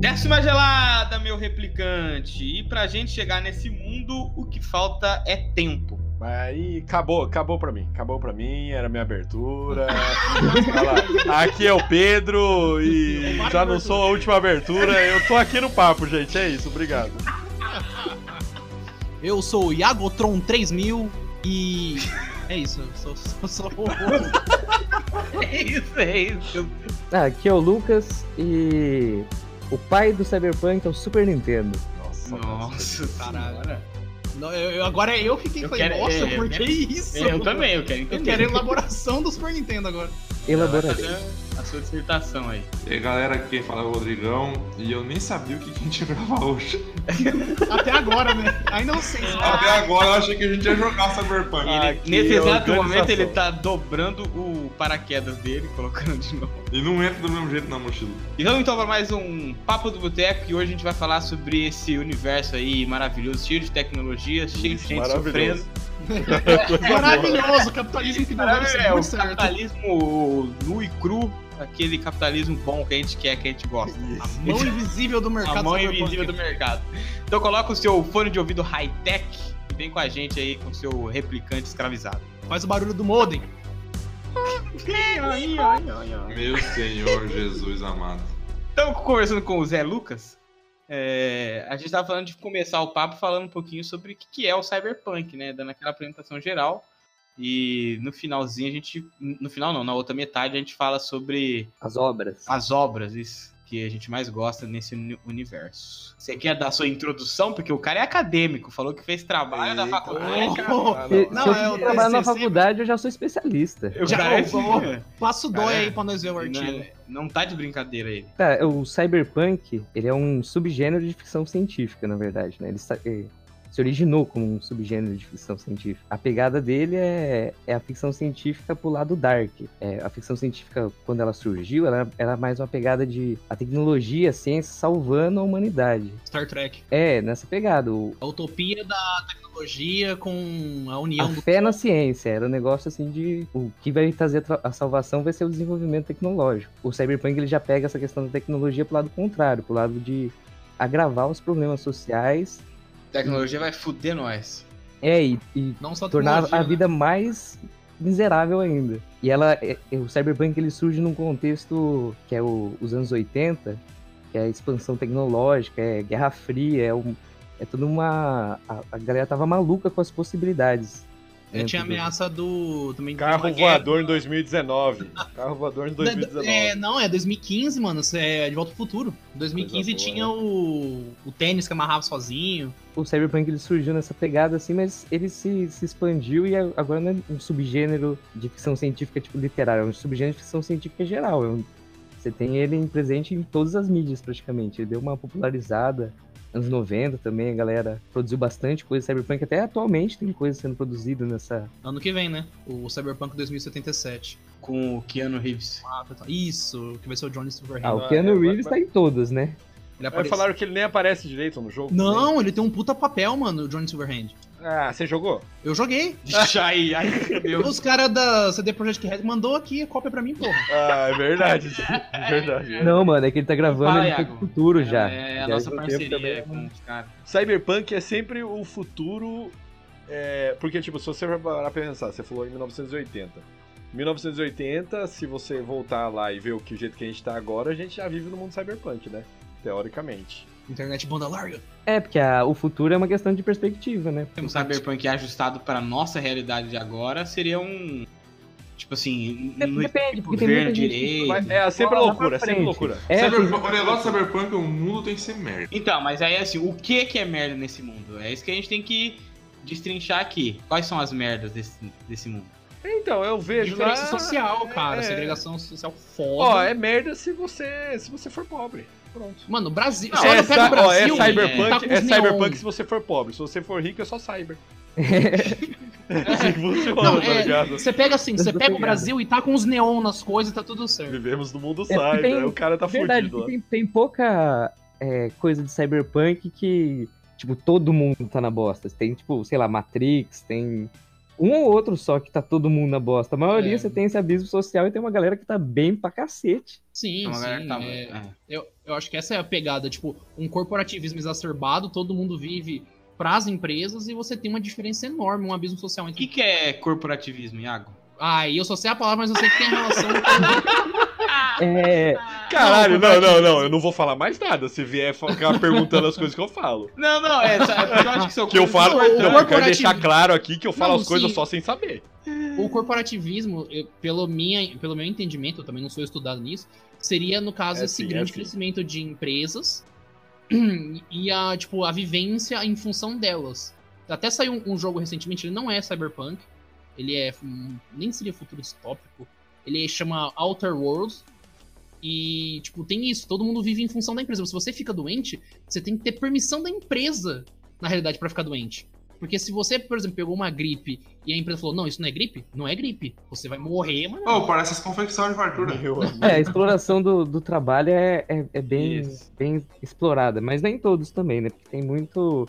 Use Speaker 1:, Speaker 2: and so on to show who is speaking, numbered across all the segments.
Speaker 1: Décima gelada, meu replicante. E pra gente chegar nesse mundo, o que falta é tempo.
Speaker 2: Aí acabou, acabou pra mim. Acabou pra mim, era minha abertura. Olha lá, aqui é o Pedro e já não sou a última abertura. Eu tô aqui no papo, gente. É isso, obrigado.
Speaker 3: Eu sou o Yagotron 3000 um e. É isso, eu sou. sou, sou... é isso, é isso.
Speaker 4: Ah, aqui é o Lucas e o pai do Cyberpunk é o Super Nintendo.
Speaker 2: Nossa,
Speaker 1: Nossa, caralho.
Speaker 3: Não, eu- eu- agora é eu fiquei
Speaker 5: Eu
Speaker 3: falei,
Speaker 5: quero-
Speaker 3: nossa,
Speaker 5: é, eu
Speaker 3: por que
Speaker 5: quero-
Speaker 3: isso?
Speaker 5: É, eu também, eu quero
Speaker 3: Eu
Speaker 5: entender.
Speaker 3: quero a elaboração do Super Nintendo agora.
Speaker 2: É,
Speaker 4: Elaborei.
Speaker 5: a sua dissertação aí.
Speaker 6: E aí galera, aqui quem fala é o Rodrigão e eu nem sabia o que que a gente ia gravar hoje.
Speaker 3: Até agora, né? Ainda não sei.
Speaker 5: É,
Speaker 6: Até agora eu achei que a gente ia jogar Cyberpunk.
Speaker 2: Ah,
Speaker 5: Ele-
Speaker 2: que
Speaker 5: nesse exato
Speaker 2: organização.
Speaker 5: momento ele tá dobrando o paraquedas dele, colocando de novo.
Speaker 6: E não entra do mesmo jeito na mochila.
Speaker 5: E vamos então para mais um Papo do Boteco, e hoje a gente vai falar sobre esse universo aí maravilhoso, cheio de tecnologia, cheio de gente
Speaker 2: maravilhoso.
Speaker 5: sofrendo.
Speaker 3: é Maravilhoso, capitalismo que deu isso
Speaker 5: É,
Speaker 3: muito
Speaker 5: o
Speaker 3: certo.
Speaker 5: capitalismo nu e cru, aquele capitalismo bom que a gente quer, que a gente gosta.
Speaker 3: A mão invisível do mercado.
Speaker 5: A mão
Speaker 3: cyberpunk.
Speaker 5: invisível do mercado. Então coloca o seu fone de ouvido high-tech e vem com a gente aí com o seu replicante escravizado.
Speaker 3: Faz o barulho do modem.
Speaker 6: Meu senhor Jesus amado.
Speaker 5: Então, conversando com o Zé Lucas, é, a gente tava falando de começar o papo falando um pouquinho sobre o que que é o cyberpunk, né? Dando aquela apresentação geral. E no finalzinho a gente. No final não, na outra metade a gente fala sobre
Speaker 4: As obras.
Speaker 5: as obras isso, que a gente mais gosta nesse uni- universo. Você quer dar sua introdução? Porque o cara é acadêmico, falou que fez trabalho da
Speaker 2: Eita.
Speaker 6: Oh,
Speaker 5: faculdade.
Speaker 2: Ah,
Speaker 4: Se,
Speaker 2: não.
Speaker 4: se eu
Speaker 3: é o
Speaker 4: trabalhar na
Speaker 3: TCC,
Speaker 4: faculdade, eu já sou especialista.
Speaker 5: O
Speaker 3: Já
Speaker 5: cara é-
Speaker 3: roubou. Passa o dói
Speaker 5: Cara,
Speaker 3: aí pra nós ver o artigo.
Speaker 5: Não, não tá de brincadeira ele.
Speaker 4: Tá, o cyberpunk, ele é um subgênero de ficção científica, na verdade, né? Ele sa- eh, se originou como um subgênero de ficção científica. A pegada dele é, é a ficção científica pro lado dark. É, a ficção científica, quando ela surgiu, ela era mais uma pegada de a tecnologia, a ciência salvando a humanidade.
Speaker 3: Star Trek.
Speaker 4: É, nessa pegada. O,
Speaker 3: A utopia da tecnologia com a união
Speaker 4: a
Speaker 3: um do.
Speaker 4: fé na ciência era um negócio assim de o que vai trazer a tra- a salvação vai ser o desenvolvimento tecnológico. O cyberpunk ele já pega essa questão da tecnologia pro lado contrário, pro lado de agravar os problemas sociais
Speaker 5: Tecnologia vai fuder nós.
Speaker 4: é, e, e
Speaker 3: Não só
Speaker 4: tornar a
Speaker 3: tecnologia,
Speaker 4: vida mais miserável ainda. E ela, é- é- o cyberpunk ele surge num contexto que é o- os anos 80, que é a expansão tecnológica, é Guerra Fria, é, um, é toda uma... A, a galera tava maluca com as possibilidades.
Speaker 3: né? Eu tinha
Speaker 4: dentro do-
Speaker 3: ameaça do. Também de uma
Speaker 2: Carro
Speaker 3: guerra.
Speaker 2: voador em 2019. Carro voador em 2019.
Speaker 3: É, não, é 2015, mano. isso É de volta pro futuro. 2015
Speaker 2: Coisa boa,
Speaker 3: tinha o, o tênis que amarrava sozinho.
Speaker 4: o Cyberpunk ele surgiu nessa pegada assim, mas ele se, se expandiu e a- agora não é um subgênero de ficção científica tipo literária, é um subgênero de ficção científica geral. é um- você tem ele em- presente em todas as mídias praticamente. Ele deu uma popularizada. Anos 90 também, a galera produziu bastante coisa de Cyberpunk, até atualmente tem coisa sendo produzida nessa.
Speaker 3: Ano que vem, né? O Cyberpunk 2077.
Speaker 5: Com o Keanu Reeves.
Speaker 3: Ah, tá, tá. Isso, que vai ser o Johnny Silverhand.
Speaker 4: Ah, o
Speaker 2: Ah,
Speaker 4: Keanu
Speaker 2: é,
Speaker 4: Reeves
Speaker 2: mas-
Speaker 4: tá em todas, né?
Speaker 2: Mas
Speaker 3: ele aparece.
Speaker 2: falaram que ele nem aparece direito no jogo. né?
Speaker 3: Não, ele tem um puta papel, mano, o Johnny Silverhand.
Speaker 2: Ah, você jogou?
Speaker 3: Eu joguei.
Speaker 5: aí, aí, fudeu.
Speaker 3: Os caras da CD Projekt Red mandou aqui a cópia pra mim, porra.
Speaker 2: Ah, é verdade. É verdade.
Speaker 4: Não, mano, é que ele tá gravando
Speaker 5: Fala,
Speaker 4: ele foi
Speaker 5: Iago.
Speaker 4: pro futuro já.
Speaker 5: É, é
Speaker 4: Já
Speaker 5: a nossa
Speaker 4: tem tempo
Speaker 5: parceria
Speaker 4: também.
Speaker 5: com os caras.
Speaker 2: Cyberpunk é sempre o futuro. é, porque, tipo, se você for parar pra pensar, você falou em 1980. 1980, se você voltar lá e ver o que o jeito que a gente tá agora, a gente já vive no mundo cyberpunk, né? Teoricamente.
Speaker 3: Internet banda larga.
Speaker 4: É, porque a- o futuro é uma questão de perspectiva, né?
Speaker 5: Um cyberpunk ajustado para nossa realidade de agora seria um. Tipo assim,
Speaker 4: Dep-
Speaker 5: no
Speaker 4: depende, porque tem
Speaker 5: governo
Speaker 4: muita gente que
Speaker 5: direito.
Speaker 2: Mas é sempre
Speaker 4: Bola lá
Speaker 2: loucura, é
Speaker 4: pra
Speaker 2: sempre
Speaker 4: frente.
Speaker 2: loucura.
Speaker 4: É, assim,
Speaker 6: Cyberpunk- o negócio do Cyberpunk é o mundo tem que ser merda.
Speaker 5: Então, mas aí assim, o que que é merda nesse mundo? É isso que a gente tem que destrinchar aqui. Quais são as merdas desse, desse mundo?
Speaker 2: Então, eu vejo lá...
Speaker 3: Diferença social, cara.
Speaker 2: É.
Speaker 3: Segregação social foda.
Speaker 2: Ó, é merda se você, se você for pobre. Pronto.
Speaker 3: Mano, o Brasil.
Speaker 2: Não,
Speaker 3: Você
Speaker 2: é,
Speaker 3: olha pra
Speaker 2: cy- ó, é
Speaker 3: Brasil, tá
Speaker 2: cyberpunk,
Speaker 3: com
Speaker 2: é
Speaker 3: os neon.
Speaker 2: cyberpunk se você for pobre. Se você for rico, é só cyber. É assim que funciona,
Speaker 3: Não,
Speaker 2: tá
Speaker 3: é,
Speaker 2: ligado?
Speaker 3: você pega assim, você pega o
Speaker 4: Obrigado.
Speaker 3: Brasil e tá com os neon nas coisas e tá tudo certo.
Speaker 2: Vivemos no mundo
Speaker 4: É,
Speaker 2: cyber,
Speaker 4: tem-
Speaker 2: aí o cara tá
Speaker 4: Verdade,
Speaker 2: fudido lá.
Speaker 4: tem, tem pouca é, coisa de cyberpunk que, tipo, todo mundo tá na bosta. Tem, tipo, sei lá, Matrix, tem um ou outro só que tá todo mundo na bosta. A maioria
Speaker 3: É.
Speaker 4: você tem esse abismo social e tem uma galera que tá bem pra cacete.
Speaker 3: Sim,
Speaker 7: Então, a galera
Speaker 3: sim.
Speaker 7: tá-
Speaker 3: é,
Speaker 7: é.
Speaker 3: eu, eu acho que essa é a pegada, tipo, um corporativismo exacerbado, todo mundo vive pras empresas e você tem uma diferença enorme, um abismo social
Speaker 5: O
Speaker 3: entre.
Speaker 5: que, que é corporativismo, Iago?
Speaker 3: Ah, e eu só sei a palavra, mas eu sei que tem relação com.
Speaker 2: Ah.
Speaker 4: É,
Speaker 2: Caralho, não, não, não, eu não vou falar mais nada se vier ficar perguntando as coisas que eu falo.
Speaker 5: Não, não, é, eu acho que seu
Speaker 2: Que eu falo, é
Speaker 3: Não,
Speaker 2: não,
Speaker 3: o
Speaker 2: eu quero
Speaker 3: corporativo-
Speaker 2: deixar claro aqui que eu falo
Speaker 3: Não,
Speaker 2: as coisas
Speaker 3: sim.
Speaker 2: só sem saber.
Speaker 3: O corporativismo, eu- pelo, minha, pelo meu entendimento, eu também não sou estudado nisso, seria, no caso,
Speaker 2: É
Speaker 3: esse
Speaker 2: sim, é
Speaker 3: grande
Speaker 2: sim.
Speaker 3: crescimento de empresas e a, tipo, a vivência em função delas. Até saiu um, um jogo recentemente, ele não é cyberpunk, ele é. hum, nem seria futuro distópico. Ele chama Outer Worlds. E, tipo, tem isso, todo mundo vive em função da empresa. Se você fica doente, você tem que ter permissão da empresa, na realidade, pra ficar doente. Porque se você, por exemplo, pegou uma gripe e a empresa falou, não, isso não é gripe? Não é gripe. Você vai morrer, mano.
Speaker 8: Ô, parece as confecções de fartura.
Speaker 4: é, a exploração do, do trabalho é, é, é bem,
Speaker 8: Isso.
Speaker 4: bem explorada, mas nem todos também, né? Porque tem muito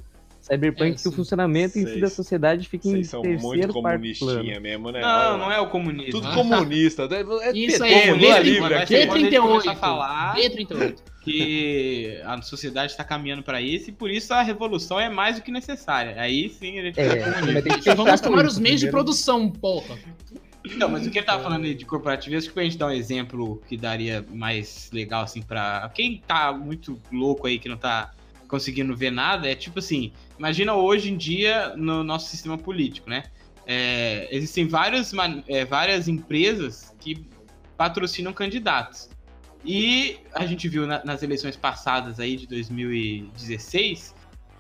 Speaker 3: É,
Speaker 4: cyberpunk que
Speaker 3: sim.
Speaker 4: o funcionamento em si
Speaker 2: Vocês-
Speaker 4: da sociedade fica em
Speaker 2: Vocês são
Speaker 4: terceiro,
Speaker 2: muito
Speaker 4: quarto plano.
Speaker 2: comunistinha mesmo, né?
Speaker 5: Não, não é o comunismo.
Speaker 2: Tudo comunista. É, é
Speaker 3: Isso
Speaker 2: PT,
Speaker 3: aí, é
Speaker 2: Lula
Speaker 3: mesmo,
Speaker 2: livre
Speaker 3: mano,
Speaker 2: aqui.
Speaker 3: é
Speaker 5: Quando ele começar a
Speaker 3: D38.
Speaker 5: falar
Speaker 3: D38.
Speaker 5: que a sociedade está caminhando para isso e por isso a revolução é mais do que necessária. Aí sim ele.
Speaker 4: É, mas tem que
Speaker 3: Gente, Vamos
Speaker 4: testar
Speaker 3: tomar
Speaker 4: tudo
Speaker 3: os meios de
Speaker 4: primeiro.
Speaker 3: produção, porra.
Speaker 5: Não, Então, mas o que ele tava falando aí de corporativismo, acho que pra gente dar um exemplo que daria mais legal, assim, pra quem tá muito louco aí, que não tá conseguindo ver nada, é tipo assim, imagina hoje em dia no nosso sistema político, né? É, existem várias, man- é, várias empresas que patrocinam candidatos. E a gente viu na- nas eleições passadas aí de 2016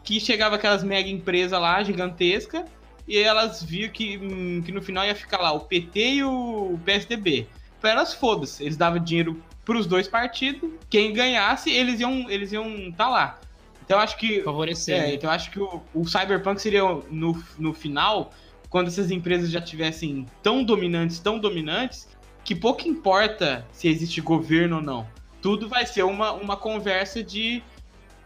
Speaker 5: que chegava aquelas mega empresas lá, gigantesca, e elas viam que, hum, que no final ia ficar lá o PT e o PSDB. Pra elas, foda-se, eles davam dinheiro pros dois partidos, quem ganhasse, eles iam eles iam tá lá. Então eu acho que
Speaker 3: Favorecer.
Speaker 5: é,
Speaker 3: né?
Speaker 5: então eu acho que o, o Cyberpunk seria no, no final, quando essas empresas já tivessem tão dominantes, tão dominantes, que pouco importa se existe governo ou não. Tudo vai ser uma, uma conversa de.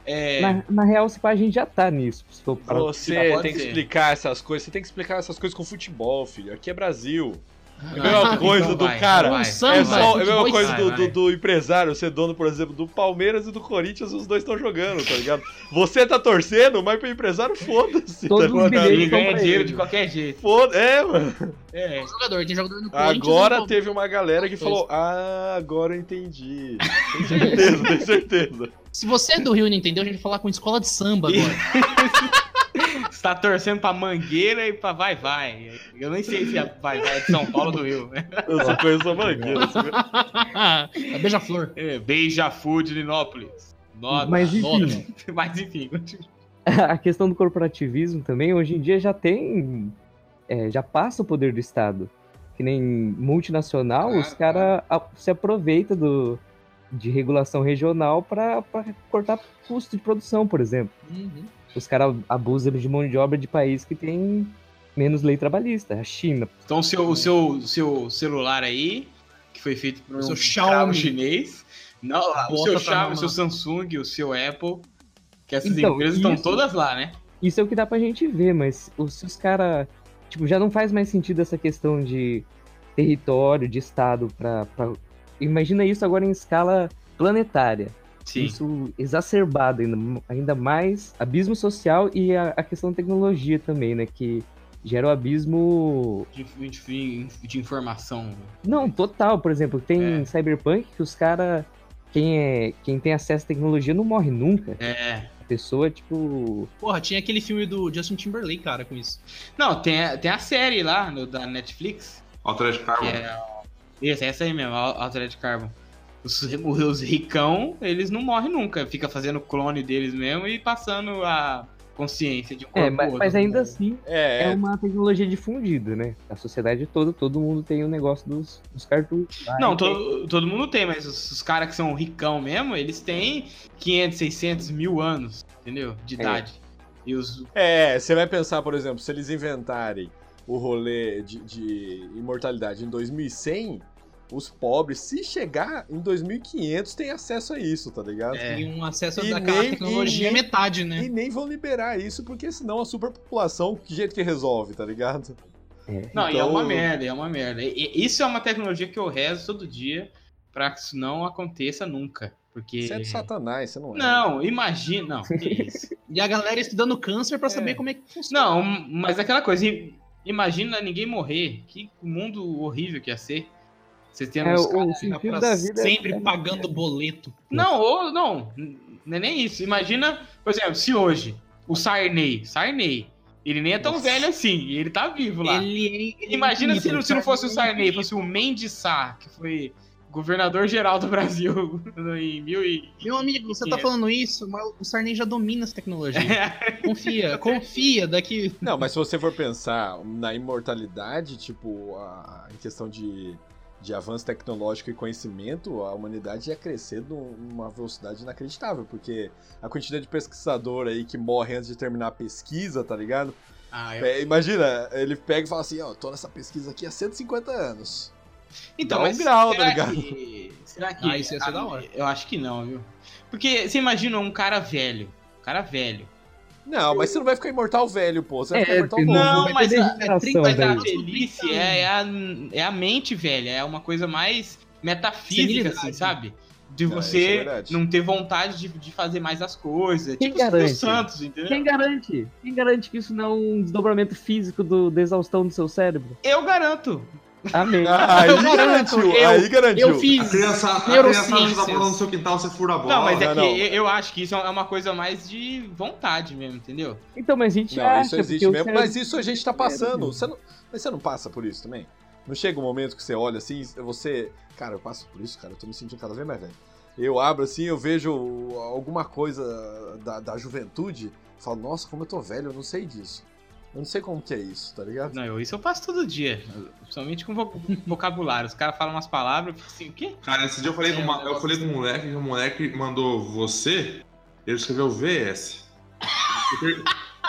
Speaker 5: é,
Speaker 4: Na, na real, se pá, a gente já tá nisso. Se for parar-
Speaker 2: Você
Speaker 5: Pode
Speaker 2: tem que
Speaker 5: ser.
Speaker 2: explicar essas coisas. Você tem que explicar essas coisas com futebol, filho. Aqui é Brasil.
Speaker 3: Ah,
Speaker 2: É a mesma coisa
Speaker 5: então
Speaker 2: do
Speaker 5: vai,
Speaker 2: cara.
Speaker 5: vai.
Speaker 2: é,
Speaker 3: Samba,
Speaker 2: só- é a mesma
Speaker 3: futebol e
Speaker 2: coisa do,
Speaker 5: samba.
Speaker 2: do- do empresário ser dono, por exemplo, do Palmeiras e do Corinthians. Os dois estão jogando, tá ligado? Você tá torcendo, mas pro empresário, foda-se. Tá
Speaker 4: Todos os
Speaker 2: ligado?
Speaker 4: bilhetes
Speaker 5: Ele
Speaker 4: estão
Speaker 5: ganha
Speaker 4: pra
Speaker 5: dinheiro
Speaker 4: ele.
Speaker 5: de qualquer jeito.
Speaker 2: Foda- é, mano.
Speaker 5: É.
Speaker 3: Tem jogador, tem jogador no Corinthians.
Speaker 2: Agora
Speaker 3: no-
Speaker 2: teve uma galera que
Speaker 3: Pois.
Speaker 2: falou: Ah, agora eu entendi. Tem certeza, tem certeza.
Speaker 3: Se você é do Rio e não entendeu, a gente vai falar com escola de samba
Speaker 5: E-
Speaker 3: agora.
Speaker 5: Você tá torcendo pra Mangueira e pra Vai Vai. Eu nem sei se é Vai Vai de São Paulo ou do Rio. né?
Speaker 2: Eu só conheço a mangueira.
Speaker 3: É Beija-flor.
Speaker 5: É, Beija Food Linópolis. Nossa.
Speaker 4: Mas
Speaker 3: Nossa.
Speaker 4: enfim,
Speaker 5: Mas enfim, continua.
Speaker 4: a questão do corporativismo também, hoje em dia já tem. é, já passa o poder do Estado. Que nem multinacional, os caras se aproveita do, de regulação regional para cortar custo de produção, por exemplo.
Speaker 3: Uhum.
Speaker 4: Os caras abusam de mão de obra de país que tem menos lei trabalhista. A China.
Speaker 5: Então o seu, o seu, o seu celular aí, que foi feito por um
Speaker 3: O seu
Speaker 5: escravo
Speaker 3: Xiaomi.
Speaker 5: chinês. Não, o
Speaker 3: Bota
Speaker 5: seu
Speaker 3: pra
Speaker 5: Xiaomi, o
Speaker 3: mamar.
Speaker 5: seu Samsung, o seu Apple. Que essas
Speaker 4: Então,
Speaker 5: empresas estão
Speaker 4: isso-
Speaker 5: todas lá, né?
Speaker 4: Isso é o que dá pra gente ver, mas os- se os caras. Tipo, já não faz mais sentido essa questão de território, de estado pra. pra- Imagina isso agora em escala planetária. Isso exacerbado ainda, ainda mais. Abismo social e a, a questão da tecnologia também, né? Que gera o abismo.
Speaker 5: De, de- de informação.
Speaker 4: Não, total, por exemplo, tem
Speaker 5: É.
Speaker 4: Cyberpunk que os caras. Quem, é, quem tem acesso à tecnologia não morre nunca.
Speaker 5: É.
Speaker 4: A pessoa, tipo.
Speaker 3: Porra, tinha aquele filme do Justin Timberlake, cara, com isso.
Speaker 5: Não, tem, a- tem a série lá no- da Netflix.
Speaker 8: Altered
Speaker 5: Que
Speaker 8: Carbon.
Speaker 5: é o- Isso, essa aí mesmo, a Altered Carbon. Os, os ricão, eles não morrem nunca. Fica fazendo clone deles mesmo e passando a, consciência de um
Speaker 4: É, mas, mas ainda assim
Speaker 2: É,
Speaker 4: é uma tecnologia difundida, né? A sociedade toda, todo mundo tem o negócio dos, dos cartuchos. lá,
Speaker 5: Não,
Speaker 4: então-
Speaker 5: todo, todo mundo tem, mas os, os caras que são ricão mesmo, eles têm 500, 600 mil anos, entendeu? De idade. E os.
Speaker 2: É, você vai pensar, por exemplo, se eles inventarem o rolê de, de imortalidade em 2100, os pobres, se chegar em 2500, têm acesso a isso, tá ligado?
Speaker 5: É.
Speaker 3: E um acesso
Speaker 2: E
Speaker 3: àquela
Speaker 2: nem-
Speaker 3: tecnologia
Speaker 2: e
Speaker 3: é
Speaker 2: nem-
Speaker 3: metade, né?
Speaker 2: E nem vão liberar isso, porque senão a superpopulação, que jeito que resolve, tá ligado?
Speaker 5: Não, e é
Speaker 2: Então-
Speaker 5: uma merda, é uma merda. E- e- isso é uma tecnologia que eu rezo todo dia pra que isso não aconteça nunca. Porque.
Speaker 2: Você é do satanás, você não é.
Speaker 5: Não, imagina. Não, que isso.
Speaker 3: E a galera estudando câncer pra saber como é que funciona.
Speaker 5: Não, mas aquela coisa, i- imagina ninguém morrer. Que mundo horrível que ia ser. Você tendo
Speaker 4: É,
Speaker 5: uns
Speaker 4: o-
Speaker 5: caras-
Speaker 4: o sentido da vida é-
Speaker 3: sempre
Speaker 4: é-
Speaker 3: pagando boleto.
Speaker 5: Não, ou não. n- Não é nem isso. Imagina, por exemplo, se hoje o Sarney, Sarney, ele nem é tão velho assim, e ele tá vivo lá.
Speaker 3: Ele, é ele
Speaker 5: Imagina se, não, se não
Speaker 3: é
Speaker 5: fosse o Sarney,
Speaker 3: fosse
Speaker 5: fosse o Mendes Sá, que foi governador geral do Brasil em mil e...
Speaker 3: Meu amigo, você tá falando isso, mas o Sarney já domina essa tecnologia. Confia, confia daqui.
Speaker 2: Não, mas se você for pensar na imortalidade, tipo, a, a- em questão de, de avanço tecnológico e conhecimento, a humanidade ia crescer num- numa velocidade inacreditável, porque a quantidade de pesquisador aí que morre antes de terminar a pesquisa, tá ligado?
Speaker 5: Ah, eu-
Speaker 2: É, imagina, ele pega e fala assim, ó, tô nessa pesquisa aqui há 150 anos.
Speaker 5: Então,
Speaker 2: Dá um
Speaker 5: mas
Speaker 2: grau,
Speaker 5: será
Speaker 2: tá ligado?
Speaker 5: que- será que...
Speaker 3: Ah, isso ia ser da hora.
Speaker 5: Eu acho que não, viu? Porque você imagina um cara velho, um cara velho,
Speaker 2: Não, mas você não vai ficar imortal velho, pô. Você vai
Speaker 4: É,
Speaker 2: ficar imortal
Speaker 4: porque
Speaker 2: novo.
Speaker 4: não-
Speaker 5: Não,
Speaker 4: vai
Speaker 5: mas é
Speaker 4: ter
Speaker 5: a-
Speaker 4: degeneração,
Speaker 5: mas
Speaker 4: velho.
Speaker 5: a velhice é, é a, é a mente, velha. É uma coisa mais metafísica, assim,
Speaker 3: Senilidade.
Speaker 5: sabe? De
Speaker 2: Não, isso é
Speaker 5: você
Speaker 2: verdade.
Speaker 5: não ter vontade de, de fazer mais as coisas.
Speaker 4: Quem
Speaker 5: tipo o Silvio
Speaker 4: garante?
Speaker 5: Santos, entendeu?
Speaker 4: Quem garante? Quem garante que isso não é um desdobramento físico do, da exaustão do seu cérebro?
Speaker 5: Eu garanto.
Speaker 4: Amém.
Speaker 2: Aí
Speaker 3: Eu garanto,
Speaker 2: garantiu,
Speaker 3: eu-
Speaker 2: aí garantiu.
Speaker 3: Eu fiz.
Speaker 9: A criança, a criança
Speaker 3: Neurociências.
Speaker 9: ajuda a bola tá no seu quintal, você fura a bola.
Speaker 5: não, mas é
Speaker 2: não,
Speaker 5: que
Speaker 2: não.
Speaker 5: Eu, eu acho que isso é uma coisa mais de vontade mesmo, entendeu?
Speaker 4: Então, mas a gente
Speaker 2: Não,
Speaker 4: acha,
Speaker 2: isso
Speaker 4: porque
Speaker 2: existe
Speaker 4: o
Speaker 2: mesmo,
Speaker 4: cérebro-
Speaker 2: mas isso a gente tá
Speaker 4: É,
Speaker 2: passando.
Speaker 4: meu.
Speaker 2: Você não, mas você não passa por isso também? Não chega um momento que você olha assim, você. Cara, eu passo por isso, cara, eu tô me sentindo cada vez mais velho. Eu abro assim, eu vejo alguma coisa da, da juventude, falo, nossa, como eu tô velho, eu não sei disso. Eu não sei como que é isso, tá ligado?
Speaker 5: Não, eu, isso eu faço todo dia. Principalmente com vo- vocabulário. Os caras falam umas palavras, eu fico assim, o quê?
Speaker 9: Cara, esse dia eu falei, com uma- eu falei com um moleque que o moleque mandou você, ele escreveu VS.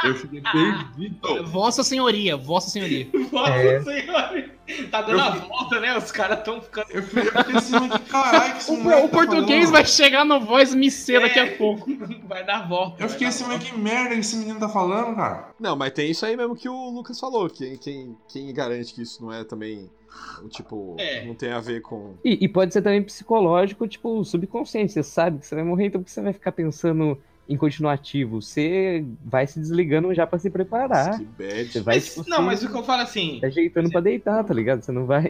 Speaker 9: Eu fiquei perdido.
Speaker 3: Vossa senhoria, vossa senhoria.
Speaker 5: Nossa
Speaker 4: É.
Speaker 5: senhora! Tá dando
Speaker 9: Eu-
Speaker 5: a volta, né? Os caras tão ficando.
Speaker 9: Eu fiquei eu fiquei assim, mas que caralho que esse
Speaker 3: O,
Speaker 9: moleque
Speaker 3: o
Speaker 9: tá
Speaker 3: português
Speaker 9: falando?
Speaker 3: vai chegar no voz micê daqui a pouco.
Speaker 5: Vai dar volta.
Speaker 9: Eu
Speaker 5: vai
Speaker 9: fiquei
Speaker 5: dar
Speaker 9: assim,
Speaker 5: volta.
Speaker 9: mas que merda que esse menino tá falando, cara.
Speaker 2: Não, mas tem isso aí mesmo que o Lucas falou. Quem, quem, quem garante que isso não é também. Tipo,
Speaker 5: É.
Speaker 2: não tem a ver com.
Speaker 4: E, e pode ser também psicológico, tipo, subconsciente. Você sabe que você vai morrer, então por que você vai ficar pensando em continuar ativo? Você vai se desligando já pra se preparar.
Speaker 2: Que bad.
Speaker 4: Você vai
Speaker 5: Mas-
Speaker 4: tipo,
Speaker 5: não,
Speaker 4: se
Speaker 5: mas o que eu falo
Speaker 4: é
Speaker 5: assim.
Speaker 4: ajeitando pra deitar, tá ligado? Você não vai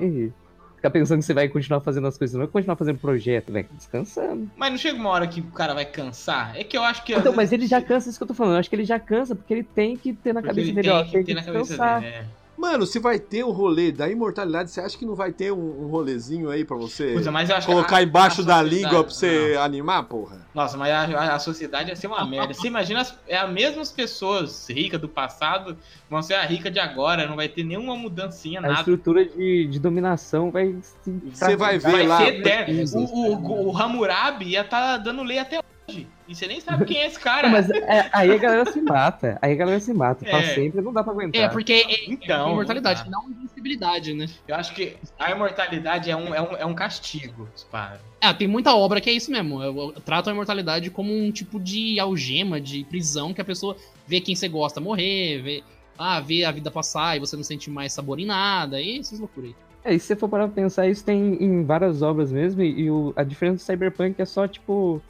Speaker 4: ficar pensando que você vai continuar fazendo as coisas, você não vai continuar fazendo projeto, vai descansando.
Speaker 5: Mas não chega uma hora que o cara vai cansar. É que eu acho que.
Speaker 4: Então, mas ele já cansa, isso que eu tô falando. Eu acho que ele já cansa porque ele tem que ter na
Speaker 5: Porque
Speaker 4: cabeça
Speaker 5: ele
Speaker 4: dele,
Speaker 5: tem
Speaker 4: ó,
Speaker 5: que
Speaker 4: tem
Speaker 5: ter
Speaker 4: que
Speaker 5: na cabeça
Speaker 4: descansar.
Speaker 5: dele, né?
Speaker 2: Mano, se vai ter o rolê da imortalidade, você acha que não vai ter um, um rolezinho aí pra você
Speaker 5: Puta, mas eu acho que
Speaker 2: colocar
Speaker 5: a-
Speaker 2: embaixo
Speaker 5: a
Speaker 2: da
Speaker 5: sociedade-
Speaker 2: língua pra você animar, porra?
Speaker 5: Não. Nossa, mas a, a- a sociedade ia ser uma merda. Você imagina, as, é as mesmas pessoas ricas do passado vão ser a rica de agora. Não vai ter nenhuma mudancinha,
Speaker 4: A
Speaker 5: nada.
Speaker 4: estrutura de, de dominação vai se
Speaker 2: Você vai ver
Speaker 5: Vai
Speaker 2: lá.
Speaker 5: ser eterno.
Speaker 4: Isso.
Speaker 5: O, o, o Hammurabi ia estar dando lei até hoje. E você nem sabe quem é esse cara.
Speaker 4: Mas é, aí a galera se mata. Aí a galera se mata. Pra
Speaker 5: É.
Speaker 4: sempre não dá pra aguentar.
Speaker 3: É, porque é
Speaker 5: Então,
Speaker 3: imortalidade,
Speaker 5: tá.
Speaker 3: não invencibilidade, né?
Speaker 5: Eu acho que a imortalidade é um, é um, é um castigo, pá.
Speaker 3: Ah, tem muita obra que é isso mesmo. Eu, eu trato a imortalidade como um tipo de algema, de prisão, que a pessoa vê quem você gosta morrer, vê, ah, vê a vida passar e você não sente mais sabor em nada, e essas loucuras aí.
Speaker 4: É, e se você for parar pra pensar, isso tem em várias obras mesmo, e e o- a diferença do Cyberpunk é só, tipo,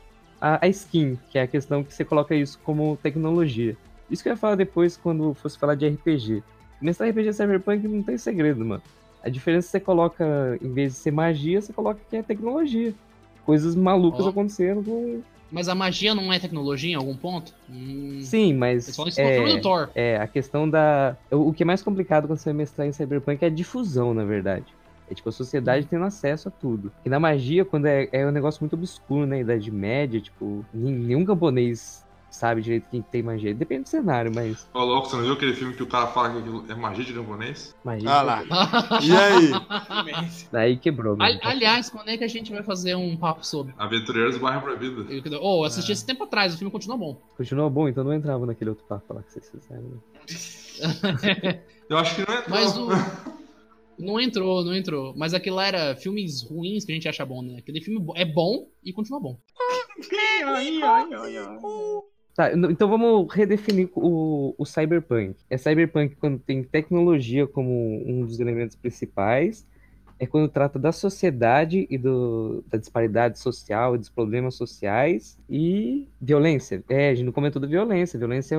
Speaker 4: a, a skin, que é a questão que você coloca isso como tecnologia. Isso que eu ia falar depois quando fosse falar de RPG. Nesse RPG Cyberpunk não tem segredo, mano. A diferença é que você coloca, em vez de ser magia, você coloca que é tecnologia. Coisas malucas
Speaker 3: Ó.
Speaker 4: acontecendo com...
Speaker 3: Mas a magia não é tecnologia em algum ponto? Hum,
Speaker 4: Sim, mas...
Speaker 3: eles falam isso no
Speaker 4: é...
Speaker 3: filme do Thor.
Speaker 4: É, a questão da. O o que é mais complicado quando você vai mestrar em Cyberpunk é a difusão, na verdade. É tipo a sociedade tendo acesso a tudo. E na magia, quando é, é um negócio muito obscuro, né? Idade Média, tipo, nin- nenhum camponês sabe direito quem tem magia. Depende do cenário, mas.
Speaker 10: Ô, louco, você não viu aquele filme que o cara fala que aquilo é magia de japonês?
Speaker 4: magia
Speaker 2: Ah lá. E aí?
Speaker 4: Daí quebrou, mano.
Speaker 3: Ali- aliás, quando é que a gente vai fazer um papo sobre?
Speaker 10: Aventureiros Barra Proibida.
Speaker 3: Eu- Ô, eu assisti esse tempo atrás, o filme continua bom.
Speaker 4: Continuou bom, então não entrava naquele outro papo lá que vocês fizeram. né?
Speaker 10: Eu acho que não é.
Speaker 3: Mas
Speaker 10: não.
Speaker 3: o. Não entrou, não entrou. Mas aquilo lá era filmes ruins que a gente acha bom, né? Aquele filme bo- é bom e continua bom.
Speaker 4: Tá, n- então vamos redefinir o, o cyberpunk. É cyberpunk quando tem tecnologia como um dos elementos principais, é quando trata da sociedade e do, da disparidade social, e dos problemas sociais e violência. É, a gente não comentou da violência. A violência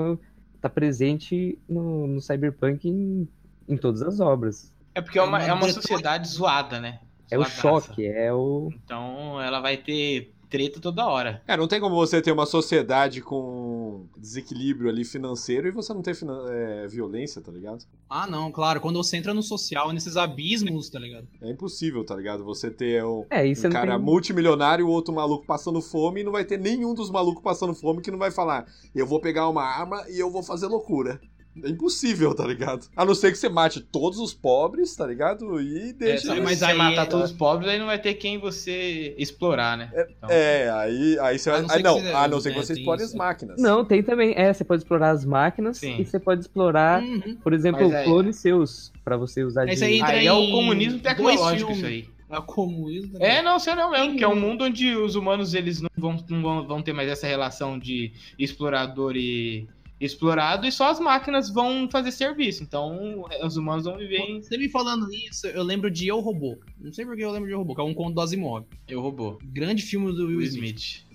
Speaker 4: está presente no, no cyberpunk em, em todas as obras.
Speaker 5: É porque é uma, é uma
Speaker 3: Detone-
Speaker 5: sociedade zoada, né?
Speaker 4: É o
Speaker 5: Zoadaça.
Speaker 4: choque, é o.
Speaker 5: Então ela vai ter treta toda hora.
Speaker 2: É, não tem como você ter uma sociedade com desequilíbrio ali financeiro e você não ter finan- é, violência, tá ligado?
Speaker 3: Ah, não, claro. Quando você entra no social, nesses abismos, tá ligado?
Speaker 2: É impossível, tá ligado? Você ter um,
Speaker 4: É, isso
Speaker 2: um
Speaker 4: não
Speaker 2: cara
Speaker 4: tem...
Speaker 2: multimilionário e o outro maluco passando fome e não vai ter nenhum dos malucos passando fome que não vai falar eu vou pegar uma arma e eu vou fazer loucura. É impossível, tá ligado? A não ser que você mate todos os pobres, tá ligado? E deixe
Speaker 3: É, sabe,
Speaker 2: eles-
Speaker 3: mas
Speaker 5: Mas aí é-
Speaker 3: aí-
Speaker 5: matar todos os pobres, aí não vai ter quem você explorar, né? Então,
Speaker 2: É, aí, aí você
Speaker 3: A
Speaker 2: vai.
Speaker 3: não ser
Speaker 2: Aí
Speaker 3: que
Speaker 2: não,
Speaker 3: você-
Speaker 2: a não ser
Speaker 3: é,
Speaker 2: que você
Speaker 3: tem
Speaker 2: explore
Speaker 3: isso.
Speaker 2: as máquinas.
Speaker 4: Não, tem também. É, você pode explorar as máquinas
Speaker 5: Sim.
Speaker 4: e você pode explorar,
Speaker 3: Uhum.
Speaker 4: por exemplo,
Speaker 5: Mas aí-
Speaker 4: clones seus para você usar
Speaker 3: É
Speaker 4: de
Speaker 3: isso aí. entra
Speaker 5: Aí é
Speaker 3: em
Speaker 5: o comunismo
Speaker 3: dois
Speaker 5: tecnológico
Speaker 3: filmes.
Speaker 5: isso aí.
Speaker 3: É o comunismo. né?
Speaker 5: É, não, sei não mesmo, que é um mundo onde os humanos eles não vão, não vão, vão ter mais essa relação de explorador e explorado, e só as máquinas vão fazer serviço. Então é, os humanos vão viver em
Speaker 3: Você me falando isso, eu lembro de Eu Robô. Não sei por que eu lembro de Eu Robô, que é um conto do Asimov.
Speaker 5: Eu robô.
Speaker 3: Grande filme do Will
Speaker 5: Will
Speaker 3: Smith.
Speaker 5: Smith.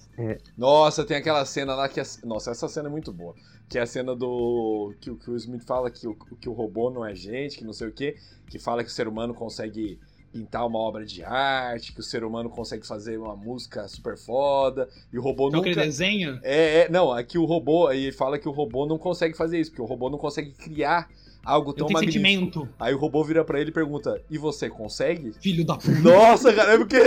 Speaker 2: Nossa, tem aquela cena lá que. É... Nossa, essa cena é muito boa. Que é a cena do. Que, o- que o Smith fala que o, que o robô não é gente, que não sei o quê. Que fala que o ser humano consegue pintar uma obra de arte, que o ser humano consegue fazer uma música super foda. E o robô
Speaker 3: Então, aquele
Speaker 2: nunca.
Speaker 3: desenho?
Speaker 2: É, é, não, aqui o robô. Aí ele fala que o robô não consegue fazer isso, porque o robô não consegue criar algo
Speaker 3: Eu
Speaker 2: tão
Speaker 3: tenho
Speaker 2: magnífico.
Speaker 3: sentimento,
Speaker 2: Aí o robô vira pra ele e pergunta: E você consegue?
Speaker 3: filho da puta.
Speaker 2: Nossa, cara, é porque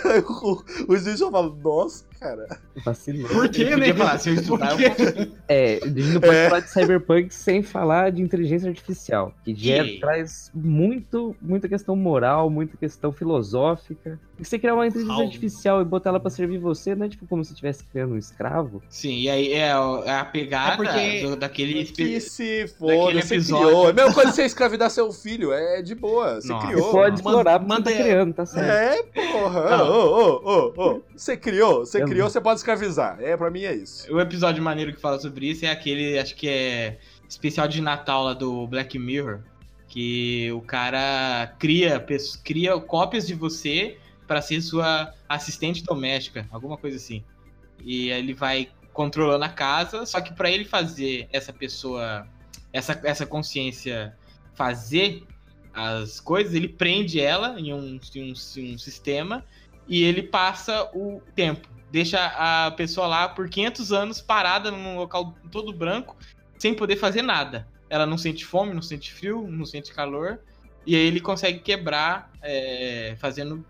Speaker 2: o, o Smith só fala, nossa, cara.
Speaker 4: vacilão.
Speaker 3: Por
Speaker 5: Ele podia falar, se eu estudar, eu faço
Speaker 4: É, a gente não pode
Speaker 2: É.
Speaker 4: falar de cyberpunk sem falar de inteligência artificial, que gera,
Speaker 5: E-
Speaker 4: traz muito, muita questão moral, muita questão filosófica. E você criar uma inteligência
Speaker 3: Raul.
Speaker 4: artificial e botar ela pra servir você, não é tipo como se estivesse criando um escravo.
Speaker 5: Sim, e aí é o- é a pegada
Speaker 3: É porque-
Speaker 5: do- daquele.
Speaker 2: Que
Speaker 5: espe-
Speaker 2: se
Speaker 5: daquele
Speaker 2: foda, você
Speaker 5: episódio.
Speaker 2: criou. É a mesma coisa que você escravidar seu filho, é de boa, você
Speaker 5: Nossa.
Speaker 4: Você
Speaker 2: criou.
Speaker 4: pode
Speaker 3: mano.
Speaker 4: explorar porque
Speaker 3: Manda-
Speaker 4: você tá criando, tá certo.
Speaker 2: É, porra.
Speaker 5: Não.
Speaker 2: Ô, ô, ô, ô, ô. Você criou, você
Speaker 4: Eu
Speaker 2: criou,
Speaker 4: não.
Speaker 2: você pode escravizar. É, pra mim é isso.
Speaker 5: O episódio maneiro que fala sobre isso é aquele, acho que é especial de Natal lá do Black Mirror, que o cara cria, pes- cria cópias de você pra ser sua assistente doméstica, alguma coisa assim. E aí ele vai controlando a casa, só que pra ele fazer essa pessoa, essa, essa consciência fazer as coisas, ele prende ela em um, em um, em um sistema e ele passa o tempo. Deixa a pessoa lá por 500 anos parada num local todo branco, sem poder fazer nada. Ela não sente fome, não sente frio, não sente calor. E aí ele consegue quebrar, é, fazendo.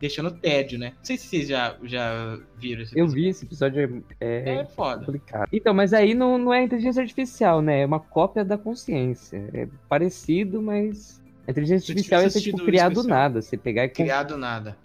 Speaker 5: deixando tédio, né? Não sei se vocês já, já viram esse
Speaker 4: Eu
Speaker 5: episódio.
Speaker 4: vi esse episódio, é, é
Speaker 5: É foda.
Speaker 4: complicado. Então, mas aí não, não é inteligência artificial, né? É uma cópia da consciência. É parecido, mas... A inteligência
Speaker 3: Se eu
Speaker 4: artificial é
Speaker 3: tivesse
Speaker 4: ser, tipo,
Speaker 3: assistido
Speaker 4: criar do
Speaker 3: especial.
Speaker 4: nada. Você pegar e...
Speaker 5: Criado nada.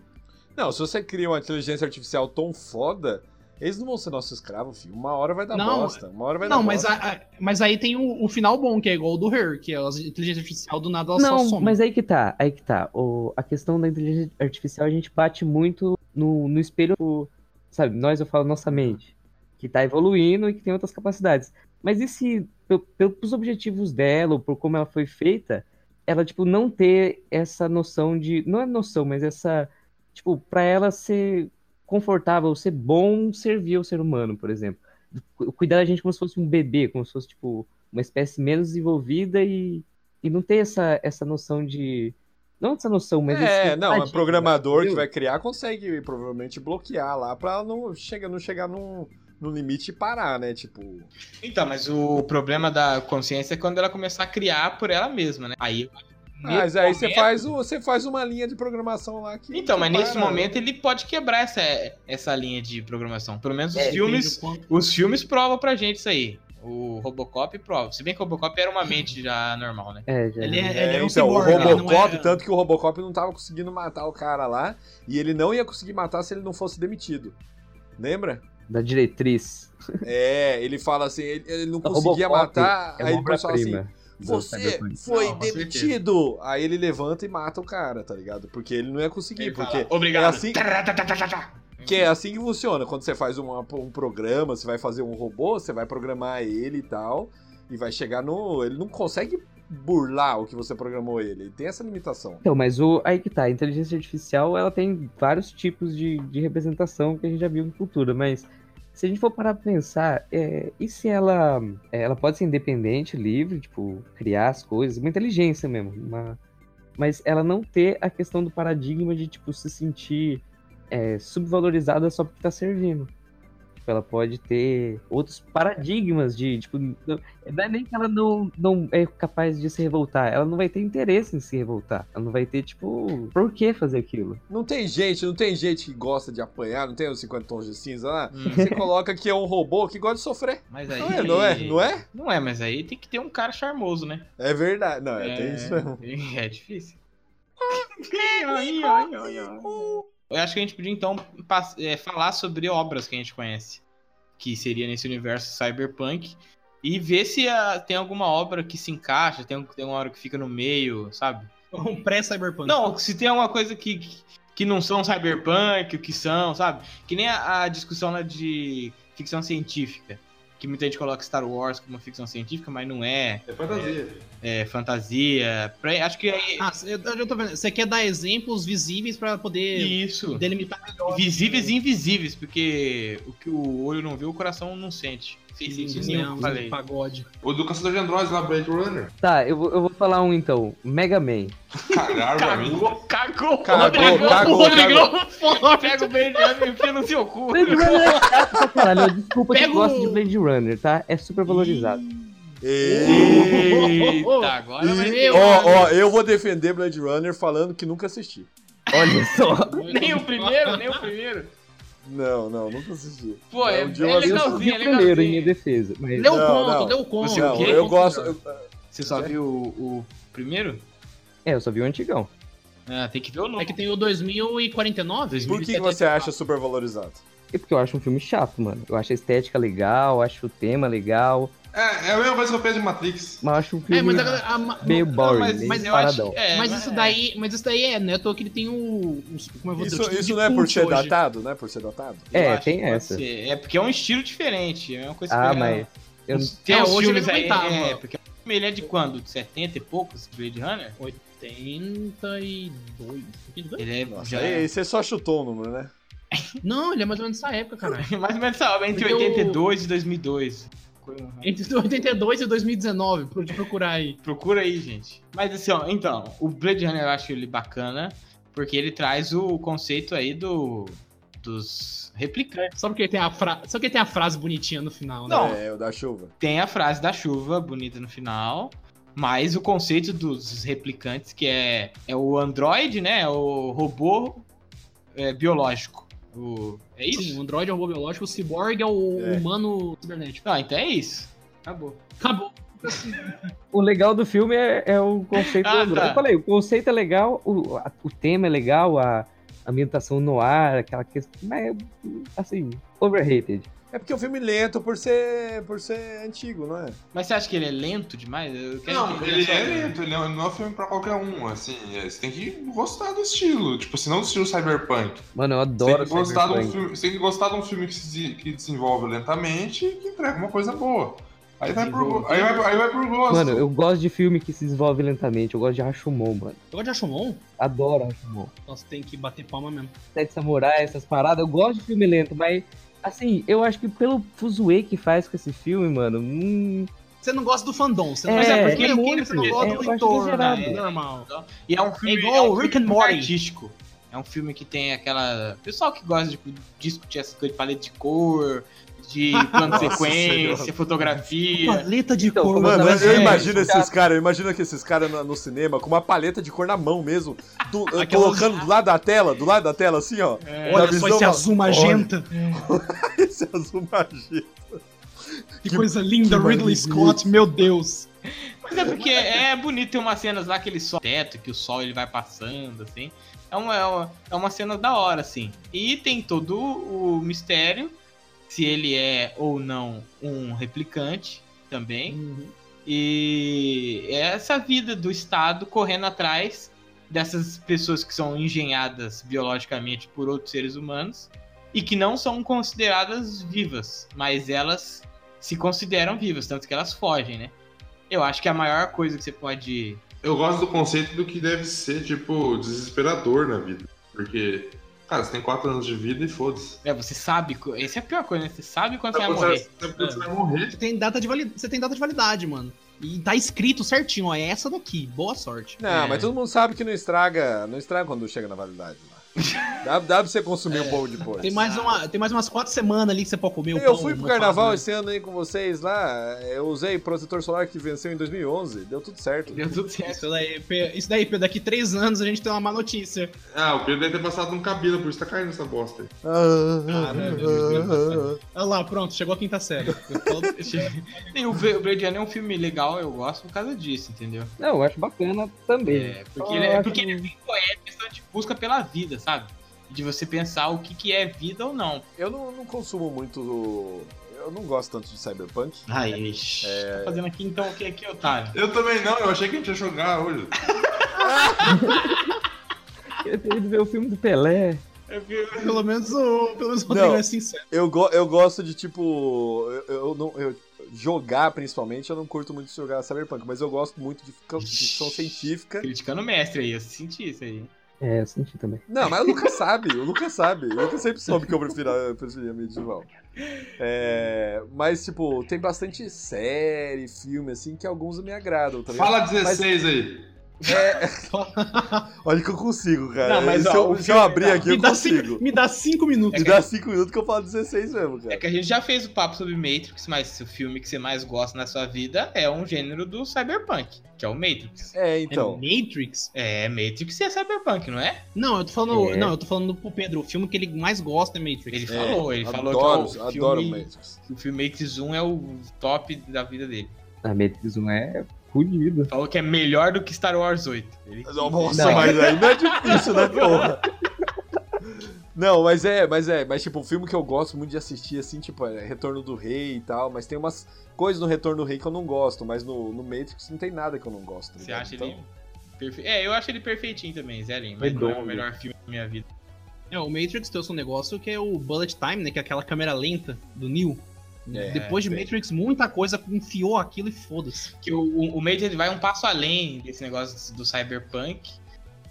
Speaker 2: Não, se você cria uma inteligência artificial tão foda, eles não vão ser nosso escravo, filho. Uma hora vai dar
Speaker 3: Não,
Speaker 2: bosta. Uma hora vai
Speaker 3: Não,
Speaker 2: dar
Speaker 3: mas,
Speaker 2: bosta.
Speaker 3: a- a- mas aí tem o, o final bom, que é igual o do Her, que é a inteligência artificial do nada ela só
Speaker 4: Não,
Speaker 3: some.
Speaker 4: mas aí que tá, aí que tá. O, a questão da inteligência artificial a gente bate muito no, no espelho, o- sabe? Nós, eu falo, nossa mente, que tá evoluindo e que tem outras capacidades. Mas e se, pe- pelos objetivos dela, ou por como ela foi feita, ela, tipo, não ter essa noção de. Não é noção, mas essa. Tipo, pra ela ser confortável, ser bom, servir ao ser humano, por exemplo. Cu- Cuidar da gente como se fosse um bebê, como se fosse, tipo, uma espécie menos desenvolvida e e não ter essa, essa noção de. Não essa noção, mas.
Speaker 2: É,
Speaker 4: esse
Speaker 2: não, é
Speaker 4: paradigma,
Speaker 2: programador que
Speaker 4: entendeu?
Speaker 2: vai criar consegue provavelmente bloquear lá pra não, chega, não chegar num, num limite e parar, né? Tipo,
Speaker 5: Então, mas o problema da consciência é quando ela começar a criar por ela mesma, né? Aí
Speaker 2: Mas aí você faz, o, você faz uma linha de programação lá que.
Speaker 5: Então,
Speaker 2: que
Speaker 5: mas nesse
Speaker 2: para. né?
Speaker 5: momento ele pode quebrar essa, essa linha de programação. Pelo menos os
Speaker 11: É,
Speaker 5: filmes.
Speaker 11: depende do
Speaker 5: Os filmes provam pra gente isso aí. O Robocop prova. Se bem que o Robocop era uma mente já normal, né?
Speaker 4: É, já.
Speaker 11: Ele é,
Speaker 2: É,
Speaker 11: ele é um
Speaker 2: então,
Speaker 11: cyborg,
Speaker 2: o
Speaker 11: ele não
Speaker 2: Robocop,
Speaker 11: é-
Speaker 2: tanto que o Robocop não tava conseguindo matar o cara lá, e ele não ia conseguir matar se ele não fosse demitido. Lembra?
Speaker 4: Da diretriz.
Speaker 2: É, ele fala assim, ele, ele não conseguia
Speaker 4: Robocop
Speaker 2: matar,
Speaker 4: É
Speaker 2: aí
Speaker 4: uma
Speaker 2: ele fala assim,
Speaker 4: obra-prima. do
Speaker 2: você
Speaker 4: Cyberpunk.
Speaker 2: foi
Speaker 5: Não, com certeza.
Speaker 2: demitido! Aí ele levanta e mata o cara, tá ligado? Porque ele não ia conseguir,
Speaker 5: Ele fala,
Speaker 2: porque
Speaker 5: Obrigado.
Speaker 2: é assim- Que é assim que funciona. Quando você faz uma- um programa, você vai fazer um robô, você vai programar ele e tal. E vai chegar no. Ele não consegue burlar o que você programou ele. Ele tem essa limitação.
Speaker 4: Então, mas o, aí que tá, a inteligência artificial ela tem vários tipos de, de representação que a gente já viu no futuro, mas se a gente for parar pra pensar, é, e se ela, é, ela pode ser independente, livre, tipo, criar as coisas, uma inteligência mesmo, uma- mas ela não ter a questão do paradigma de, tipo, se sentir é, subvalorizada só porque tá servindo. Tipo, ela pode ter outros paradigmas de, tipo, não- não é nem que ela não, não é capaz de se revoltar, ela não vai ter interesse em se revoltar. Ela não vai ter, tipo, por que fazer aquilo?
Speaker 2: Não tem gente, não tem gente que gosta de apanhar, não tem os 50 tons de cinza lá. Você coloca que é um robô que gosta de sofrer.
Speaker 5: Mas aí.
Speaker 2: Não é, não é? Não é?
Speaker 5: Não é, mas aí tem que ter um cara charmoso, né?
Speaker 2: É verdade. Não, é, tem isso mesmo.
Speaker 5: É difícil. Ih, ó, ih, ó, ih, ó, ih, ó. Eu acho que a gente podia então pass- é, falar sobre obras que a gente conhece, que seria nesse universo cyberpunk, e ver se ah, tem alguma obra que se encaixa, tem, um- tem uma obra que fica no meio, sabe?
Speaker 11: Um pré-cyberpunk.
Speaker 5: Não, se tem alguma coisa que, que- que não são cyberpunk, o que são, sabe? Que nem a, a discussão lá de ficção científica, que muita gente coloca Star Wars como ficção científica, mas não é,
Speaker 10: É fantasia.
Speaker 5: é fantasia. pré- acho que aí.
Speaker 3: Ah, eu, eu tô vendo. Você quer dar exemplos visíveis pra poder
Speaker 5: Isso.
Speaker 3: delimitar melhor.
Speaker 5: Visíveis e invisíveis, porque o que o olho não vê, o coração não sente. Fez sentido nenhum,
Speaker 3: Não,
Speaker 5: que eu falei.
Speaker 3: pagode.
Speaker 10: O do caçador de androides lá, Blade Runner.
Speaker 4: Tá, eu vou, eu vou falar um então. Mega Man.
Speaker 10: Cagaram pra mim.
Speaker 5: Cagou, cagou,
Speaker 2: Cagou,
Speaker 5: Rodrigão,
Speaker 2: cagou,
Speaker 5: Rodrigão, foda, pega o beijo e enfia no seu cu.
Speaker 4: Blade Runner é chato pra caralho. Desculpa que
Speaker 3: Pega
Speaker 4: eu
Speaker 3: o-
Speaker 4: gosto de Blade Runner, tá? É super valorizado.
Speaker 5: Eita, agora vai
Speaker 2: E-
Speaker 5: eu.
Speaker 2: ó, ó, eu vou defender Blade Runner falando que nunca assisti.
Speaker 4: Olha só.
Speaker 5: Nem o primeiro, nem o primeiro.
Speaker 2: Não, não, nunca assisti.
Speaker 5: Pô, é, é
Speaker 2: Um dia eu assisto.
Speaker 4: Eu vi
Speaker 5: legalzinho, é
Speaker 4: o primeiro em minha
Speaker 5: legalzinho.
Speaker 4: defesa. Mas...
Speaker 3: Deu
Speaker 2: Não,
Speaker 3: conto,
Speaker 2: não.
Speaker 3: deu conto.
Speaker 5: Você
Speaker 2: não,
Speaker 5: quê?
Speaker 2: Assim, eu gosto. eu-
Speaker 5: Você só viu o, o primeiro?
Speaker 4: É, eu só vi o antigão.
Speaker 5: Ah, tem que ver o
Speaker 3: É
Speaker 5: nome.
Speaker 3: que tem o 2049.
Speaker 2: Por que, que
Speaker 3: é
Speaker 2: você acha super valorizado?
Speaker 4: E porque eu acho um filme chato, mano. Eu acho a estética legal, acho o tema legal,
Speaker 10: É, é a mesma coisa que eu penso de Matrix.
Speaker 4: mas eu acho um filme
Speaker 3: É, mas a galera- a ma-
Speaker 4: meio boring,
Speaker 5: mas-
Speaker 4: meio
Speaker 5: mas eu acho
Speaker 4: paradão. Ah,
Speaker 5: É,
Speaker 3: mas isso daí, mas isso daí é, né? Eu tô que ele tem o, os- como eu vou dizer,
Speaker 2: Isso,
Speaker 3: o tipo
Speaker 2: isso
Speaker 3: de
Speaker 2: não é por
Speaker 3: cult
Speaker 2: ser
Speaker 3: hoje.
Speaker 2: datado, não é por ser datado?
Speaker 5: eu
Speaker 4: É,
Speaker 5: acho
Speaker 4: tem
Speaker 5: que pode
Speaker 4: essa.
Speaker 5: ser. É porque é um estilo diferente. É uma coisa
Speaker 4: Ah,
Speaker 5: que-
Speaker 4: mas eu não
Speaker 5: Tem
Speaker 3: É,
Speaker 5: uns
Speaker 3: hoje
Speaker 5: filmes
Speaker 3: ele
Speaker 5: aí,
Speaker 3: aguentava.
Speaker 5: é, porque ele é de quando? De 70 e poucos, Blade Runner?
Speaker 3: 82. 82?
Speaker 5: Ele é
Speaker 2: Nossa,
Speaker 5: já
Speaker 2: aí você só chutou o número, né?
Speaker 3: Não, ele é mais ou menos dessa época, caralho.
Speaker 5: mais ou menos sabe, entre
Speaker 3: Porque o-
Speaker 5: 82 e 2002.
Speaker 3: Entre 82 e 2019, pode procurar aí.
Speaker 5: Procura aí, gente. Mas assim, ó, então, o Blade Runner eu acho ele bacana, porque ele traz o conceito aí do dos replicantes.
Speaker 3: Só porque tem a, fra... Só porque tem a frase bonitinha no final, né?
Speaker 5: Não.
Speaker 2: É, o da chuva.
Speaker 5: Tem a frase da chuva bonita no final, mas o conceito dos replicantes que é é o android, né? É o robô é, biológico. O, é isso?
Speaker 3: Sim, o Android é o robô biológico, o Cyborg é o
Speaker 2: É.
Speaker 3: humano cibernético.
Speaker 5: Não, então é isso. Acabou.
Speaker 3: Acabou.
Speaker 4: O legal do filme é, é o conceito.
Speaker 5: Ah,
Speaker 4: do...
Speaker 5: tá.
Speaker 4: Eu falei, o conceito é legal, o, a- o tema é legal, a ambientação no ar, aquela questão. Mas, assim, overrated.
Speaker 2: É porque é um filme lento por ser, por ser antigo, não é?
Speaker 5: Mas você acha que ele é lento demais? Eu quero
Speaker 10: Não,
Speaker 5: entender
Speaker 10: ele
Speaker 5: essa
Speaker 10: é
Speaker 5: obra.
Speaker 10: lento, ele não não é um filme pra qualquer um, assim, é, você tem que gostar do estilo, tipo, se não do estilo cyberpunk.
Speaker 4: Mano, eu
Speaker 10: Você tem,
Speaker 4: adoro
Speaker 10: que gostar de um
Speaker 4: Cyberpunk.
Speaker 10: filme, você tem que gostar de um filme que, se, de- que desenvolve lentamente e que entrega uma coisa boa. Aí vai por, go- aí vai, aí vai por gosto.
Speaker 4: Mano, eu gosto de filme que se desenvolve lentamente. Eu gosto de Rashomon, mano.
Speaker 3: Eu gosto de Ashomon?
Speaker 4: Adoro Rashomon.
Speaker 3: Nossa, tem que bater palma mesmo.
Speaker 4: Sete Samurai, essas paradas. Eu gosto de filme lento, mas, assim, eu acho que pelo fuzuê que faz com esse filme, mano. Hum,
Speaker 3: Você não gosta do fandom, você não
Speaker 4: É,
Speaker 3: Mas é porque
Speaker 4: é
Speaker 3: eu
Speaker 4: muito.
Speaker 3: você não gosta
Speaker 4: É, eu
Speaker 3: do
Speaker 4: acho
Speaker 3: entorno,
Speaker 4: miserável.
Speaker 3: né? É normal.
Speaker 5: E é um filme,
Speaker 3: É igual
Speaker 5: é um
Speaker 3: o Rick
Speaker 5: filme
Speaker 3: and Morty.
Speaker 5: artístico. É um filme que tem aquela. Pessoal que gosta de discutir essas coisas de paleta de cor, de plano
Speaker 3: é
Speaker 5: de sequência, fotografia.
Speaker 2: Paleta de então, cor,
Speaker 4: é
Speaker 2: mano. Eu imagino esses caras, eu imagino que esses caras no, no, cinema com uma paleta de cor na mão mesmo, do, colocando do lado da tela, do lado da tela, assim, ó.
Speaker 12: É, olha visão, só esse azul magenta.
Speaker 2: Olha, esse azul magenta.
Speaker 12: Que, que coisa linda, que Ridley Scott, meu Deus.
Speaker 5: Mas é porque é bonito, tem umas cenas lá que ele só teto, que o sol ele vai passando, assim. É uma, é uma, é uma cena da hora, assim. E tem todo o mistério se ele é ou não um replicante também. Uhum. E é essa vida do Estado correndo atrás dessas pessoas que são engenhadas biologicamente por outros seres humanos e que não são consideradas vivas, mas elas se consideram vivas, tanto que elas fogem, né? Eu acho que a maior coisa que você pode.
Speaker 10: Eu gosto do conceito do que deve ser, tipo, desesperador na vida. Porque Cara, você tem 4 anos de vida e foda-se.
Speaker 5: É, você sabe. Essa é a pior coisa, né? Você sabe quando você, você vai morrer. Você,
Speaker 10: você vai morrer.
Speaker 12: Você tem, data de validade, você tem data de validade, mano. E tá escrito certinho, ó. É essa daqui. Boa sorte.
Speaker 2: Não, é. mas todo mundo sabe que não estraga. Não estraga quando chega na validade, mano. dá, dá pra você consumir é. um pouco depois.
Speaker 12: Tem mais, uma, tem mais umas quatro semanas ali que você pode comer.
Speaker 2: Eu pão, fui pro carnaval
Speaker 12: né?
Speaker 2: fase, esse ano aí com vocês lá. Eu usei protetor solar que venceu em 2011. Deu tudo certo.
Speaker 12: Deu tudo certo. Isso daí, isso daí Pedro, daqui três anos a gente tem uma má notícia.
Speaker 10: Ah, o Pedro deve ter passado um cabelo, por isso tá caindo essa bosta aí.
Speaker 12: Ah, meu Deus. Olha lá, pronto, chegou a quinta série.
Speaker 5: Nem o Blade Runner é um filme legal, eu gosto por causa disso, entendeu?
Speaker 4: Não, eu acho bacana também.
Speaker 5: É, porque, ele, porque ele é bem poético, questão de busca pela vida, sabe? De você pensar o que, que é vida ou não.
Speaker 2: Eu não, não consumo muito. Eu não gosto tanto de Cyberpunk.
Speaker 5: Ai, é... tá fazendo aqui então o que aqui, otário?
Speaker 10: Eu também não, eu achei que a gente ia jogar hoje.
Speaker 4: eu tenho ido ver o filme do Pelé.
Speaker 12: Pelo menos o, pelo menos o Rodrigo é sincero.
Speaker 2: Eu, go eu gosto de, tipo. Eu, eu não, eu, jogar, principalmente, eu não curto muito de jogar Cyberpunk, mas eu gosto muito de ficção científica.
Speaker 5: Criticando o mestre aí, eu senti isso aí.
Speaker 4: É, eu senti também.
Speaker 2: Não, mas o Lucas sabe, o Lucas sabe. O Lucas sempre soube que eu preferia, preferia medieval. É, mas, tipo, tem bastante série, filme, assim, que alguns me agradam. Tá
Speaker 10: Fala 16 mas... aí.
Speaker 2: É... Olha que eu consigo, cara. Não, mas, ó, se, eu, se eu abrir tá, aqui, eu consigo.
Speaker 12: Cinco, me dá 5 minutos.
Speaker 2: me dá 5 minutos que eu falo 16 mesmo, cara.
Speaker 5: É que a gente já fez o papo sobre Matrix, mas o filme que você mais gosta na sua vida é um gênero do Cyberpunk, que é o Matrix.
Speaker 2: É, então.
Speaker 12: É Matrix?
Speaker 5: É, Matrix é Cyberpunk, não é?
Speaker 12: Não, eu tô falando. É. Não, eu tô falando pro Pedro, o filme que ele mais gosta é Matrix.
Speaker 5: Ele falou, ele
Speaker 2: adoro,
Speaker 5: falou
Speaker 2: que é o filme, adoro Matrix.
Speaker 5: O filme Matrix 1 é o top da vida dele.
Speaker 4: A Matrix 1 é fodido.
Speaker 5: Falou que é melhor do que Star Wars 8. Ele...
Speaker 2: Nossa, não. mas ainda é difícil, né, porra? Não, mas é, mas é, mas tipo, um filme que eu gosto muito de assistir, assim, tipo, é Retorno do Rei e tal, mas tem umas coisas no Retorno do Rei que eu não gosto, mas no, no Matrix não tem nada que eu não gosto. tá
Speaker 5: Você acha então... ele perfe... É, eu acho ele perfeitinho também, Zé Lin, mas não é o melhor filme da minha vida.
Speaker 12: É, o Matrix trouxe um negócio que é o Bullet Time, né, que é aquela câmera lenta do Neo. É, Depois de bem. Matrix, muita coisa enfiou aquilo e foda-se.
Speaker 5: Que o, o, o, Matrix vai um passo além desse negócio do cyberpunk,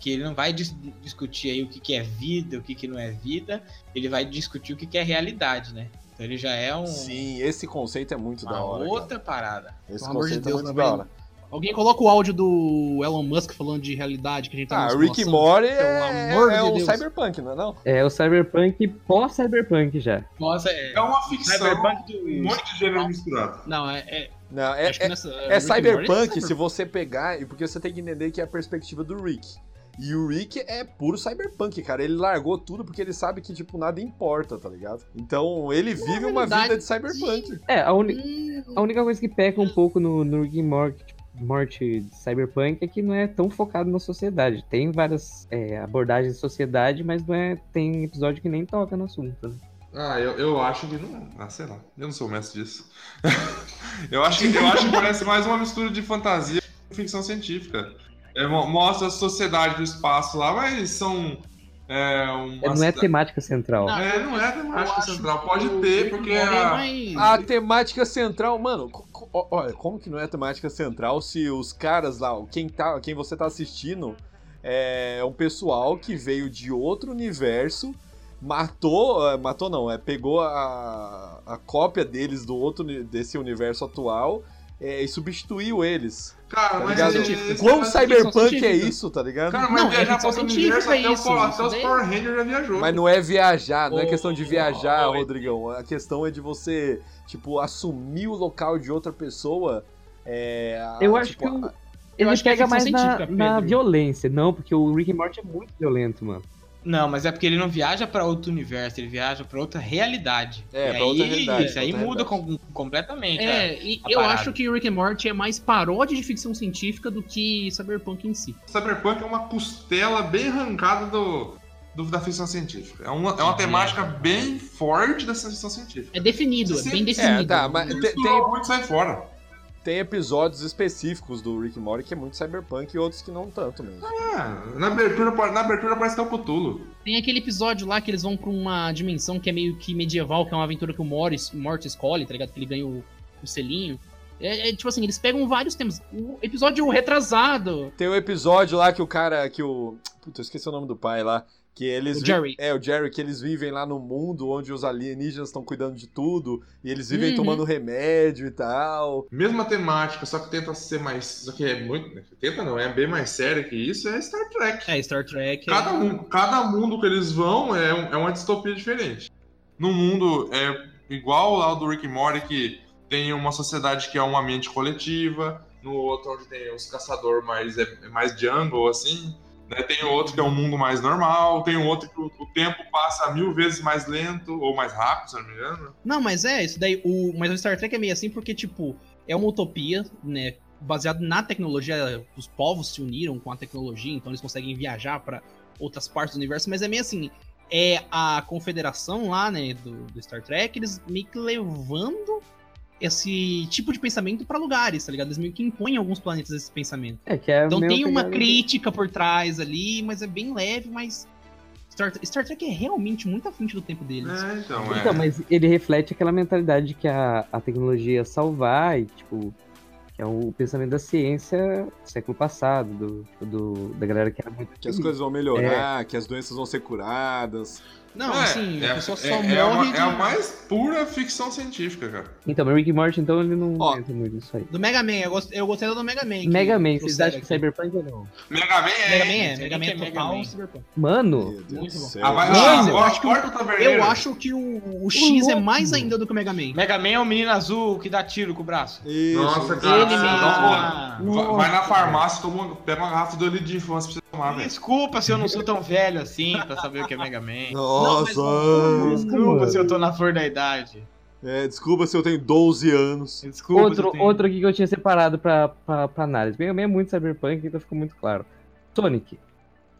Speaker 5: que ele não vai dis discutir aí o que, que é vida, o que, que não é vida, ele vai discutir o que, que é realidade, né? Então ele já é um.
Speaker 2: Sim, esse conceito é muito da hora.
Speaker 5: Outra cara. parada.
Speaker 2: Esse Pelo conceito de Deus, é muito da hora.
Speaker 12: Alguém coloca o áudio do Elon Musk falando de realidade que a gente tá
Speaker 2: Ah, Rick Morty é, é, é o Cyberpunk, não é não?
Speaker 4: É o Cyberpunk pós-Cyberpunk já.
Speaker 5: Nossa, é...
Speaker 10: é uma ficção, cyberpunk do... um monte de gênero misturado.
Speaker 12: Não, é... é...
Speaker 2: Não, é, é, nessa, é, é cyberpunk se você pegar, e porque você tem que entender que é a perspectiva do Rick. E o Rick é puro cyberpunk, cara. Ele largou tudo porque ele sabe que, tipo, nada importa, tá ligado? Então ele vive verdade, uma vida de cyberpunk.
Speaker 4: É, a, uni...
Speaker 3: Hum.
Speaker 4: a única coisa que peca um pouco no, no Rick and Morty, tipo, morte de cyberpunk é que não é tão focado na sociedade. Tem várias é, abordagens de sociedade, mas não é. Tem episódio que nem toca no assunto. Né?
Speaker 10: Ah, eu, eu acho que não. Ah, sei lá. Eu não sou mestre disso. eu, acho que, eu acho que parece mais uma mistura de fantasia com ficção científica. É, mostra a sociedade do espaço lá, mas são. É,
Speaker 4: não cidade... é temática central.
Speaker 3: Ah,
Speaker 4: Não,
Speaker 10: é, não é temática central. Pode ter, porque.
Speaker 3: é
Speaker 2: A... Ah, a temática central, mano, olha, como que não é temática central se os caras lá, quem, tá, quem você tá assistindo é um pessoal que veio de outro universo, matou, matou é, não, é, pegou a, a cópia deles do outro desse universo atual é, e substituiu eles.
Speaker 10: Cara,
Speaker 2: Tá
Speaker 10: mas
Speaker 2: ligado?
Speaker 10: esse- esse-
Speaker 2: Quão cyberpunk é
Speaker 3: científica.
Speaker 2: isso, tá ligado?
Speaker 10: Cara, mas
Speaker 3: Não, é
Speaker 10: viajar pra
Speaker 3: ficção
Speaker 10: outro
Speaker 3: científica
Speaker 10: universo até, o
Speaker 3: isso,
Speaker 10: Pol- até
Speaker 3: isso
Speaker 10: os
Speaker 3: daí-
Speaker 10: Power Rangers já viajou.
Speaker 2: Mas não é viajar, não é
Speaker 3: Ô,
Speaker 2: questão de viajar,
Speaker 3: ô, ô,
Speaker 2: Rodrigão. A questão é de você, tipo, assumir o local de outra pessoa. É, a-
Speaker 4: Eu acho
Speaker 2: tipo,
Speaker 4: que o-
Speaker 2: a-
Speaker 3: eu
Speaker 4: ele
Speaker 3: acho que é
Speaker 4: pega
Speaker 3: ficção
Speaker 4: mais na,
Speaker 3: científica,
Speaker 4: na
Speaker 3: Pedro.
Speaker 4: violência, não, porque o Rick and Morty é muito violento, mano.
Speaker 5: Não, mas é porque ele não viaja pra outro universo, ele viaja pra outra realidade.
Speaker 2: É,
Speaker 5: E
Speaker 2: pra
Speaker 5: aí,
Speaker 2: outra realidade,
Speaker 5: Isso aí
Speaker 2: outra
Speaker 5: muda
Speaker 2: realidade.
Speaker 5: com- completamente. cara.
Speaker 3: É, e
Speaker 5: a
Speaker 3: eu
Speaker 5: parada.
Speaker 3: acho que Rick and Morty é mais paródia de ficção científica do que cyberpunk em si.
Speaker 10: Cyberpunk é uma costela bem arrancada do, do- da ficção científica. É uma, é uma
Speaker 5: É.
Speaker 10: temática bem forte dessa ficção científica.
Speaker 3: É definido, é bem
Speaker 10: Sim,
Speaker 3: definido.
Speaker 2: É, tá, mas
Speaker 10: Tem,
Speaker 2: te- tem,
Speaker 10: muito sai fora.
Speaker 2: tem episódios específicos do Rick and Morty que é muito cyberpunk e outros que não tanto mesmo.
Speaker 10: É, na abertura, pa- na abertura parece até o Cthulhu.
Speaker 3: Tem aquele episódio lá que eles vão pra uma dimensão que é meio que medieval, que é uma aventura que o Morris, Morty escolhe, tá ligado? Que ele ganha o, o selinho. É, é tipo assim, eles pegam vários temas. O episódio retrasado.
Speaker 2: Tem o episódio lá que o cara, que o... Puta, eu esqueci o nome do pai lá. Que eles
Speaker 3: O
Speaker 2: vi-
Speaker 3: Jerry.
Speaker 2: É, o Jerry, que eles vivem lá no mundo onde os alienígenas estão cuidando de tudo e eles vivem
Speaker 3: Uhum.
Speaker 2: tomando remédio e tal.
Speaker 10: Mesma temática, só que tenta ser mais. Só que é muito. Tenta não, é bem mais sério que isso, é Star Trek.
Speaker 3: É, Star Trek.
Speaker 4: Ah.
Speaker 3: é-
Speaker 10: Cada, um, cada mundo que eles vão é, um- é uma distopia diferente. Num mundo é igual lá o do Rick and Morty, que tem uma sociedade que é uma mente coletiva, no outro onde tem os caçadores mais, é, é mais jungle, assim. né? Tem outro que é um mundo mais normal, tem outro que o, o tempo passa mil vezes mais lento ou mais rápido, se eu não me engano.
Speaker 3: Não, mas é, isso daí. O, mas o Star Trek é meio assim porque, tipo, é uma utopia, né? Baseado na tecnologia. Os povos se uniram com a tecnologia, então eles conseguem viajar pra outras partes do universo, mas é meio assim. É a confederação lá, né, do, do Star Trek, eles meio que levando esse tipo de pensamento pra lugares, tá ligado? Eles meio que impõem em alguns planetas esse pensamento.
Speaker 4: É que é a
Speaker 3: Então
Speaker 4: mesma
Speaker 3: tem uma
Speaker 4: pegada.
Speaker 3: crítica por trás ali, mas é bem leve, mas. Star, Star Trek é realmente muito à frente do tempo deles.
Speaker 10: É, então, é.
Speaker 4: Então, mas ele reflete aquela mentalidade de que a, a tecnologia ia salvar e, tipo, que é o pensamento da ciência do século passado, do, tipo, do- da galera que era muito.
Speaker 2: Que as coisas vão melhorar, que as doenças vão ser curadas.
Speaker 3: Não,
Speaker 10: É,
Speaker 3: assim,
Speaker 10: é-
Speaker 3: a pessoa só
Speaker 10: é-
Speaker 3: morre
Speaker 10: é a ma-
Speaker 3: de-
Speaker 10: é a mais pura ficção científica, cara.
Speaker 4: Então, mas Rick and Morty, então, ele não
Speaker 2: Ó.
Speaker 4: entra muito nisso aí.
Speaker 3: Do Mega Man, eu, gost- eu gostei da do Mega Man. que
Speaker 4: Mega Man, vocês
Speaker 3: trouxeram
Speaker 4: acham
Speaker 3: aqui.
Speaker 4: que Cyberpunk ou não?
Speaker 10: Mega Man é.
Speaker 3: Mega Man é,
Speaker 5: Sim,
Speaker 3: Mega Man
Speaker 5: que
Speaker 3: é
Speaker 5: é Mega
Speaker 3: total
Speaker 5: Man.
Speaker 3: Cyberpunk.
Speaker 4: Mano,
Speaker 2: Meu Deus
Speaker 3: Muito
Speaker 2: do
Speaker 3: bom.
Speaker 2: céu.
Speaker 10: Ah, vai
Speaker 3: Mano,
Speaker 10: lá,
Speaker 3: eu
Speaker 10: corta,
Speaker 3: acho que-
Speaker 10: corta o taverneiro.
Speaker 3: Eu acho que o, o X é mais ainda do que o Mega Man.
Speaker 5: Mega Man é o menino azul que dá tiro com o braço.
Speaker 2: Isso.
Speaker 10: Nossa, cara.
Speaker 5: Ele
Speaker 10: dá
Speaker 3: Ah.
Speaker 5: mesmo.
Speaker 10: Va- Vai na farmácia, toma, uma- pega uma garrafa do olho de infância pra você tomar, velho.
Speaker 5: Desculpa se eu não sou tão velho assim pra saber o que é Mega Man.
Speaker 2: Nossa.
Speaker 5: Desculpa
Speaker 4: mano.
Speaker 5: se eu tô na flor da idade.
Speaker 2: É, desculpa se eu tenho 12 anos.
Speaker 5: Desculpa. se eu
Speaker 4: outro,
Speaker 5: tenho-
Speaker 4: outro aqui que eu tinha separado pra, pra, pra análise. Mega Man é muito Cyberpunk, então ficou muito claro. Sonic.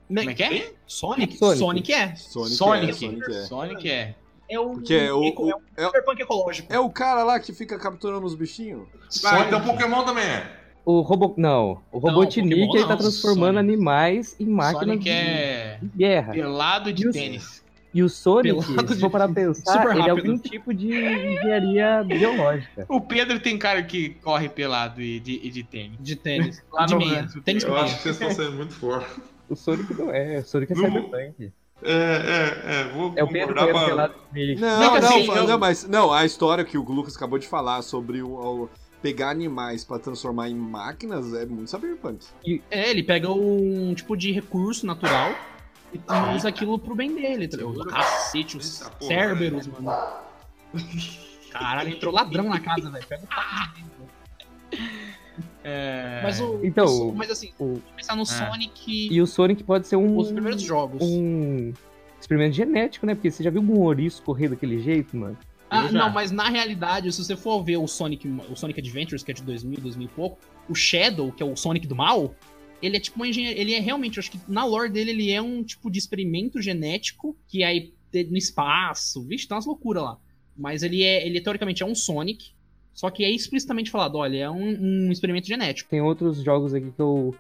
Speaker 5: Como é que é?
Speaker 3: Sonic?
Speaker 4: Sonic.
Speaker 3: Sonic, é.
Speaker 2: Sonic.
Speaker 5: Sonic.
Speaker 2: É, Sonic é.
Speaker 5: Sonic é.
Speaker 3: É o,
Speaker 2: Porque é o-
Speaker 3: eco- é um
Speaker 2: é o-
Speaker 3: Cyberpunk ecológico.
Speaker 2: É o cara lá que fica capturando os bichinhos?
Speaker 10: Ah, então Pokémon também é.
Speaker 4: O Robo... Não, o Robotnik,
Speaker 5: Pokémon
Speaker 4: ele tá
Speaker 5: não,
Speaker 4: transformando
Speaker 5: Sonic.
Speaker 4: animais em máquinas
Speaker 5: Sonic
Speaker 4: de,
Speaker 5: é
Speaker 4: de guerra.
Speaker 5: pelado
Speaker 4: E
Speaker 5: de
Speaker 4: o-
Speaker 5: tênis.
Speaker 4: E o Sonic,
Speaker 3: Pelado
Speaker 4: se for para pensar,
Speaker 3: Super
Speaker 4: ele é
Speaker 3: rápido.
Speaker 4: algum tipo de engenharia biológica.
Speaker 5: O Pedro tem cara que corre pelado e de, e de tênis.
Speaker 3: De tênis.
Speaker 5: Lá
Speaker 3: de
Speaker 5: no
Speaker 3: meia.
Speaker 5: Rio.
Speaker 3: Tênis com
Speaker 10: Eu acho
Speaker 3: meia.
Speaker 10: que vocês estão sendo muito fortes.
Speaker 4: O Sonic não é, o Sonic é
Speaker 10: Não.
Speaker 4: cyberpunk.
Speaker 10: É, é, é. Vou
Speaker 4: É o Pedro
Speaker 10: concordar
Speaker 4: que
Speaker 10: pra-
Speaker 4: é pelado com ele.
Speaker 2: Não, não,
Speaker 5: assim,
Speaker 2: fa-
Speaker 5: eu-
Speaker 2: não, mas não, a história que o Lucas acabou de falar sobre o, o pegar animais pra transformar em máquinas é muito cyberpunk.
Speaker 3: É, ele pega um tipo de recurso natural e usa aquilo pro bem dele. Tá ligado? Cacete, os
Speaker 10: Eita porra,
Speaker 3: Cerberus, mano. Caralho, entrou ladrão na casa, velho. Pega o papo de dentro.
Speaker 10: É.
Speaker 3: Mas o.
Speaker 4: Então,
Speaker 3: o- mas assim,
Speaker 4: o-
Speaker 3: se pensar no Sonic
Speaker 4: E o Sonic pode ser um,
Speaker 3: os primeiros jogos.
Speaker 4: um experimento genético, né? Porque você já viu um ouriço correr daquele jeito, mano?
Speaker 3: Ah,
Speaker 5: já.
Speaker 3: não, mas na realidade, se você for ver o Sonic, o Sonic Adventures, que é de 2000, 2000 e pouco, o Shadow, que é o Sonic do mal, ele é tipo uma engenharia. Ele é realmente, eu acho que na lore dele, ele é um tipo de experimento genético que aí te- no espaço, vixe, tá umas loucuras lá. Mas ele é, ele teoricamente é um Sonic, só que é explicitamente falado, olha, é um, um experimento genético.
Speaker 4: Tem outros jogos aqui que eu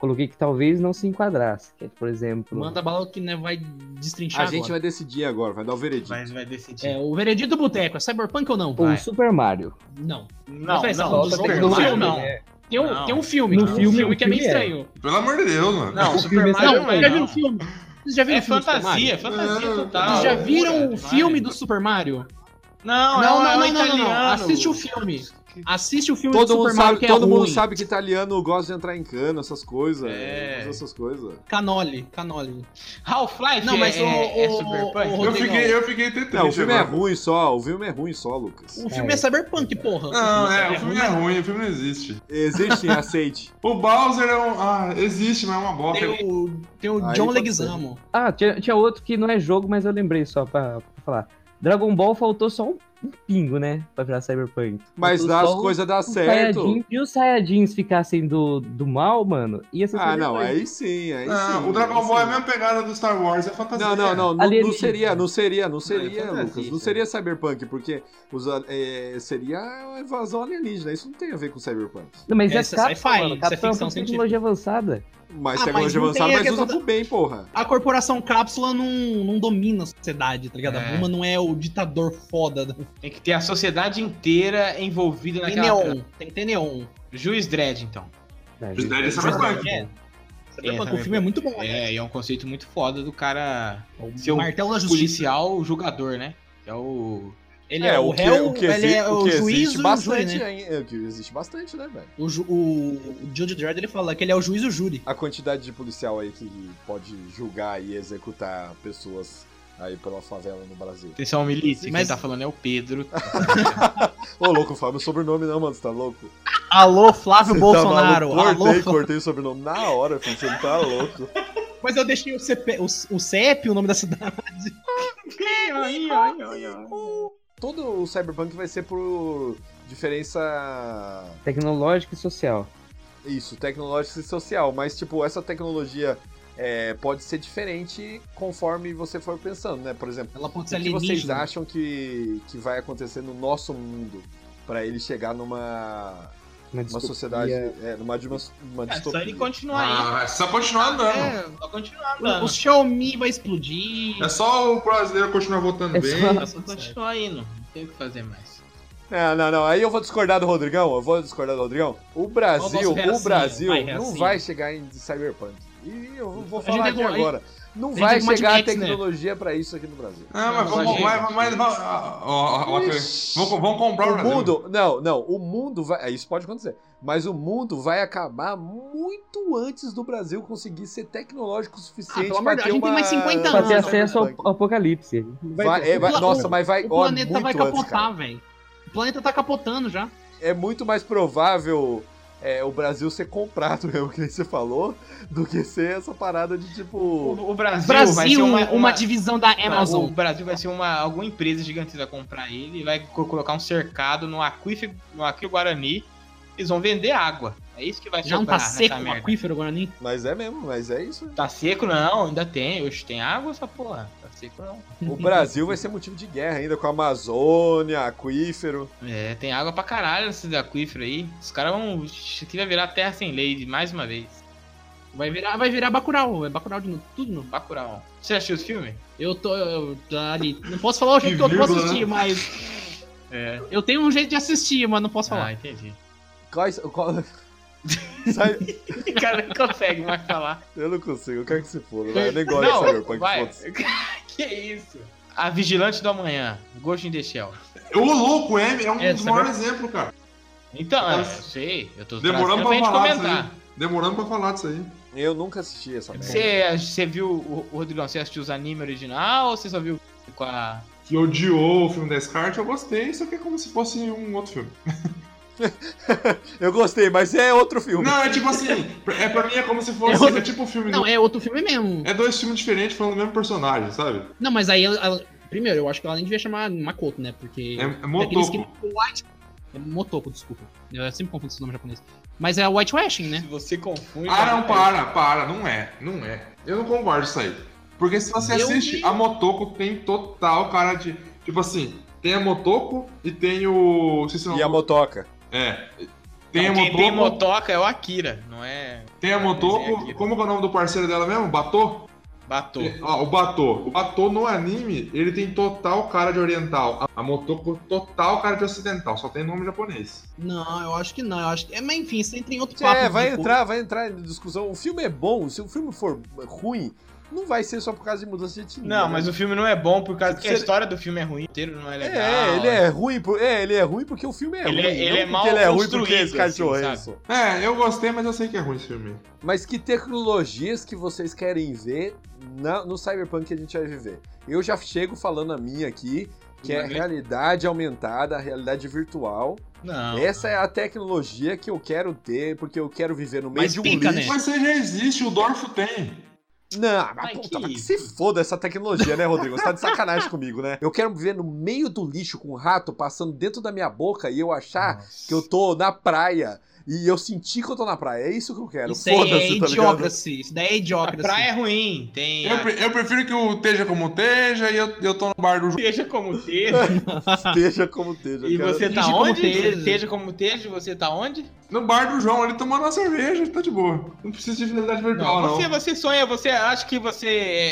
Speaker 4: coloquei que talvez não se enquadrasse. Que é, por exemplo...
Speaker 3: Manda bala que né, vai destrinchar
Speaker 2: a gente
Speaker 3: agora.
Speaker 2: vai decidir agora, vai dar o veredito.
Speaker 5: Mas vai decidir.
Speaker 3: É, o veredito do boteco, é cyberpunk ou não?
Speaker 4: O
Speaker 5: vai.
Speaker 4: Super Mario.
Speaker 3: Não.
Speaker 5: Não,
Speaker 3: Mas,
Speaker 5: não,
Speaker 3: não,
Speaker 5: do
Speaker 3: só
Speaker 5: Super
Speaker 3: pegou
Speaker 5: Mario
Speaker 3: o
Speaker 5: não.
Speaker 4: É.
Speaker 3: Tem um,
Speaker 5: Não.
Speaker 3: tem um filme,
Speaker 4: No
Speaker 3: tem um
Speaker 4: filme-
Speaker 3: filme que é meio
Speaker 4: o filme é.
Speaker 3: estranho.
Speaker 10: Pelo amor de Deus, mano.
Speaker 5: Não,
Speaker 4: filme
Speaker 5: Super
Speaker 4: é
Speaker 5: Mario não
Speaker 3: vocês
Speaker 5: é.
Speaker 3: já viram o
Speaker 5: Não.
Speaker 3: um filme? Vocês já viram
Speaker 5: É
Speaker 3: o filme do Super Mario?
Speaker 5: fantasia, fantasia
Speaker 10: Não,
Speaker 5: total.
Speaker 3: Vocês já
Speaker 10: não,
Speaker 3: viram
Speaker 5: Super
Speaker 3: o filme
Speaker 5: Mario.
Speaker 3: do Super Mario?
Speaker 5: Não,
Speaker 3: Não,
Speaker 5: é um- é
Speaker 3: não,
Speaker 5: um
Speaker 3: não, não, não,
Speaker 5: italiano.
Speaker 3: Assiste o filme. Assiste o filme
Speaker 2: Todo,
Speaker 3: do
Speaker 2: mundo
Speaker 3: Super Mario
Speaker 2: sabe,
Speaker 3: que é
Speaker 2: todo mundo
Speaker 3: ruim.
Speaker 2: sabe que italiano gosta de entrar em cano, essas coisas.
Speaker 5: É.
Speaker 2: usa Essas coisas.
Speaker 3: Canoli, Canoli.
Speaker 5: Half-Life
Speaker 3: Não, mas
Speaker 5: é,
Speaker 3: o-
Speaker 5: é, é
Speaker 3: o-
Speaker 5: Super Punk?
Speaker 3: o-
Speaker 10: Eu
Speaker 3: Rodrigão.
Speaker 10: fiquei, eu fiquei até
Speaker 2: Não, o
Speaker 10: triste
Speaker 2: filme é
Speaker 10: agora.
Speaker 2: ruim só, o filme é ruim só, Lucas.
Speaker 3: O filme é, cyberpunk, porra.
Speaker 10: Não, é, o filme é ruim, o filme não existe.
Speaker 2: Existe, aceite.
Speaker 10: O Bowser é um. Ah, existe, mas é uma bosta.
Speaker 3: Tem o, tem o
Speaker 2: Aí
Speaker 3: John
Speaker 2: pode
Speaker 3: Leguizamo.
Speaker 4: Ah, tinha, tinha outro que não é jogo, mas eu lembrei só pra, pra falar. Dragon Ball faltou só um, um pingo, né? Pra virar Cyberpunk.
Speaker 2: Mas
Speaker 4: Faltou
Speaker 2: dá,
Speaker 4: só um
Speaker 2: as
Speaker 4: o-
Speaker 2: coisas dá
Speaker 4: o
Speaker 2: certo.
Speaker 4: Saiyajin- E os Saiyajins ficassem do, do mal, mano? Ia ser
Speaker 2: Ah, não,
Speaker 4: Cyberpunk.
Speaker 2: aí sim, aí
Speaker 10: Não,
Speaker 2: sim.
Speaker 10: o Dragon
Speaker 2: aí
Speaker 10: Ball é a
Speaker 2: sim.
Speaker 10: mesma pegada do Star Wars, é fantasia.
Speaker 2: Não, não, não, não, não
Speaker 4: Alienígena.
Speaker 2: seria, não seria, não
Speaker 5: é
Speaker 2: seria,
Speaker 5: fantasia,
Speaker 2: Lucas, não
Speaker 5: isso
Speaker 2: seria cyberpunk, porque os, a- é, seria uma invasão alienígena, isso não tem a ver com cyberpunk.
Speaker 4: Não, mas
Speaker 3: É,
Speaker 4: é
Speaker 3: isso é
Speaker 4: capa,
Speaker 3: sci-fi,
Speaker 4: mano.
Speaker 3: isso é
Speaker 4: Capa é
Speaker 3: ficção
Speaker 4: uma tecnologia avançada.
Speaker 2: Mas
Speaker 3: Ah,
Speaker 2: tecnologia
Speaker 3: mas não tem
Speaker 2: avançada,
Speaker 3: a
Speaker 2: mas
Speaker 3: questão
Speaker 2: usa
Speaker 3: da-
Speaker 2: pro bem, porra.
Speaker 3: A corporação cápsula não, não domina a sociedade, tá ligado?
Speaker 5: É.
Speaker 3: A Buma não é o ditador foda. da-
Speaker 5: Tem É que ter a sociedade inteira envolvida
Speaker 3: Tem
Speaker 5: naquela.
Speaker 3: neon, tem que ter neon.
Speaker 5: Juiz Dredd, então.
Speaker 4: Né,
Speaker 10: Os
Speaker 4: gente?
Speaker 10: Dead Cyberpunk.
Speaker 3: É. Cyberpunk, o
Speaker 5: Cyberpunk.
Speaker 3: filme é muito bom, né?
Speaker 5: É, e é um conceito muito foda do cara
Speaker 3: É O
Speaker 2: um
Speaker 5: Seu
Speaker 3: Martelo da Justiça.
Speaker 5: policial jogador, né? Que é o.
Speaker 3: Ele é, o réu, ele é o juiz e o júri,
Speaker 2: bastante,
Speaker 3: né?
Speaker 2: hein, é, o que existe bastante, né, velho?
Speaker 3: O, ju, o, o Judge Dredd, ele fala que ele é o juiz e o júri.
Speaker 2: A quantidade de policial aí que pode julgar e executar pessoas aí pela favela no Brasil.
Speaker 5: Atenção, milícia,
Speaker 3: Mas-
Speaker 5: quem tá falando é o Pedro.
Speaker 2: Ô, louco, Fábio, sobrenome não, mano, você tá louco?
Speaker 3: Alô, Flávio
Speaker 2: Você
Speaker 3: Bolsonaro.
Speaker 2: Tá maluco?
Speaker 3: Alô,
Speaker 2: cortei,
Speaker 3: Flá-
Speaker 2: cortei o sobrenome na hora, filho, você tá louco.
Speaker 3: Mas eu deixei o CP, o, o CEP, o nome da cidade.
Speaker 2: Todo o Cyberpunk vai ser por diferença.
Speaker 4: Tecnológica e social.
Speaker 2: Isso, tecnológica e social. Mas, tipo, essa tecnologia é, pode ser diferente conforme você for pensando, né? Por exemplo,
Speaker 3: Ela pode ser
Speaker 2: o que vocês
Speaker 3: alienígena.
Speaker 2: acham que, que vai acontecer no nosso mundo pra ele chegar numa.
Speaker 4: Uma
Speaker 2: Uma
Speaker 4: distopia.
Speaker 2: sociedade. É, numa de uma, uma
Speaker 5: É, só ele
Speaker 2: distopia.
Speaker 5: continuar aí.
Speaker 10: Ah, é só continuar andando.
Speaker 5: É, só
Speaker 2: Ah,
Speaker 5: continuar andando.
Speaker 3: O Xiaomi vai explodir.
Speaker 10: É só o brasileiro continuar votando
Speaker 4: É
Speaker 10: bem.
Speaker 4: só-
Speaker 5: É só continuar indo. Não tem o que fazer mais.
Speaker 2: Não, É, não, não. Aí eu vou discordar do Rodrigão. Eu vou discordar do Rodrigão. O Brasil,
Speaker 3: Ó, vai,
Speaker 2: o Brasil
Speaker 3: vai,
Speaker 2: não
Speaker 3: assim.
Speaker 2: vai chegar em Cyberpunk. E eu vou
Speaker 3: A
Speaker 2: falar
Speaker 3: gente
Speaker 2: aqui
Speaker 3: é-
Speaker 2: agora. Não
Speaker 3: gente
Speaker 2: vai
Speaker 3: é do Mad
Speaker 2: chegar a
Speaker 3: Max, né?
Speaker 2: tecnologia pra isso aqui no Brasil.
Speaker 10: Ah, mas
Speaker 5: Não,
Speaker 10: vamos,
Speaker 5: gente.
Speaker 10: vai, vai, mas vamos, ah, ó, ó, ó, vamos, vamos comprar o
Speaker 2: O
Speaker 10: Brasil.
Speaker 2: mundo, não, não, o mundo vai, é, isso pode acontecer, mas o mundo vai acabar muito antes do Brasil conseguir ser tecnológico o suficiente
Speaker 3: Ah, pelo amor
Speaker 2: pra
Speaker 3: de
Speaker 2: ter
Speaker 3: Deus, a gente tem
Speaker 2: uma-
Speaker 3: mais 50
Speaker 4: Pra ter
Speaker 3: Não, não,
Speaker 4: acesso ao, ao apocalipse.
Speaker 2: Vai- é, vai-
Speaker 3: O-
Speaker 2: nossa, mas vai,
Speaker 3: O
Speaker 2: ó,
Speaker 3: planeta
Speaker 2: muito
Speaker 3: vai
Speaker 2: antes, cara.
Speaker 3: capotar, velho. O planeta tá capotando já.
Speaker 2: é muito mais provável é, o Brasil ser comprado, mesmo que nem você falou, do que ser essa parada de tipo.
Speaker 5: O, o Brasil, vai ser
Speaker 3: Brasil,
Speaker 5: uma,
Speaker 3: uma, divisão da Amazon.
Speaker 5: O Brasil vai ser uma. Alguma empresa gigante vai comprar ele e vai co- colocar um cercado no aquífero, no aquífero Guarani. Eles vão vender água. É isso que vai
Speaker 3: Já não
Speaker 5: sobrar
Speaker 3: tá seco
Speaker 5: nessa
Speaker 3: o
Speaker 5: merda.
Speaker 3: aquífero Guarani?
Speaker 2: Mas é mesmo, mas é isso.
Speaker 5: Tá seco? Não, ainda tem. Hoje tem água essa porra. Tá seco não.
Speaker 2: O Brasil vai ser motivo de guerra ainda com a Amazônia, aquífero.
Speaker 5: É, tem água pra caralho nesses aquíferos aí. Os caras vão. Isso aqui vai virar terra sem lei de mais uma vez.
Speaker 3: Vai virar, vai virar Bacurau, é Bacurau de novo, tudo de novo.
Speaker 5: Bacurau. um. Você assistiu os filmes?
Speaker 3: Eu tô eu, tá ali, não posso falar o jeito que, eu
Speaker 10: vírgula,
Speaker 3: posso
Speaker 2: né?
Speaker 3: assistir, mas
Speaker 5: É.
Speaker 3: eu tenho um jeito de assistir, mas não posso
Speaker 5: Ah,
Speaker 3: falar.
Speaker 5: entendi.
Speaker 2: Quais. Qual... Sai...
Speaker 5: O cara nem consegue mais falar.
Speaker 2: Eu não consigo, eu quero que se foda. vai, Eu nem gosto de
Speaker 5: Não,
Speaker 2: Cyberpunk.
Speaker 5: vai.
Speaker 2: foda-se.
Speaker 5: que isso? A Vigilante do Amanhã, Ghost in the Shell.
Speaker 10: O louco, é, é um
Speaker 3: É,
Speaker 10: dos
Speaker 3: Cyber-
Speaker 10: maiores exemplos, cara.
Speaker 5: Então, é, eu
Speaker 10: Mas-
Speaker 5: sei, eu tô
Speaker 10: Demorando pra
Speaker 5: trazendo gente
Speaker 10: falar né?
Speaker 5: comentar.
Speaker 10: disso aí. Demorando pra falar disso aí.
Speaker 2: Eu nunca assisti
Speaker 5: É
Speaker 2: essa merda.
Speaker 5: Você, você viu, o o Rodrigão, você assistiu os anime original ou você só viu com a...
Speaker 10: Que odiou o filme Descartes, eu gostei, só que é como se fosse um outro filme.
Speaker 2: Eu gostei, mas é outro filme.
Speaker 10: Não, é tipo assim, é, pra mim é como se
Speaker 3: É
Speaker 10: fosse.
Speaker 3: outro-
Speaker 10: É tipo um filme.
Speaker 3: Não, é outro filme mesmo.
Speaker 10: É dois filmes diferentes falando do mesmo personagem, sabe?
Speaker 3: Não, mas aí ela- ela- primeiro, eu acho que ela nem devia chamar Makoto, né? Porque
Speaker 10: É, é
Speaker 3: daqueles
Speaker 10: Motoko.
Speaker 3: que White é Motoko, desculpa. Eu sempre confundo esse nome japonês. Mas é whitewashing, né?
Speaker 5: você confunde... né?
Speaker 10: Ah, não, para, para, não é, não é. Eu não concordo isso aí. Porque se você
Speaker 3: Eu
Speaker 10: assiste,
Speaker 3: vi.
Speaker 10: a Motoko tem total cara de. Tipo assim, tem a Motoko e tem o. Esqueci o nome.
Speaker 2: E a motoca.
Speaker 10: É. Tem
Speaker 5: Tem,
Speaker 10: a Motoko,
Speaker 5: tem motoca, é o Akira, não é...
Speaker 10: tem a
Speaker 5: Desenho aqui. né?
Speaker 10: Motoko. Como que é o nome do parceiro dela mesmo? Batô?
Speaker 5: Batou.
Speaker 10: É, Ó, o Batô. O Batô no anime, ele tem total cara de oriental. A- A Motoko, total cara de ocidental. Só tem nome japonês.
Speaker 3: Não, eu acho que não. Eu acho que... é, mas enfim, você entra em outro papo.
Speaker 2: É, vai
Speaker 3: de-
Speaker 2: entrar, vai entrar em discussão. O filme é bom, se o filme for ruim, não vai ser só por causa de mudança de time.
Speaker 5: Não, mas o filme não é bom por causa que a história do filme é ruim, inteiro não é legal.
Speaker 2: É, ele é ruim, por, é, ele é ruim porque o filme é
Speaker 5: Ele
Speaker 2: ruim.
Speaker 5: é- ele
Speaker 2: não
Speaker 5: é
Speaker 2: porque
Speaker 5: mal
Speaker 2: ele é ruim porque
Speaker 5: construído,
Speaker 2: esse cachorro
Speaker 5: assim, sabe?
Speaker 2: é isso.
Speaker 10: É, eu gostei, mas eu sei que é ruim esse filme.
Speaker 2: Mas que tecnologias que vocês querem ver na- no Cyberpunk que a gente vai viver? Eu já chego falando a minha aqui, que é a realidade aumentada, a realidade virtual.
Speaker 5: Não.
Speaker 2: Essa é a tecnologia que eu quero ter, porque eu quero viver no meio
Speaker 3: Mas
Speaker 2: de um
Speaker 3: pica,
Speaker 2: lixo.
Speaker 3: né?
Speaker 10: Mas você já existe, o Dorfo tem.
Speaker 2: Não, mas
Speaker 5: Ai,
Speaker 2: puta,
Speaker 5: que
Speaker 2: mas que se foda essa tecnologia, né, Rodrigo? Você tá de sacanagem comigo, né? Eu quero viver no meio do lixo com um rato passando dentro da minha boca e eu achar que eu tô na praia e eu sentir que eu tô na praia. É isso que eu quero.
Speaker 3: Isso aí é
Speaker 2: Foda-se, tá ligado?
Speaker 3: idiocracy. Isso daí é
Speaker 5: A
Speaker 3: idiocracy.
Speaker 5: praia é ruim, tem.
Speaker 10: Eu,
Speaker 5: a-
Speaker 10: pre- eu prefiro que o Teja como Teja e eu, eu tô no bar do jogo.
Speaker 5: Teja como Teja.
Speaker 2: Esteja como esteja.
Speaker 5: E
Speaker 2: eu quero-
Speaker 5: você tá
Speaker 3: Teja como
Speaker 5: onde?
Speaker 3: Teja.
Speaker 5: Teja como Teja, você tá onde?
Speaker 10: No bar do João, ele tomando uma cerveja, tá de boa. Não precisa de realidade virtual, não.
Speaker 5: Você, você sonha, você acha que você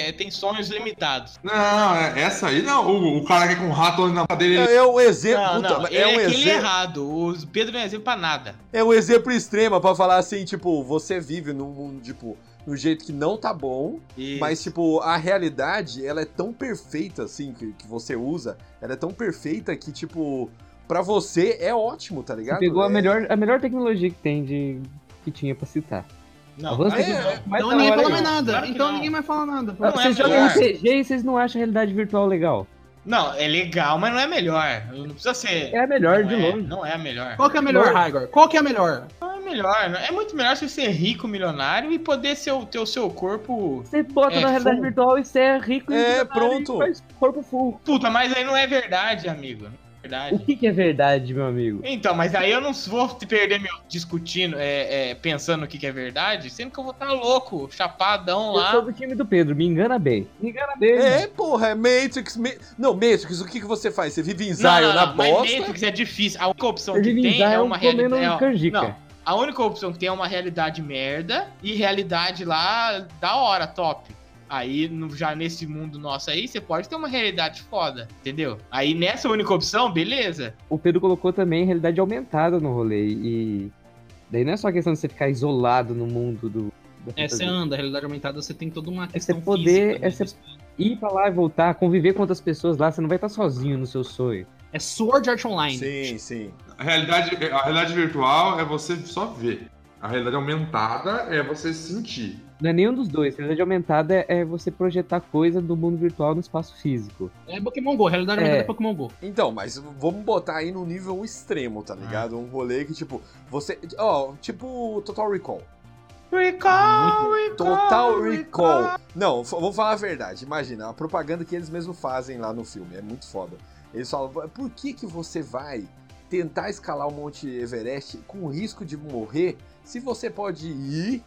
Speaker 5: é, tem sonhos limitados.
Speaker 10: Não, é- essa aí não. O, o cara que é com um rato ali na cadeira, ele
Speaker 2: É um exemplo,
Speaker 5: Não,
Speaker 2: puta,
Speaker 5: não, ele
Speaker 2: é, um
Speaker 5: é aquele
Speaker 2: exemplo
Speaker 5: errado. O Pedro não é exemplo pra nada.
Speaker 2: é um exemplo extremo pra falar assim, tipo, você vive num mundo, tipo, no jeito que não tá bom,
Speaker 5: E-
Speaker 2: Mas, tipo, a realidade, ela é tão perfeita, assim, que, que você usa, ela é tão perfeita que, tipo, pra você é ótimo, tá ligado?
Speaker 4: Pegou
Speaker 2: é...
Speaker 4: a melhor, a melhor tecnologia que tem de que tinha pra citar.
Speaker 5: Não,
Speaker 4: Avança
Speaker 5: mas-
Speaker 4: de-
Speaker 5: não.
Speaker 4: mas
Speaker 3: Então
Speaker 4: tá na
Speaker 3: ninguém
Speaker 4: hora
Speaker 3: fala
Speaker 4: aí.
Speaker 3: mais nada.
Speaker 5: Claro que
Speaker 3: então
Speaker 5: não.
Speaker 3: ninguém mais fala nada.
Speaker 4: Ah,
Speaker 5: Não é
Speaker 4: Vocês jogam
Speaker 5: melhor.
Speaker 4: RPG e vocês não acham a realidade virtual legal.
Speaker 5: Não, é legal, mas não é melhor. Não precisa ser.
Speaker 4: É a melhor
Speaker 5: não
Speaker 4: de
Speaker 5: é,
Speaker 4: longe.
Speaker 5: Não é a melhor.
Speaker 3: Qual que é a melhor, Raigor? Qual que é a melhor?
Speaker 5: Não é melhor. não- É muito melhor você ser rico, milionário e poder ser o, ter o seu corpo.
Speaker 4: Você bota
Speaker 5: É,
Speaker 4: na realidade
Speaker 5: full.
Speaker 4: virtual e você é rico e
Speaker 2: É,
Speaker 4: milionário
Speaker 2: pronto.
Speaker 4: e faz corpo full.
Speaker 5: Puta, mas aí não é verdade, amigo. Não é
Speaker 4: O
Speaker 5: verdade.
Speaker 4: que, que é verdade, meu amigo?
Speaker 5: Então, mas aí eu não vou te perder meu discutindo, é, é, pensando o que, que é verdade, sendo que eu vou estar louco, chapadão
Speaker 4: Eu
Speaker 5: lá.
Speaker 4: sou do time do Pedro, me engana bem. Me engana bem.
Speaker 2: É, porra, é Matrix. Ma- Não, Matrix, o que, que você faz? Você vive em Zion na
Speaker 5: mas
Speaker 2: bosta?
Speaker 5: Matrix é difícil. A única opção
Speaker 4: Você
Speaker 5: que
Speaker 4: vive em
Speaker 5: tem é
Speaker 4: Zion
Speaker 5: uma
Speaker 4: um comendo
Speaker 5: realidade.
Speaker 4: canjica.
Speaker 5: Não, a única opção que tem é uma realidade merda e realidade lá da hora, top. Aí, no- já nesse mundo nosso aí, você pode ter uma realidade foda, entendeu? Aí nessa única opção, beleza.
Speaker 4: O Pedro colocou também realidade aumentada no rolê. E daí não é só questão de você ficar isolado no mundo do. da
Speaker 3: É, você
Speaker 4: fantasia.
Speaker 3: anda, a realidade aumentada você tem toda uma
Speaker 4: É você
Speaker 3: questão
Speaker 4: poder.
Speaker 3: física,
Speaker 4: É
Speaker 3: né?
Speaker 4: você ir pra lá e voltar, conviver com outras pessoas lá, você não vai estar sozinho no seu sonho.
Speaker 3: É Sword Art Online.
Speaker 2: Sim, sim.
Speaker 10: A realidade, a realidade virtual é você só ver. A realidade aumentada é você sentir.
Speaker 4: Não é nenhum dos dois. Realidade aumentada é- é você projetar coisa do mundo virtual no espaço físico.
Speaker 3: É Pokémon Go, a realidade aumentada é
Speaker 4: É.
Speaker 3: Pokémon Go.
Speaker 2: Então, mas vamos botar aí num nível extremo, tá ligado? Um rolê que, tipo, você. Ó, tipo Total Recall. Uhum.
Speaker 5: Recall,
Speaker 2: Total Recall. Não, f- vamos falar a verdade. Imagina, a propaganda que eles mesmos fazem lá no filme. É muito foda. Eles falam, por que, que você vai tentar escalar o Monte Everest com risco de morrer se você pode ir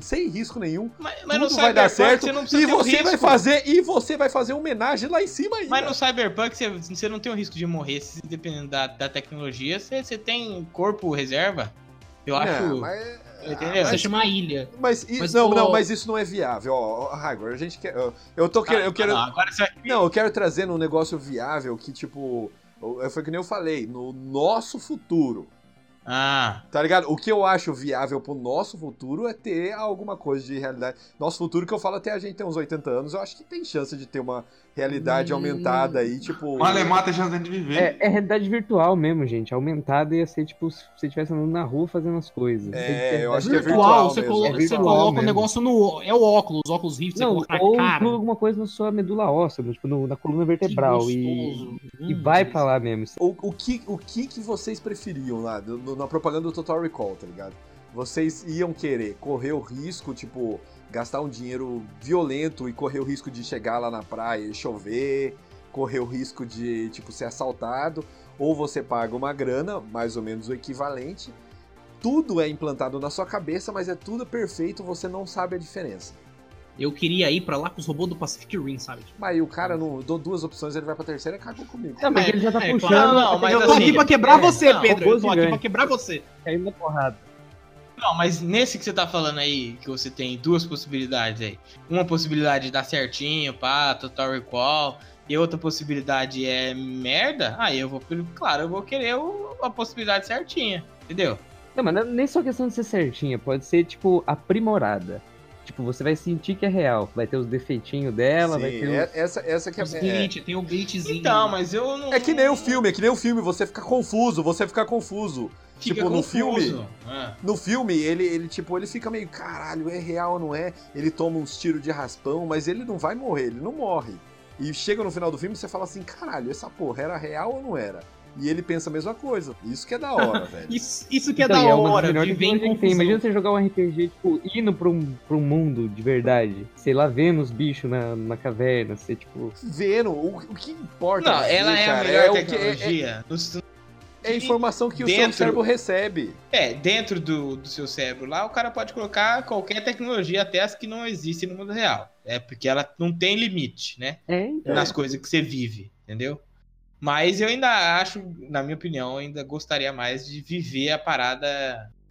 Speaker 2: sem risco nenhum?
Speaker 5: Mas, mas no
Speaker 2: Tudo vai dar
Speaker 5: Cyberpunk
Speaker 2: certo
Speaker 5: você não precisa
Speaker 2: e
Speaker 5: ter o
Speaker 2: você vai
Speaker 5: risco.
Speaker 2: fazer e você vai fazer homenagem lá em cima ainda.
Speaker 5: Mas no Cyberpunk você, você não tem o risco de morrer, se dependendo da, da tecnologia, você, você tem corpo reserva. Eu acho.
Speaker 2: Não, É, mas,
Speaker 5: Entendeu?
Speaker 3: Você chama a é ilha.
Speaker 2: mas i-
Speaker 3: Mas,
Speaker 2: não,
Speaker 3: ô-
Speaker 2: não, mas isso não é viável. Ó, ó, Raigor, a gente quer. ó, Eu tô
Speaker 5: Ah,
Speaker 2: querendo. eu quero,
Speaker 5: Não, agora você
Speaker 2: Não, eu quero trazer um negócio viável que, tipo, eu- foi que nem eu falei, no nosso futuro.
Speaker 5: Ah,
Speaker 2: Tá ligado? O que eu acho viável pro nosso futuro é ter alguma coisa de realidade. Nosso futuro que eu falo até a gente tem uns 80 anos, eu acho que tem chance de ter uma realidade
Speaker 3: Hum.
Speaker 2: aumentada aí, tipo.
Speaker 10: Malemar tem chance de viver.
Speaker 4: É, é realidade virtual mesmo, gente. Aumentada ia ser tipo se você estivesse andando na rua fazendo as coisas.
Speaker 2: É, eu acho que é virtual.
Speaker 3: virtual, você,
Speaker 2: mesmo.
Speaker 3: colo-
Speaker 4: É
Speaker 3: você
Speaker 4: virtual
Speaker 3: coloca o
Speaker 4: mesmo.
Speaker 3: negócio no. É o óculos, os óculos Rift,
Speaker 4: Não,
Speaker 3: você coloca
Speaker 4: ou
Speaker 3: na cara.
Speaker 4: inclui alguma coisa na sua medula óssea, no- tipo, no- na coluna
Speaker 3: Que
Speaker 4: vertebral e,
Speaker 3: gostoso.
Speaker 4: e
Speaker 3: Hum,
Speaker 4: vai
Speaker 3: delícia.
Speaker 4: pra lá mesmo.
Speaker 2: O, o que, o que que vocês preferiam lá no- no- na propaganda do Total Recall, tá ligado? Vocês iam querer correr o risco, tipo, gastar um dinheiro violento e correr o risco de chegar lá na praia e chover, correr o risco de, tipo, ser assaltado, ou você paga uma grana, mais ou menos o equivalente. Tudo é implantado na sua cabeça, mas é tudo perfeito, você não sabe a diferença.
Speaker 3: Eu queria ir pra lá com os robôs do Pacific Rim, sabe?
Speaker 2: Mas aí o cara, não, eu dou duas opções, ele vai pra terceira e cagou comigo.
Speaker 4: Não, mas
Speaker 3: É,
Speaker 4: ele já tá
Speaker 3: é,
Speaker 4: puxando,
Speaker 3: claro,
Speaker 5: não,
Speaker 4: tá
Speaker 5: mas
Speaker 3: eu
Speaker 4: puxando-
Speaker 3: tô
Speaker 5: assim,
Speaker 3: aqui pra quebrar
Speaker 5: é,
Speaker 3: você,
Speaker 4: não,
Speaker 3: Pedro. Eu tô
Speaker 4: robôs
Speaker 3: aqui pra
Speaker 4: gigantes.
Speaker 3: quebrar você.
Speaker 4: caindo na porrada.
Speaker 5: não, mas nesse que você tá falando aí, que você tem duas possibilidades aí. Uma possibilidade de dar certinho, pá, total recall, e outra possibilidade é merda, aí eu vou, pelo- claro, eu vou querer o- a possibilidade certinha, entendeu?
Speaker 4: Não, mas não é nem só questão de ser certinha, pode ser, tipo, aprimorada. Tipo, você vai sentir que é real. Vai ter os defeitinhos dela,
Speaker 2: Sim,
Speaker 4: vai ter.
Speaker 2: é-
Speaker 4: os-
Speaker 2: essa, essa que é,
Speaker 3: Os
Speaker 2: é,
Speaker 3: glitch, tem um o glitchzinho.
Speaker 5: Então, mas eu não.
Speaker 2: é que nem o filme, é que nem o filme, você fica confuso, você fica confuso. tipo, no filme-
Speaker 5: É.
Speaker 2: No filme, ele, ele, tipo, ele fica meio, caralho, é real ou não é? Ele toma uns tiros de raspão, mas ele não vai morrer, ele não morre. E chega no final do filme e você fala assim, caralho, essa porra era real ou não era? E ele pensa a mesma coisa. Isso que é da hora, velho.
Speaker 3: Isso, isso que é
Speaker 4: Então, e
Speaker 3: da
Speaker 4: uma das
Speaker 3: hora,
Speaker 4: melhores
Speaker 3: viver em
Speaker 4: tecnologias que tem.
Speaker 3: confusão.
Speaker 4: Imagina você jogar um RPG, tipo, indo pra um, pra um mundo de verdade. Sei lá, vendo os bicho na, na caverna. Você, tipo.
Speaker 2: Vendo, o, o que importa.
Speaker 5: Não,
Speaker 2: no fim,
Speaker 5: ela é a
Speaker 2: cara,
Speaker 5: melhor
Speaker 2: o que-
Speaker 5: tecnologia. No-
Speaker 2: É, é a informação que o seu
Speaker 5: Dentro.
Speaker 2: cérebro recebe.
Speaker 5: É, dentro do, do seu cérebro lá, o cara pode colocar qualquer tecnologia, até as que não existem no mundo real. É porque ela não tem limite, né?
Speaker 4: É, então.
Speaker 5: Nas coisas que você vive, entendeu? Mas eu ainda acho, na minha opinião, eu ainda gostaria mais de viver a parada.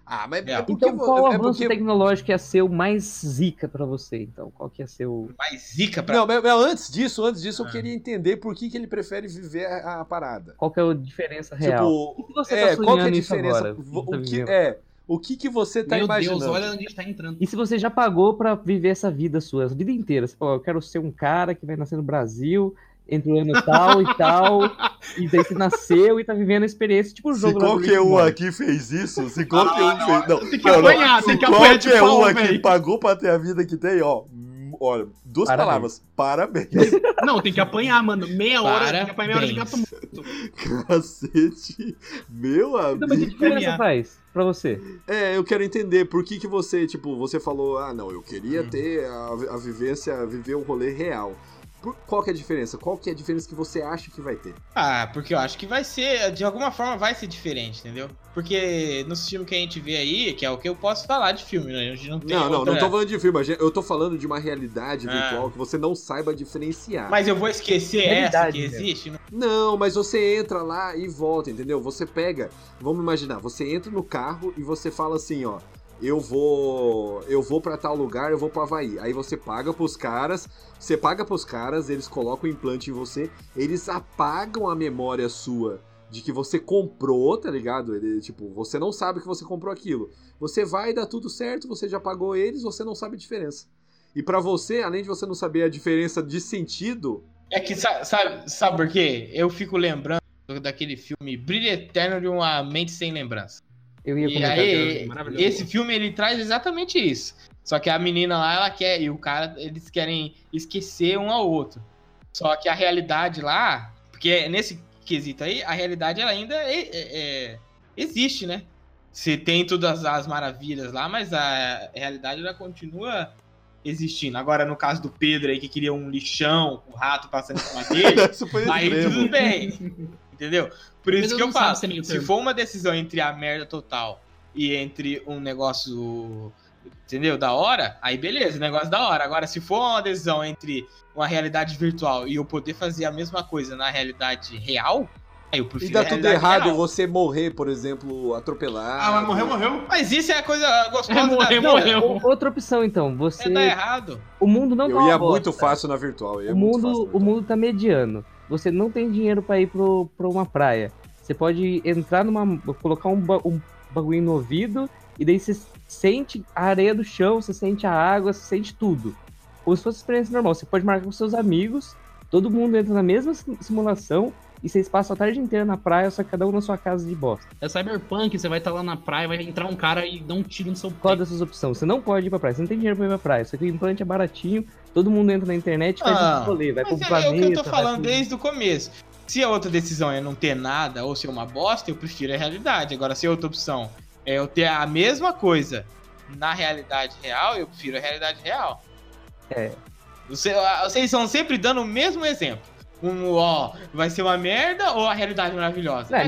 Speaker 2: Ah, mas é,
Speaker 5: É.
Speaker 2: porque...
Speaker 4: Então, qual
Speaker 2: é
Speaker 4: avanço
Speaker 2: porque-
Speaker 4: tecnológico ia ser o mais zica pra você, então? Qual que ia ser o.
Speaker 5: mais zica pra.
Speaker 2: Não, mas, mas antes disso, antes disso, eu queria entender por que, que ele prefere viver a, a parada.
Speaker 4: Qual que é a diferença real?
Speaker 2: Tipo,
Speaker 4: O que você
Speaker 2: é,
Speaker 4: tá
Speaker 2: qual que é a
Speaker 4: sonhando isso
Speaker 2: diferença?
Speaker 4: agora?
Speaker 2: Vo-
Speaker 4: Você tá
Speaker 2: O que,
Speaker 4: vivendo?
Speaker 2: é, o que que você tá
Speaker 3: Meu
Speaker 2: imaginando?
Speaker 3: Deus, olha onde a gente tá entrando.
Speaker 4: E se você já pagou pra viver essa vida sua, essa vida inteira? Você falou, eu quero ser um cara que vai nascer no Brasil, entre o ano tal e tal, e daí você nasceu e tá vivendo a experiência, tipo o
Speaker 2: Se
Speaker 4: jogo lá do
Speaker 2: qualquer
Speaker 4: Rick
Speaker 2: um
Speaker 4: Morty.
Speaker 2: aqui fez isso, se qualquer um fez. Não,
Speaker 3: Tem que
Speaker 2: não, não.
Speaker 3: apanhar, tem
Speaker 2: Se
Speaker 3: que apanhar de
Speaker 2: qualquer um
Speaker 3: pau,
Speaker 2: aqui
Speaker 3: velho.
Speaker 2: pagou pra ter a vida que tem, ó. hum, Olha, duas
Speaker 4: Parabéns.
Speaker 2: palavras. Parabéns,
Speaker 3: Não, tem que apanhar, mano. Meia hora, tem que apanhar meia hora de gato
Speaker 5: Parabéns.
Speaker 2: cacete. Meu
Speaker 4: Então, mas que
Speaker 5: é
Speaker 2: amigo.
Speaker 4: diferença faz pra você?
Speaker 2: É, eu quero entender por que que você, tipo, você falou, ah, não, eu queria
Speaker 3: Hum.
Speaker 2: ter a, a vivência, viver um rolê real. Por- qual que é a diferença? Qual que é a diferença que você acha que vai ter?
Speaker 5: Ah, porque eu acho que vai ser, de alguma forma vai ser diferente, entendeu? Porque nos filmes que a gente vê aí, que é o que eu posso falar de filme, né? A gente não tem
Speaker 2: Não, não,
Speaker 5: outra-
Speaker 2: não tô falando de filme, a gente- eu tô falando de uma realidade
Speaker 5: Ah.
Speaker 2: virtual que você não saiba diferenciar.
Speaker 5: Mas eu vou esquecer essa
Speaker 4: Realidade,
Speaker 5: que
Speaker 4: né?
Speaker 5: existe? Não
Speaker 2: Não, mas você entra lá e volta, entendeu? Você pega, vamos imaginar, você entra no carro e você fala assim, ó, eu vou, eu vou para tal lugar, eu vou para Havaí. Aí você paga pros caras, você paga pros caras, eles colocam o implante em você, eles apagam a memória sua de que você comprou, tá ligado? Ele, tipo, você não sabe que você comprou aquilo. Você vai dar tudo certo, você já pagou eles, você não sabe a diferença. E pra você, além de você não saber a diferença de sentido,
Speaker 5: É que sa- sabe, sabe por quê? Eu fico lembrando daquele filme Brilho Eterno de uma Mente Sem Lembrança.
Speaker 4: Eu ia
Speaker 5: E
Speaker 4: comentar.
Speaker 5: aí,
Speaker 3: maravilhoso.
Speaker 5: esse filme ele traz exatamente isso. Só que a menina lá, ela quer, e o cara, eles querem esquecer um ao outro. Só que a realidade lá, porque nesse quesito aí, a realidade ela ainda é- é- é- existe, né? Você tem todas as maravilhas lá, mas a realidade ela continua existindo. Agora, no caso do Pedro aí, que queria um lixão, um rato passando em cima dele,
Speaker 2: isso foi
Speaker 5: aí
Speaker 2: extremo.
Speaker 5: tudo bem. Entendeu? Por
Speaker 3: Mas
Speaker 5: isso
Speaker 3: eu
Speaker 5: que eu
Speaker 3: não sabe
Speaker 5: falo,
Speaker 3: se é meio
Speaker 5: se
Speaker 3: termo.
Speaker 5: for uma decisão entre a merda total e entre um negócio, entendeu, da hora, aí beleza, negócio da hora. Agora, se for uma decisão entre uma realidade virtual e eu poder fazer a mesma coisa na realidade real, aí eu
Speaker 2: E
Speaker 5: prefiro a
Speaker 2: dá tudo
Speaker 5: Tipo assim, é realidade
Speaker 2: errado
Speaker 5: real.
Speaker 2: você morrer, por exemplo, atropelado.
Speaker 10: Ah, mas morreu, morreu.
Speaker 5: Mas isso é a coisa gostosa
Speaker 3: É, morrer,
Speaker 5: da vida.
Speaker 3: morrer.
Speaker 4: O- Outra opção, então. Você.
Speaker 5: É dar errado.
Speaker 4: O mundo não tá
Speaker 2: Eu
Speaker 4: uma
Speaker 2: ia
Speaker 4: bosta.
Speaker 2: muito fácil na virtual. eu ia
Speaker 4: O
Speaker 2: É muito fácil né,
Speaker 4: mundo,
Speaker 2: na
Speaker 4: o
Speaker 2: virtual.
Speaker 4: mundo tá mediano. Você não tem dinheiro pra ir pro, pra uma praia. Você pode entrar numa. colocar um, ba- um bagulho no ouvido e daí você sente a areia do chão, você sente a água, você sente tudo. Como se fosse experiência normal. Você pode marcar com seus amigos, todo mundo entra na mesma sim- simulação e vocês passam a tarde inteira na praia, só que cada um na sua casa de bosta.
Speaker 3: É cyberpunk, você vai estar lá na praia, vai entrar um cara e dar um tiro no seu
Speaker 4: Qual
Speaker 3: pé.
Speaker 4: dessas opções? Você não pode ir pra praia, você não tem dinheiro pra ir pra praia. Só que o implante é baratinho, todo mundo entra na internet, faz
Speaker 5: Ah,
Speaker 4: um rolê, vai pro
Speaker 5: Mas é,
Speaker 4: planeta.
Speaker 5: o que eu tô
Speaker 4: vai
Speaker 5: falando
Speaker 4: pro-
Speaker 5: desde o começo. Se a outra decisão é não ter nada ou ser uma bosta, eu prefiro a realidade. Agora, se a outra opção é eu ter a mesma coisa na realidade real, eu prefiro a realidade real.
Speaker 4: É.
Speaker 5: Você- a- vocês estão sempre dando o mesmo exemplo. Um, ó, vai ser uma merda ou a realidade maravilhosa?
Speaker 4: Não, é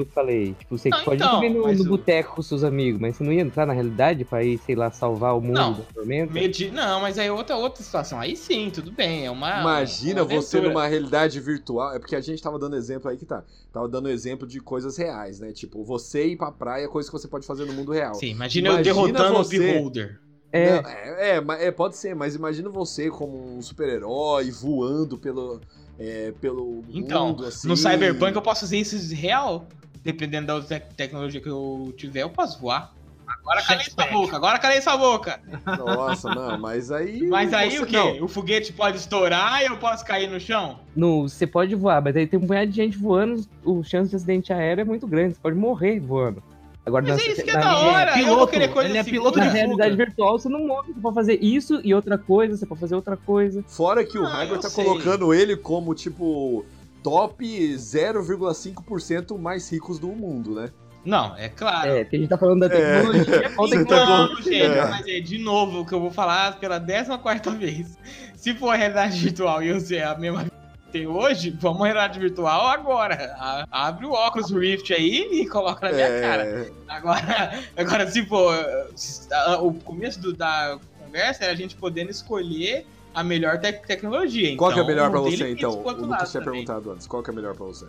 Speaker 5: óbvio.
Speaker 4: eu falei. Tipo, você
Speaker 5: Não,
Speaker 4: pode
Speaker 5: então,
Speaker 4: ir no,
Speaker 5: mas
Speaker 4: no
Speaker 5: o-
Speaker 4: boteco com seus amigos, mas você não ia entrar na realidade pra ir, sei lá, salvar o mundo
Speaker 5: Não,
Speaker 4: da tormenta?
Speaker 5: Medi- Não, mas aí é outra, outra situação. Aí sim, tudo bem. É uma.
Speaker 2: Imagina
Speaker 5: uma
Speaker 2: você
Speaker 5: aventura.
Speaker 2: numa realidade virtual. É porque a gente tava dando exemplo aí que tá. Tava dando exemplo de coisas reais, né? Tipo, você ir pra praia é coisa que você pode fazer no mundo real.
Speaker 5: Sim, imagina, eu
Speaker 2: Imagina
Speaker 5: derrotando
Speaker 2: você-
Speaker 5: o Beholder.
Speaker 4: É,
Speaker 2: Não, é, é, ma- é, pode ser, mas imagina você como um super-herói voando pelo. É, pelo
Speaker 5: Então,
Speaker 2: mundo, assim.
Speaker 5: No Cyberpunk eu posso fazer isso real. Dependendo da outra tec- tecnologia que eu tiver, eu posso voar. Agora calei sua boca, agora calei sua boca.
Speaker 2: Nossa, não, mas aí.
Speaker 5: Mas aí
Speaker 2: você-
Speaker 5: o quê?
Speaker 2: não.
Speaker 5: O foguete pode estourar e eu posso cair no chão?
Speaker 4: No, você pode voar, mas aí tem um punhado de gente voando, o chance de acidente aéreo é muito grande, você pode morrer voando. Agora,
Speaker 5: Mas
Speaker 4: na-
Speaker 5: é isso que é
Speaker 4: na-
Speaker 5: da hora. eu não vou
Speaker 3: piloto,
Speaker 5: querer coisa
Speaker 3: ele é
Speaker 5: assim.
Speaker 3: piloto
Speaker 4: Na
Speaker 3: de
Speaker 4: realidade virtual você não morre, você pode fazer isso e outra coisa, você pode fazer outra coisa.
Speaker 2: Fora que o
Speaker 5: Ah,
Speaker 2: Hagler
Speaker 5: eu
Speaker 2: tá
Speaker 5: sei.
Speaker 2: colocando ele como, tipo, top 0,5% mais ricos do mundo, né?
Speaker 5: Não, é claro. é
Speaker 4: É, porque a gente tá falando da tecnologia, qual
Speaker 5: tá
Speaker 3: tá
Speaker 4: tecnologia?
Speaker 5: Não, gente,
Speaker 2: É.
Speaker 5: mas é de novo o que eu vou falar pela 14 vez. Se for a realidade virtual e eu ser a mesma que tem hoje, vamos à realidade virtual agora. A- abre o óculos Rift aí e coloca na minha cara.
Speaker 2: É,
Speaker 5: Agora, agora se for. se- a- o começo do- da conversa era a gente podendo escolher a melhor tec- tecnologia.
Speaker 2: qual que é
Speaker 5: Então,
Speaker 2: a melhor pra
Speaker 5: não tem
Speaker 2: você,
Speaker 5: limite
Speaker 2: então?
Speaker 5: quanto
Speaker 2: O
Speaker 5: lado
Speaker 2: Lucas tinha
Speaker 5: também.
Speaker 2: perguntado antes. Qual que é a melhor pra você?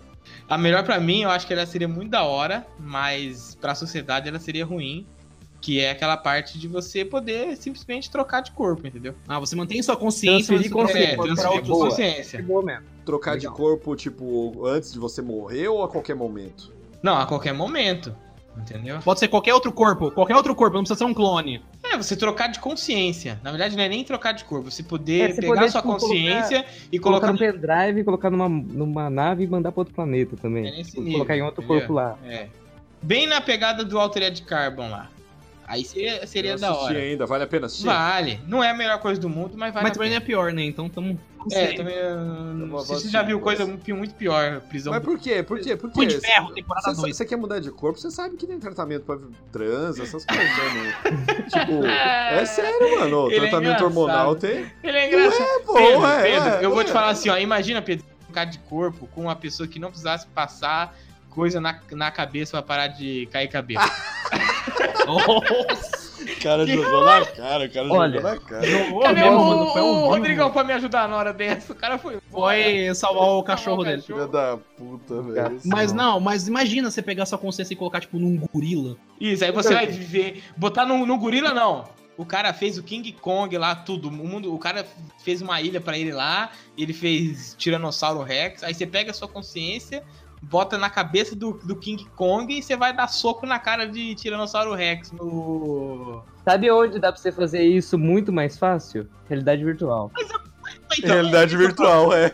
Speaker 5: A melhor pra mim, eu acho que ela seria muito da hora, mas pra sociedade ela seria ruim. Que é aquela parte de você poder simplesmente trocar de corpo, entendeu?
Speaker 3: Ah, você mantém sua consciência. mas
Speaker 4: Transferir
Speaker 3: você-
Speaker 4: consciência.
Speaker 5: É,
Speaker 4: pode
Speaker 5: transferir
Speaker 4: Então, pra outra boa.
Speaker 5: consciência.
Speaker 4: Boa mesmo.
Speaker 2: Trocar de corpo, tipo, antes de você morrer ou a qualquer momento?
Speaker 5: Não, a qualquer momento. Entendeu?
Speaker 3: Pode ser qualquer outro corpo, qualquer outro corpo, não precisa ser um clone.
Speaker 5: É, você trocar de consciência. Na verdade, não é nem trocar de corpo. Você poder
Speaker 4: É, você
Speaker 5: pegar
Speaker 4: poder,
Speaker 5: sua
Speaker 4: tipo,
Speaker 5: consciência e
Speaker 4: Colocar
Speaker 5: colocar.
Speaker 4: no pendrive, colocar numa, numa nave e mandar pra outro planeta também.
Speaker 5: É nesse
Speaker 4: Tipo,
Speaker 5: nível,
Speaker 4: colocar em outro
Speaker 5: entendeu?
Speaker 4: corpo lá.
Speaker 5: É. Bem na pegada do Altered Carbon lá. Aí seria, seria
Speaker 2: Eu
Speaker 5: da
Speaker 2: assisti
Speaker 5: hora.
Speaker 2: ainda, vale a pena assistir?
Speaker 5: Vale. Não é a melhor coisa do mundo, mas vale.
Speaker 3: mas
Speaker 5: a pena.
Speaker 3: também não é pior, né? Então tamo.
Speaker 5: É, também. uh,
Speaker 2: vou
Speaker 5: Você
Speaker 2: assistir
Speaker 5: já viu
Speaker 2: depois.
Speaker 5: coisa mu- muito pior, prisão.
Speaker 2: Mas por quê? Por quê? Por quê?
Speaker 3: Punho de Ferro, temporada
Speaker 2: Você,
Speaker 3: 2.
Speaker 2: você quer mudar de corpo, você sabe que tem tratamento pra trans, essas coisas, né? mano? tipo, é sério, mano.
Speaker 5: Ele é
Speaker 2: tratamento
Speaker 5: engraçado.
Speaker 2: hormonal tem.
Speaker 5: Ele é engraçado.
Speaker 2: É bom,
Speaker 5: Pedro,
Speaker 2: é.
Speaker 5: Pedro,
Speaker 2: é,
Speaker 5: eu vou te
Speaker 2: é.
Speaker 5: falar assim, ó. Imagina, Pedro, trocar de corpo com uma pessoa que não precisasse passar coisa na, na cabeça pra parar de cair cabeça.
Speaker 3: Oh,
Speaker 2: O cara jogou na cara, o cara
Speaker 4: Olha.
Speaker 2: jogou na cara.
Speaker 5: Cadê
Speaker 3: Nossa,
Speaker 5: o,
Speaker 3: mano,
Speaker 5: o
Speaker 3: foi é horrível.
Speaker 5: Rodrigão pra me ajudar na hora dessa? O cara foi.
Speaker 3: Foi salvar o cachorro dele.
Speaker 2: Filha da puta, velho. é
Speaker 3: Mas não, mas imagina você pegar sua consciência e colocar, tipo, num gorila.
Speaker 5: Isso, aí
Speaker 2: Então,
Speaker 5: você vai viver. Botar no, no gorila, não. O cara fez o King Kong lá, tudo. O, mundo, o cara fez uma ilha pra ele lá, ele fez Tiranossauro Rex. Aí você pega a sua consciência, bota na cabeça do, do King Kong e você vai dar soco na cara de Tiranossauro Rex no.
Speaker 4: Sabe onde dá pra você fazer isso muito mais fácil? Realidade virtual.
Speaker 5: Então,
Speaker 2: Realidade virtual, é.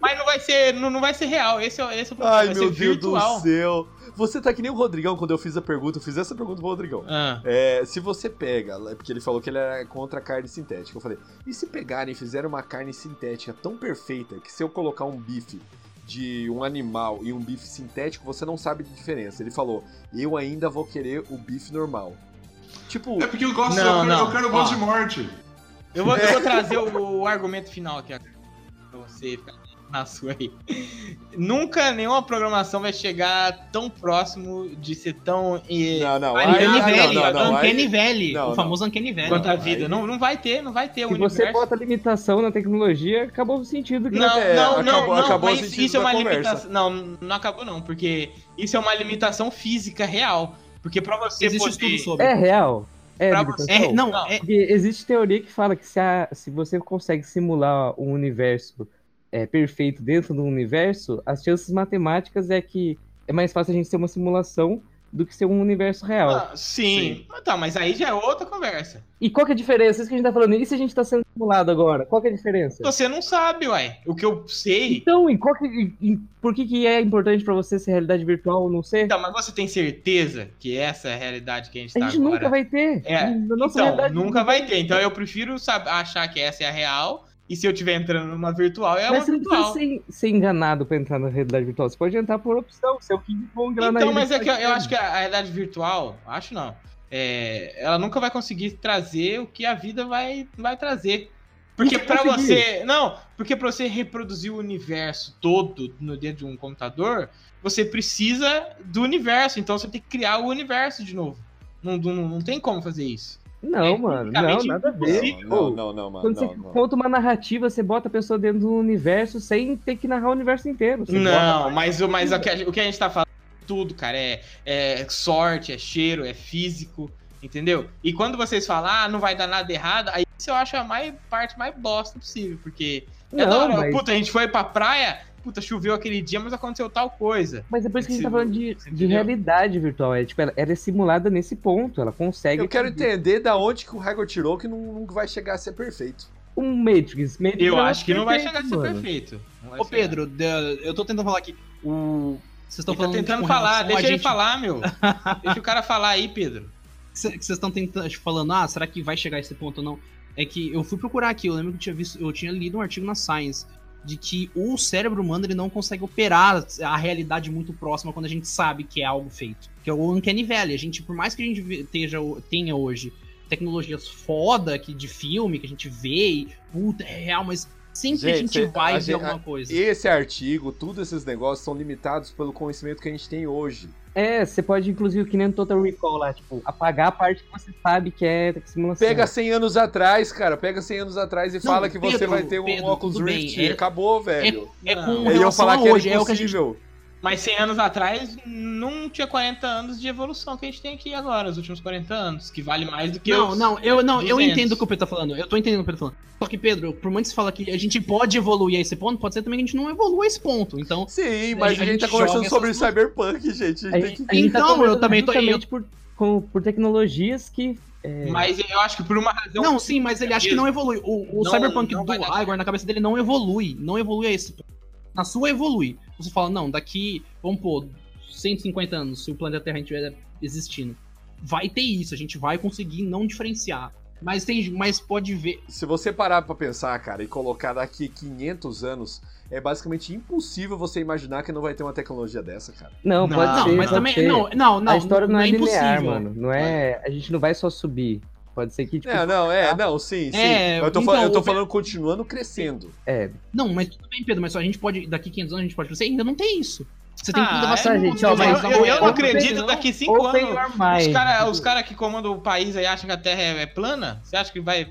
Speaker 5: Mas não vai ser, não, não vai ser real. Esse é, esse é o problema.
Speaker 2: Ai,
Speaker 5: vai
Speaker 2: meu
Speaker 5: ser
Speaker 2: Deus
Speaker 5: virtual.
Speaker 2: do céu. Você tá que nem o Rodrigão quando eu fiz a pergunta. Eu fiz essa pergunta pro Rodrigão.
Speaker 5: Ah,
Speaker 2: É, se você pega, é porque ele falou que ele era contra a carne sintética. Eu falei, e se pegarem e fizerem uma carne sintética tão perfeita que se eu colocar um bife de um animal e um bife sintético, você não sabe de diferença. Ele falou, eu ainda vou querer o bife normal. Tipo,
Speaker 10: É porque eu gosto,
Speaker 5: Não,
Speaker 10: eu, quero,
Speaker 5: não.
Speaker 10: eu quero gosto
Speaker 5: Ó.
Speaker 10: de morte.
Speaker 5: eu, vou,
Speaker 2: É.
Speaker 5: eu vou trazer o, o argumento final aqui, ó, pra você ficar na sua aí. Nunca nenhuma programação vai chegar tão próximo de ser tão. eh,
Speaker 2: não, não,
Speaker 5: Aí,
Speaker 3: Uncanny
Speaker 5: ah,
Speaker 3: Valley,
Speaker 5: não, não,
Speaker 3: Uncanny
Speaker 2: aí-
Speaker 3: Valley,
Speaker 2: não,
Speaker 3: o
Speaker 2: não.
Speaker 3: famoso Uncanny Valley.
Speaker 5: quanto à
Speaker 2: aí-
Speaker 5: vida. Não, não vai ter, não vai ter. O
Speaker 4: Se você
Speaker 5: universo.
Speaker 4: bota limitação na tecnologia, acabou o sentido que
Speaker 5: Não,
Speaker 2: É,
Speaker 5: não, não,
Speaker 2: acabou-
Speaker 5: não,
Speaker 2: acabou o
Speaker 5: mas
Speaker 2: sentido
Speaker 5: isso é
Speaker 2: da
Speaker 5: uma
Speaker 2: conversa.
Speaker 5: limitação. Não, não acabou não, porque isso é uma limitação física real. Porque pra você
Speaker 3: Existe
Speaker 5: poder.
Speaker 3: estudo sobre.
Speaker 4: é real. É,
Speaker 5: Pra
Speaker 4: limitação.
Speaker 5: você-
Speaker 3: É, não,
Speaker 5: Não.
Speaker 3: é,
Speaker 4: Porque existe teoria que fala que se, a- se você consegue simular um universo é, perfeito dentro do universo, as chances matemáticas é que é mais fácil a gente ter uma simulação do que ser um universo real.
Speaker 5: Ah, sim. Ah, tá, mas aí já é outra conversa.
Speaker 4: E qual que é a diferença? Isso que a gente tá falando. E se a gente tá sendo simulado agora? Qual que é a diferença?
Speaker 5: Você não sabe, uai. O que eu sei.
Speaker 4: Então, e qual que- e- e por que, que é importante pra você ser realidade virtual ou não ser?
Speaker 5: Então, mas você tem certeza que essa é a realidade que a gente
Speaker 4: a
Speaker 5: tá
Speaker 4: gente
Speaker 5: agora?
Speaker 4: nunca vai ter.
Speaker 5: É,
Speaker 4: Na nossa
Speaker 5: Então,
Speaker 4: realidade,
Speaker 5: nunca vai ter. Então eu prefiro sab- achar que essa é a real. E se eu estiver entrando numa virtual, é uma
Speaker 4: Mas você não precisa
Speaker 5: virtual.
Speaker 4: ser, ser enganado pra entrar na realidade virtual. Você pode entrar por opção, ser o King Kong lá na
Speaker 5: Então,
Speaker 4: ilha
Speaker 5: mas é
Speaker 4: de
Speaker 5: que eu, eu
Speaker 4: Taiwan.
Speaker 5: acho que a, a realidade virtual, acho não, é, ela nunca vai conseguir trazer o que a vida vai, vai trazer. Porque
Speaker 4: Nunca
Speaker 5: pra
Speaker 4: conseguir.
Speaker 5: você. Não, porque pra você reproduzir o universo todo no dentro de um computador, você precisa do universo. Então você tem que criar o universo de novo. Não, não, não tem como fazer isso.
Speaker 4: Não,
Speaker 5: É
Speaker 4: mano, não,
Speaker 5: fisicamente
Speaker 4: nada a ver.
Speaker 5: impossível.
Speaker 2: não, não, não, mano.
Speaker 4: Quando você
Speaker 2: Não, não.
Speaker 4: conta uma narrativa, você bota a pessoa dentro do universo sem ter que narrar o universo inteiro. Você bota-
Speaker 5: Não, mas, o- mas o, que a, o que a gente tá falando é tudo, cara, é, é sorte, é cheiro, é físico, entendeu? E quando vocês falam, ah, não vai dar nada errado, aí isso eu acho a mais, parte mais bosta possível, porque é da
Speaker 4: não,
Speaker 5: hora,
Speaker 4: mas
Speaker 5: puta, a gente foi pra praia, puta, choveu aquele dia, mas aconteceu tal coisa.
Speaker 4: Mas depois que a gente tá falando de, de realidade virtual, é tipo, ela, ela é simulada nesse ponto, ela consegue.
Speaker 2: Eu quero entender da onde que o Hagel tirou que não, não vai chegar a ser perfeito.
Speaker 4: Um Matrix, Matrix
Speaker 5: Eu
Speaker 4: ela
Speaker 5: acho que não vai chegar a
Speaker 4: perfeita,
Speaker 5: ser
Speaker 4: mano.
Speaker 5: perfeito. Não vai
Speaker 3: Ô,
Speaker 5: chegar.
Speaker 3: Pedro, de- eu tô tentando falar aqui. O... Vocês estão
Speaker 5: Ele tá
Speaker 3: falando
Speaker 5: tentando
Speaker 3: com
Speaker 5: falar,
Speaker 3: relação a
Speaker 5: deixa ele
Speaker 3: gente-
Speaker 5: falar, meu. deixa o cara falar aí, Pedro.
Speaker 3: que cê- que vocês estão tentando falando, ah, será que vai chegar a esse ponto ou não? É que eu fui procurar aqui, eu lembro que eu tinha visto, eu tinha lido um artigo na Science de que o cérebro humano ele não consegue operar a realidade muito próxima quando a gente sabe que é algo feito, que é o uncanny valley. A gente, por mais que a gente ve- teja, o- tenha hoje tecnologias foda que de filme que a gente vê, e, puta, é real, mas sempre a
Speaker 2: Gente,
Speaker 3: gente
Speaker 2: cê-
Speaker 3: vai
Speaker 2: a
Speaker 3: ver
Speaker 2: gente-
Speaker 3: alguma coisa.
Speaker 2: Esse artigo, todos esses negócios são limitados pelo conhecimento que a gente tem hoje.
Speaker 4: É, você pode, inclusive, que nem no Total Recall lá, tipo, apagar a parte que você sabe que é simulação.
Speaker 2: Pega 100 anos atrás, cara. Pega 100 anos atrás e
Speaker 3: Não,
Speaker 2: fala que você
Speaker 3: Pedro,
Speaker 2: vai ter um
Speaker 3: Pedro,
Speaker 2: óculos
Speaker 3: tudo bem,
Speaker 2: Rift.
Speaker 3: é-
Speaker 2: Acabou, velho.
Speaker 3: É
Speaker 5: Não.
Speaker 3: com
Speaker 2: E aí eu
Speaker 3: relação
Speaker 2: falar
Speaker 3: a
Speaker 2: que
Speaker 3: hoje,
Speaker 2: é
Speaker 3: é o que a gente
Speaker 2: impossível.
Speaker 5: Mas 100 anos atrás não tinha 40 anos de evolução que a gente tem aqui agora, os últimos 40 anos, que vale mais do que
Speaker 3: não,
Speaker 5: os...
Speaker 3: não, eu, não, eu
Speaker 5: 200.
Speaker 3: entendo o que o Pedro tá falando. Eu tô entendendo o que o Pedro tá falando. Só que, Pedro, por mais que você fala que a gente pode evoluir a esse ponto, pode ser também que a gente não evolua a esse ponto. Então,
Speaker 2: Sim, mas
Speaker 3: gente
Speaker 2: a gente tá
Speaker 3: joga
Speaker 2: conversando
Speaker 3: essas
Speaker 2: sobre
Speaker 3: coisas.
Speaker 2: Cyberpunk, gente. A gente
Speaker 4: A
Speaker 2: tem
Speaker 4: gente,
Speaker 2: que...
Speaker 4: a gente tá
Speaker 3: Então, eu
Speaker 4: conversando
Speaker 3: também tô-
Speaker 4: justamente por, com- por tecnologias que. é,
Speaker 5: Mas eu acho que por uma razão.
Speaker 3: não, sim, mas ele acha que não evolui. O, o
Speaker 5: Não,
Speaker 3: Cyberpunk
Speaker 5: não
Speaker 3: do
Speaker 5: vai dar certo.
Speaker 3: Igor na cabeça dele não evolui. Não evolui a esse ponto. Na sua evolui. Você fala, não, daqui, vamos pôr, 150 anos, se o planeta Terra estiver existindo. Vai ter isso, a gente vai conseguir não diferenciar. Mas tem, mas pode ver.
Speaker 2: Se você parar pra pensar, cara, e colocar daqui 500 anos, é basicamente impossível você imaginar que não vai ter uma tecnologia dessa, cara.
Speaker 4: Não,
Speaker 5: Não,
Speaker 4: pode
Speaker 3: não,
Speaker 4: ser.
Speaker 3: mas
Speaker 4: Ah, pode
Speaker 3: também.
Speaker 4: ser.
Speaker 3: Não, não, não.
Speaker 4: a história não, é, linear,
Speaker 3: impossível.
Speaker 4: mano. Não é, a gente não vai só subir. Pode ser que, tipo,
Speaker 2: Não, não, é, não, sim, sim.
Speaker 3: tá. É,
Speaker 2: eu tô,
Speaker 3: então,
Speaker 2: fal- eu tô
Speaker 3: o-
Speaker 2: falando continuando crescendo.
Speaker 4: é.
Speaker 3: Não, mas tudo bem, Pedro, mas só a gente pode. Daqui 500 anos a gente pode. Você ainda não tem isso. Você tem
Speaker 5: Ah,
Speaker 3: tudo
Speaker 4: é, gente, ó, mas-
Speaker 5: Eu, eu- eu não
Speaker 4: Ou-
Speaker 5: acredito
Speaker 3: né?
Speaker 4: ou-
Speaker 5: daqui 5
Speaker 4: Open
Speaker 5: anos.
Speaker 4: your mind.
Speaker 5: Os caras os cara que comandam o país aí acham que a Terra é, é plana? Você acha que vai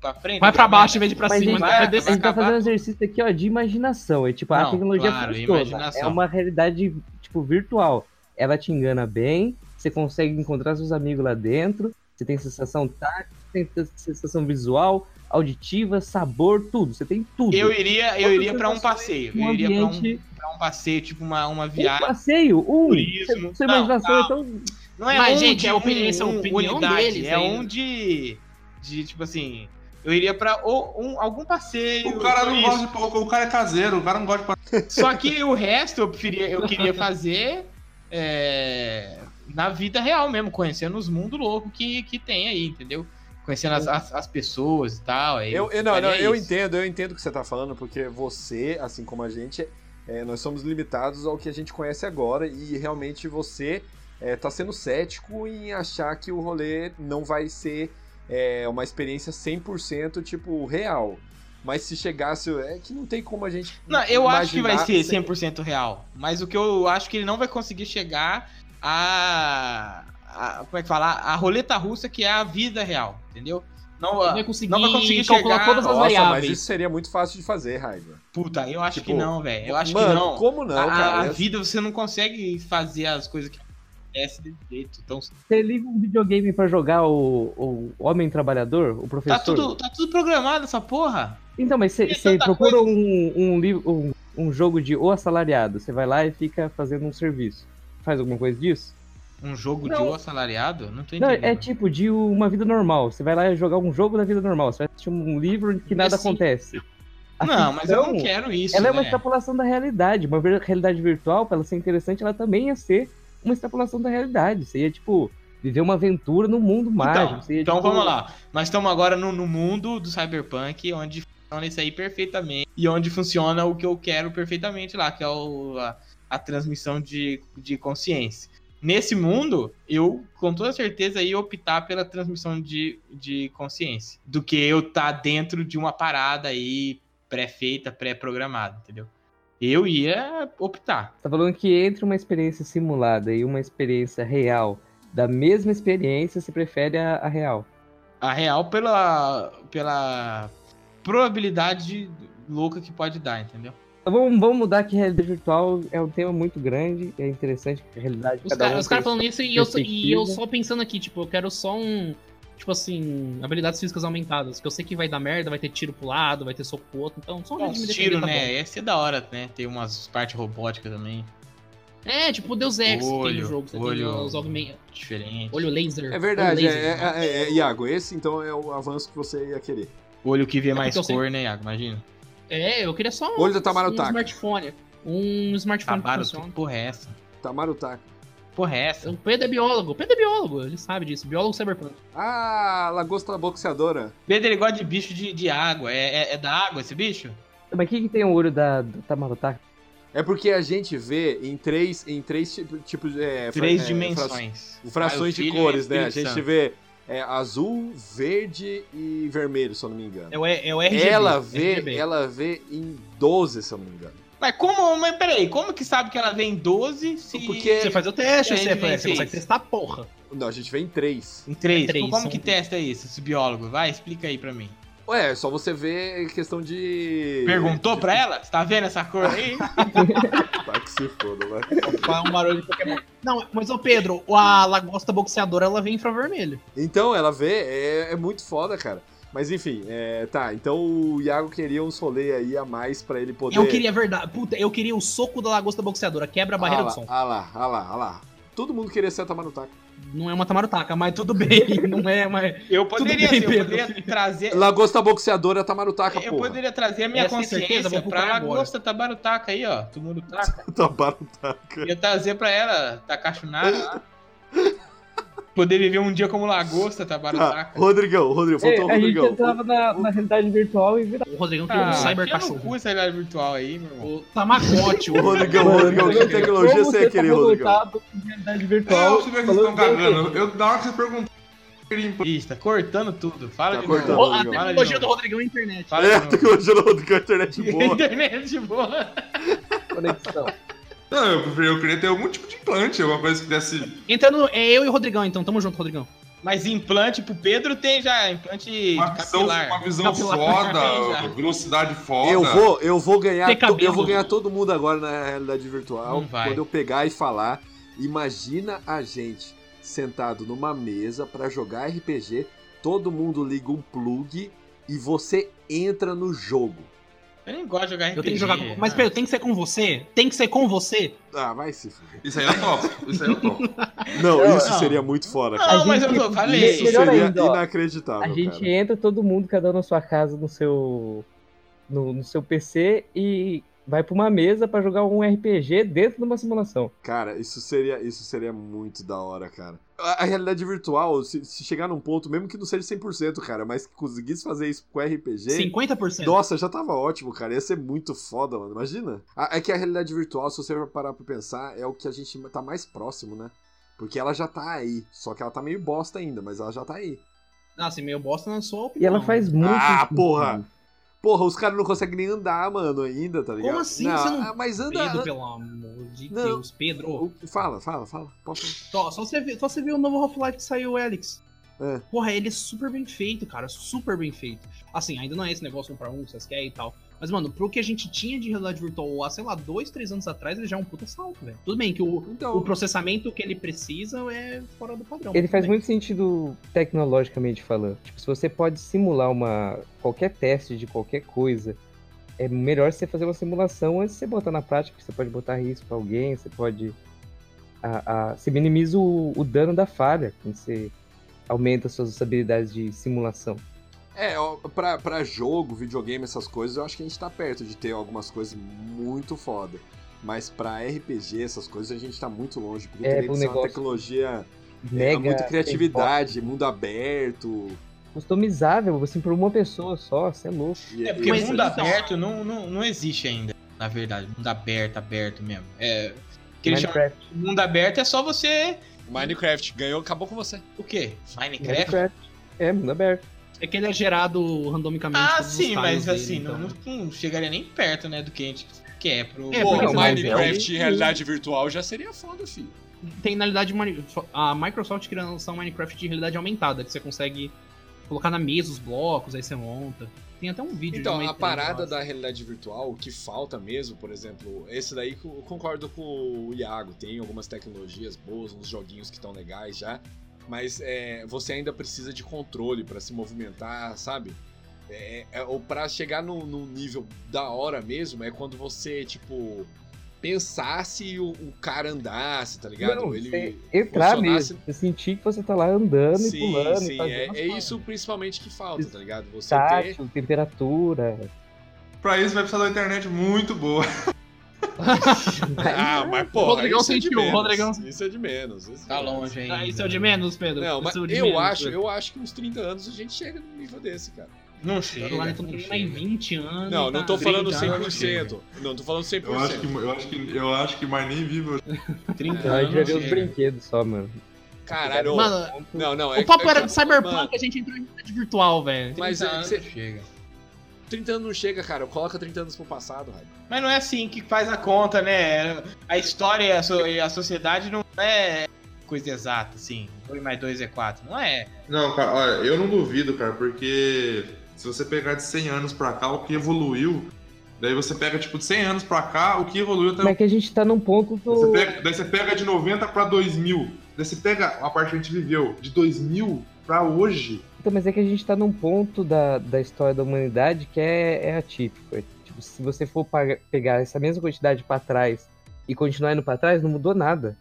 Speaker 5: pra frente?
Speaker 3: Vai pra baixo em vez de pra
Speaker 4: Mas,
Speaker 3: cima.
Speaker 4: gente,
Speaker 3: né?
Speaker 5: vai-
Speaker 3: Vai
Speaker 4: a
Speaker 3: descer.
Speaker 4: gente tá
Speaker 5: acabar.
Speaker 4: fazendo um exercício aqui, ó, de imaginação. É tipo,
Speaker 5: Não,
Speaker 4: a tecnologia
Speaker 5: claro,
Speaker 4: funciona. É
Speaker 5: imaginação.
Speaker 4: uma realidade, tipo, virtual. Ela te engana bem, você consegue encontrar seus amigos lá dentro, você tem sensação tática, tem t- sensação visual, auditiva, sabor, tudo. Você tem tudo.
Speaker 5: Eu iria, eu
Speaker 4: Outras
Speaker 5: iria pra um
Speaker 4: sensações,
Speaker 5: passeio.
Speaker 4: um
Speaker 5: Eu iria pra um,
Speaker 4: ambiente,
Speaker 5: pra um passeio, tipo uma, uma
Speaker 4: um
Speaker 5: viagem.
Speaker 4: passeio, um.
Speaker 5: turismo.
Speaker 4: Sua
Speaker 5: Não,
Speaker 4: imaginação
Speaker 5: não.
Speaker 4: é tão
Speaker 5: Não é
Speaker 3: Mas,
Speaker 5: um
Speaker 3: gente,
Speaker 5: de
Speaker 3: é opini- essa é a opinião deles
Speaker 5: É
Speaker 3: ainda.
Speaker 5: um de, de, tipo assim, eu iria pra ou um- algum passeio.
Speaker 10: O cara não
Speaker 5: turismo.
Speaker 10: gosta de pouco, o cara é caseiro, o cara não gosta de
Speaker 5: Só que o resto eu, preferia, eu queria fazer é, na vida real mesmo, conhecendo os mundos loucos que, que tem aí, entendeu? Conhecendo as, as, as pessoas e tal. aí
Speaker 2: Eu, eu- não, não,
Speaker 5: faria
Speaker 2: eu
Speaker 5: isso.
Speaker 2: entendo, eu entendo o que você tá falando, porque você, assim como a gente, é, nós somos limitados ao que a gente conhece agora e realmente você é, tá sendo cético em achar que o rolê não vai ser é, uma experiência 100% tipo real. Mas se chegasse, é que não tem como a gente.
Speaker 5: Não, eu acho que vai
Speaker 2: imaginar
Speaker 5: ser
Speaker 2: sem-
Speaker 5: 100% real. Mas o que eu acho que ele não vai conseguir chegar a, a- Como é que fala? A roleta russa que é a vida real, entendeu? Não, ah,
Speaker 3: Não
Speaker 5: a-
Speaker 3: vai conseguir,
Speaker 5: não vai conseguir
Speaker 3: calcular
Speaker 5: chegar-
Speaker 3: todas as
Speaker 2: Nossa, mas
Speaker 3: variáveis.
Speaker 2: isso seria muito fácil de fazer, Raiva.
Speaker 5: puta, eu acho
Speaker 2: Tipo,
Speaker 5: que não, velho. Eu acho que
Speaker 2: Mano,
Speaker 5: não.
Speaker 2: como não,
Speaker 5: a, a-
Speaker 2: cara?
Speaker 5: a
Speaker 2: É-
Speaker 5: vida você não consegue fazer as coisas que acontecem desse jeito. Então,
Speaker 4: Você liga um videogame pra jogar o, o Homem Trabalhador, o professor.
Speaker 5: tá, tudo, tá tudo programado essa porra.
Speaker 4: Então, mas
Speaker 5: É
Speaker 4: você
Speaker 5: tanta
Speaker 4: procura um, um, livro- um, um jogo de o assalariado, você vai lá e fica fazendo um serviço. Faz alguma coisa disso?
Speaker 5: Um jogo de
Speaker 4: Não.
Speaker 5: o assalariado? Não tô
Speaker 4: Não,
Speaker 5: entendendo.
Speaker 4: é tipo de uma vida normal. Você vai lá jogar um jogo da vida normal. Você vai assistir um livro em que nada
Speaker 5: Assim-
Speaker 4: acontece. A
Speaker 5: Não, mas eu não
Speaker 4: ficção,
Speaker 5: quero isso.
Speaker 4: assim, Ela é uma
Speaker 5: né?
Speaker 4: extrapolação da realidade. Uma ver- realidade virtual, pra ela ser interessante, ela também ia ser uma extrapolação da realidade. Você ia, tipo, viver uma aventura no mundo mágico.
Speaker 5: Então,
Speaker 4: você ia,
Speaker 5: então
Speaker 4: tipo,
Speaker 5: vamos lá. Nós estamos agora no, no mundo do cyberpunk, onde funciona isso aí perfeitamente. E onde funciona o que eu quero perfeitamente lá, que é o- a, a transmissão de, de consciência. Nesse mundo, eu com toda certeza ia optar pela transmissão de, de consciência. Do que eu estar dentro de uma parada aí pré-feita, pré-programada, entendeu? Eu ia optar.
Speaker 4: Tá falando que entre uma experiência simulada e uma experiência real, da mesma experiência, você prefere a, a real.
Speaker 5: A real pela, pela probabilidade louca que pode dar, entendeu?
Speaker 4: Então vamos, vamos mudar que realidade virtual é um tema muito grande, é interessante que a realidade
Speaker 3: Os
Speaker 4: cada um
Speaker 3: caras
Speaker 4: tem-
Speaker 3: falando isso e eu, só- e eu
Speaker 4: perspectiva.
Speaker 3: só pensando aqui, tipo, eu quero só um. tipo assim, habilidades físicas aumentadas. Que eu sei que vai dar merda, vai ter tiro pro lado, vai ter soco pro outro. Então, só um
Speaker 5: Bom,
Speaker 3: jeito de
Speaker 5: os
Speaker 3: me
Speaker 5: tiro,
Speaker 3: defender, tá
Speaker 5: né?
Speaker 3: bom.
Speaker 5: Ia ser da hora, né? Tem umas partes robóticas também.
Speaker 3: É, tipo Deus Ex que tem
Speaker 5: Olho,
Speaker 3: no jogo. Você
Speaker 5: olho.
Speaker 3: tem os augmen-
Speaker 5: Diferente.
Speaker 3: Olho laser.
Speaker 2: É verdade, é,
Speaker 3: olho laser.
Speaker 2: é- é- é- Iago, esse então é o avanço que você ia querer.
Speaker 5: Olho que vê mais
Speaker 3: É porque eu
Speaker 5: cor,
Speaker 3: sempre-
Speaker 5: né, Iago? Imagina.
Speaker 3: É, eu queria só um,
Speaker 2: Olho da Tamarotaka.
Speaker 3: um smartphone. Um smartphone
Speaker 5: Tabaru,
Speaker 3: que
Speaker 5: que
Speaker 3: funciona.
Speaker 5: porra é essa?
Speaker 2: Tamarutaka.
Speaker 5: Porra é essa?
Speaker 3: O Pedro é biólogo. O Pedro é biólogo, ele sabe disso. Biólogo cyberpunk.
Speaker 2: Ah, lagosta boxeadora.
Speaker 5: Pedro, ele gosta de bicho de, de água. É, é, é da água esse bicho?
Speaker 4: Mas quem que tem o olho da, da Tamarotaka?
Speaker 2: É porque a gente vê em três, em três tipo- tipos de. é, fra-
Speaker 5: Três
Speaker 2: é, fra-
Speaker 5: dimensões.
Speaker 2: Frações
Speaker 5: Aí o
Speaker 2: de
Speaker 5: filho é e
Speaker 2: cores, né? A
Speaker 5: Espírito
Speaker 2: gente
Speaker 5: Santo.
Speaker 2: vê é, azul, verde e vermelho, se eu não me engano.
Speaker 5: É o, é o RGB.
Speaker 2: Ela vê,
Speaker 5: RGB.
Speaker 2: ela vê em 12, se eu não me engano.
Speaker 5: Mas como, mas peraí, como que sabe que ela vem em 12 se...
Speaker 2: Porque-
Speaker 3: Você faz o teste,
Speaker 5: É,
Speaker 3: você,
Speaker 5: ele vem
Speaker 3: você consegue
Speaker 5: seis.
Speaker 3: testar a porra.
Speaker 2: Não, a gente vê em 3.
Speaker 5: Em 3,
Speaker 3: É três,
Speaker 5: como
Speaker 3: são
Speaker 5: que
Speaker 3: três.
Speaker 5: testa isso, esse biólogo? Vai, explica aí pra mim.
Speaker 2: Ué, é só você ver questão de.
Speaker 5: Perguntou pra ela? Você tá vendo essa cor aí?
Speaker 2: Tá que se foda, vai.
Speaker 3: Faz um barulho de Pokémon. Não, mas ô Pedro, a lagosta boxeadora ela vem infravermelho.
Speaker 2: Então, ela vê, é, é muito foda, cara. Mas enfim, é, tá. Então o Iago queria uns rolê aí a mais pra ele poder.
Speaker 3: Eu queria verdade. Puta, eu queria o soco da lagosta boxeadora. Quebra a barreira
Speaker 2: ah,
Speaker 3: do
Speaker 2: lá,
Speaker 3: som.
Speaker 2: ah lá, ah lá, ah lá. Todo mundo queria ser a Tamarutaka.
Speaker 3: Não é uma tamarutaca, mas tudo bem. Não é, mas.
Speaker 5: Eu poderia,
Speaker 3: Tudo bem,
Speaker 5: ser, eu
Speaker 3: Pedro.
Speaker 5: poderia trazer...
Speaker 2: Lagosta boxeadora,
Speaker 3: É,
Speaker 2: Tamarutaka,
Speaker 5: Eu
Speaker 2: porra.
Speaker 5: poderia trazer a minha
Speaker 3: Essa tem certeza?
Speaker 5: consciência
Speaker 3: Vou
Speaker 5: pra
Speaker 3: procurar agora.
Speaker 5: lagosta tabarutaca aí, ó. Todo mundo
Speaker 3: tá
Speaker 5: taca.
Speaker 2: Tamarutaka.
Speaker 5: Ia trazer pra ela, tacachunara lá. Poder viver um dia como lagosta
Speaker 2: Tá,
Speaker 5: tabarutaca.
Speaker 2: Rodrigão, Rodrigão, faltou o
Speaker 4: É, a gente tá-
Speaker 2: Rodrigão.
Speaker 4: entrava na, na realidade virtual e virava.
Speaker 3: O Rodrigão tem um
Speaker 5: Ah,
Speaker 3: cyber
Speaker 5: enfia no cu
Speaker 3: cachorro.
Speaker 5: essa realidade virtual aí, meu irmão.
Speaker 3: O Tamagotchi.
Speaker 2: Ô, Rodrigão, Rodrigão, que tecnologia você
Speaker 4: tá
Speaker 2: ia querer, Rodrigão?
Speaker 4: Na realidade
Speaker 10: É,
Speaker 4: virtual.
Speaker 10: os primeiros que
Speaker 4: falando
Speaker 10: estão cagando. Eu, na hora que você perguntou, eu queria impor-
Speaker 5: Ih, tá cortando tudo. Fala
Speaker 2: Tá
Speaker 5: de
Speaker 2: cortando.
Speaker 5: novo.
Speaker 3: Ô, a
Speaker 2: Rodrigão.
Speaker 3: tecnologia do Rodrigão é a internet.
Speaker 5: Fala
Speaker 2: É, a
Speaker 5: de novo.
Speaker 2: tecnologia do Rodrigão, internet boa.
Speaker 5: Internet de boa.
Speaker 4: conexão.
Speaker 10: Não, eu, preferia- eu queria ter algum tipo de implante, alguma coisa que desse
Speaker 3: Entrando. É eu e o Rodrigão, então. Tamo junto, Rodrigão.
Speaker 5: Mas implante pro Pedro tem já, implante
Speaker 10: uma visão, uma
Speaker 5: capilar.
Speaker 10: visão
Speaker 3: Capilar.
Speaker 10: foda, velocidade foda.
Speaker 2: Eu vou, eu vou ganhar,
Speaker 3: Tem
Speaker 2: to- eu
Speaker 3: cabelo.
Speaker 2: vou ganhar todo mundo agora na realidade virtual.
Speaker 5: Não vai.
Speaker 2: Quando eu pegar e falar, imagina a gente sentado numa mesa pra jogar RPG, todo mundo liga um plug e você entra no jogo.
Speaker 5: Eu nem gosto de jogar RPG.
Speaker 3: Eu tenho que jogar com. Mas,
Speaker 5: Ah.
Speaker 3: Pedro, tem que ser com você? Tem que ser com você?
Speaker 2: Ah, vai se fuder.
Speaker 10: Isso aí eu topo, isso aí é eu topo.
Speaker 2: Não,
Speaker 4: Não,
Speaker 2: isso
Speaker 5: não.
Speaker 2: seria muito fora, cara.
Speaker 5: Não,
Speaker 4: A
Speaker 5: mas
Speaker 4: gente-
Speaker 5: eu tô, falei.
Speaker 2: Isso
Speaker 4: Isso, melhor
Speaker 2: seria
Speaker 4: ainda, ó.
Speaker 2: inacreditável,
Speaker 4: A gente
Speaker 2: Ah, cara.
Speaker 4: entra todo mundo, cada um na sua casa, no seu. No, no seu PC e vai pra uma mesa pra jogar um RPG dentro de uma simulação.
Speaker 2: Cara, isso seria, isso seria muito da hora, cara. A, a realidade virtual, se, se chegar num ponto, mesmo que não seja 100%, cara, mas que conseguisse fazer isso com RPG,
Speaker 3: 50%.
Speaker 2: Nossa, já tava ótimo, cara. Ia ser muito foda, mano. Imagina. A- É que a realidade virtual, se você parar pra pensar, é o que a gente tá mais próximo, né? Porque ela já tá aí. Só que ela tá meio bosta ainda, mas ela já tá aí.
Speaker 3: Ah, assim, meio bosta na sua
Speaker 4: E
Speaker 3: opinião.
Speaker 4: ela faz muito.
Speaker 2: Ah,
Speaker 4: isso,
Speaker 2: porra!
Speaker 4: cara.
Speaker 2: Porra, os caras não conseguem nem andar, mano, ainda, tá ligado?
Speaker 3: assim você não-
Speaker 2: ah, Mas anda.
Speaker 3: Pedro,
Speaker 2: anda-
Speaker 3: pelo amor de
Speaker 2: Não.
Speaker 3: Deus, Pedro.
Speaker 2: o- Fala, fala, fala. Pode falar.
Speaker 3: Só, só, você vê, só você vê o novo Half-Life que saiu, Alex.
Speaker 2: É.
Speaker 3: Porra, ele é super bem feito, cara. Super bem feito. Assim, ainda não é esse negócio um pra um, vocês querem e tal. Mas, mano, pro que a gente tinha de realidade virtual há, sei lá, dois, três anos atrás, ele já é um puta salto, velho. Tudo bem que o,
Speaker 2: Então.
Speaker 3: o processamento que ele precisa é fora do padrão.
Speaker 4: Ele faz
Speaker 3: tudo bem.
Speaker 4: muito sentido tecnologicamente falando. Tipo, se você pode simular uma qualquer teste de qualquer coisa, é melhor você fazer uma simulação antes de você botar na prática, porque você pode botar risco pra alguém, você pode. A, a- você minimiza o, o dano da falha quando você aumenta suas habilidades de simulação.
Speaker 2: É, ó, pra, pra jogo, videogame, essas coisas, eu acho que a gente tá perto de ter algumas coisas muito foda. Mas pra RPG, essas coisas, a gente tá muito longe. Porque
Speaker 4: É,
Speaker 2: teria
Speaker 4: pro
Speaker 2: que ser uma
Speaker 4: negócio-
Speaker 2: tecnologia.
Speaker 4: Mega.
Speaker 2: é muita criatividade, mundo aberto.
Speaker 4: Customizável, assim, por uma pessoa só, você é louco.
Speaker 2: e-
Speaker 5: É porque
Speaker 2: e-
Speaker 5: mundo
Speaker 3: então-
Speaker 5: aberto não, não, não existe ainda, na verdade. Mundo aberto, aberto mesmo. É. O que eles chamam
Speaker 4: Minecraft.
Speaker 5: de mundo aberto é só você.
Speaker 13: Minecraft ganhou, acabou com você.
Speaker 5: O quê? Minecraft?
Speaker 4: Minecraft. É, mundo aberto.
Speaker 3: É que ele é gerado randomicamente.
Speaker 5: Ah,
Speaker 3: todos os
Speaker 5: sim,
Speaker 3: tiles
Speaker 5: mas
Speaker 3: dele,
Speaker 5: assim,
Speaker 3: então,
Speaker 5: não,
Speaker 3: né?
Speaker 5: não- não chegaria nem perto, né, do que a gente quer pro. tá
Speaker 3: É,
Speaker 13: Pô,
Speaker 3: porque
Speaker 4: você vai ver
Speaker 13: Minecraft
Speaker 4: alguém-
Speaker 13: em realidade virtual já seria foda, filho.
Speaker 3: Tem, na realidade, mani- a Microsoft queria lançar um Minecraft de realidade aumentada, que você consegue colocar na mesa os blocos, aí você monta. Tem até um vídeo
Speaker 13: Então,
Speaker 3: de uma
Speaker 13: a parada
Speaker 3: da
Speaker 13: da realidade virtual, o que falta mesmo, por exemplo, esse daí co- eu concordo com o Iago, tem algumas tecnologias boas, uns joguinhos que estão legais já.
Speaker 2: mas é, você ainda precisa de controle para se movimentar, sabe? É, é, ou para chegar num, num nível da hora mesmo, é quando você, tipo, pensasse e o, o cara andasse, tá ligado?
Speaker 4: Não, é entrar
Speaker 2: funcionasse-
Speaker 4: mesmo. Eu senti que você tá lá andando e
Speaker 2: assim? Sim,
Speaker 4: pulando e
Speaker 2: sim,
Speaker 4: fazendo
Speaker 2: é, é
Speaker 4: as coisas.
Speaker 2: isso principalmente que falta, tá ligado? Você ter
Speaker 4: Tátil, temperatura.
Speaker 10: Pra isso vai precisar da internet muito boa.
Speaker 2: Ah, mas pô,
Speaker 3: Rodrigão
Speaker 2: isso é de
Speaker 3: sentiu,
Speaker 2: menos,
Speaker 3: Rodrigão-
Speaker 2: Isso é de menos. isso é de
Speaker 5: Tá
Speaker 2: menos.
Speaker 5: longe ainda.
Speaker 3: Ah, isso é o de menos, Pedro.
Speaker 2: Não, mas
Speaker 3: Isso é o de
Speaker 2: eu
Speaker 3: menos,
Speaker 2: acho,
Speaker 3: Pedro.
Speaker 2: eu acho que uns 30 anos a gente chega num nível desse, cara.
Speaker 5: Não
Speaker 3: Lá
Speaker 5: chega.
Speaker 3: então tem mais 20 anos.
Speaker 2: Não,
Speaker 3: e
Speaker 2: não
Speaker 3: tá-
Speaker 2: tô falando
Speaker 5: 30 anos
Speaker 2: 100%. Não tô falando 100%.
Speaker 10: Eu acho que, eu acho que, eu acho que mais nem vivo.
Speaker 5: 30
Speaker 4: Então, a gente
Speaker 5: anos.
Speaker 4: vai ver os
Speaker 5: chega.
Speaker 4: brinquedos só, mano.
Speaker 5: Então-
Speaker 2: Caralho,
Speaker 3: Mano,
Speaker 2: não, não, é
Speaker 3: o papo
Speaker 2: é
Speaker 3: era
Speaker 2: que-
Speaker 3: Cyberpunk,
Speaker 2: mano,
Speaker 3: a gente entrou em realidade virtual, velho.
Speaker 2: Mas
Speaker 5: 30 anos
Speaker 2: é que
Speaker 5: chega.
Speaker 2: 30 anos não chega, cara. Coloca 30 anos pro passado, Raio.
Speaker 5: Mas não é assim que faz a conta, né? A história e a, so- e a sociedade não é coisa exata, assim. 2 mais 2 é 4. Não é.
Speaker 10: Não, cara, olha, eu não duvido, cara, porque se você pegar de 100 anos pra cá, o que evoluiu, daí você pega, tipo, de 100 anos pra cá, o que evoluiu até
Speaker 4: Como é que a gente tá num ponto
Speaker 10: Você
Speaker 4: do.
Speaker 10: pega, daí você pega de 90 pra 2000. Daí você pega a parte que a gente viveu de 2000 pra hoje.
Speaker 4: Então, mas é que a gente tá num ponto da, da história da humanidade que é, é atípico. É, tipo, se você for pa- pegar essa mesma quantidade pra trás e continuar indo pra trás, não mudou nada.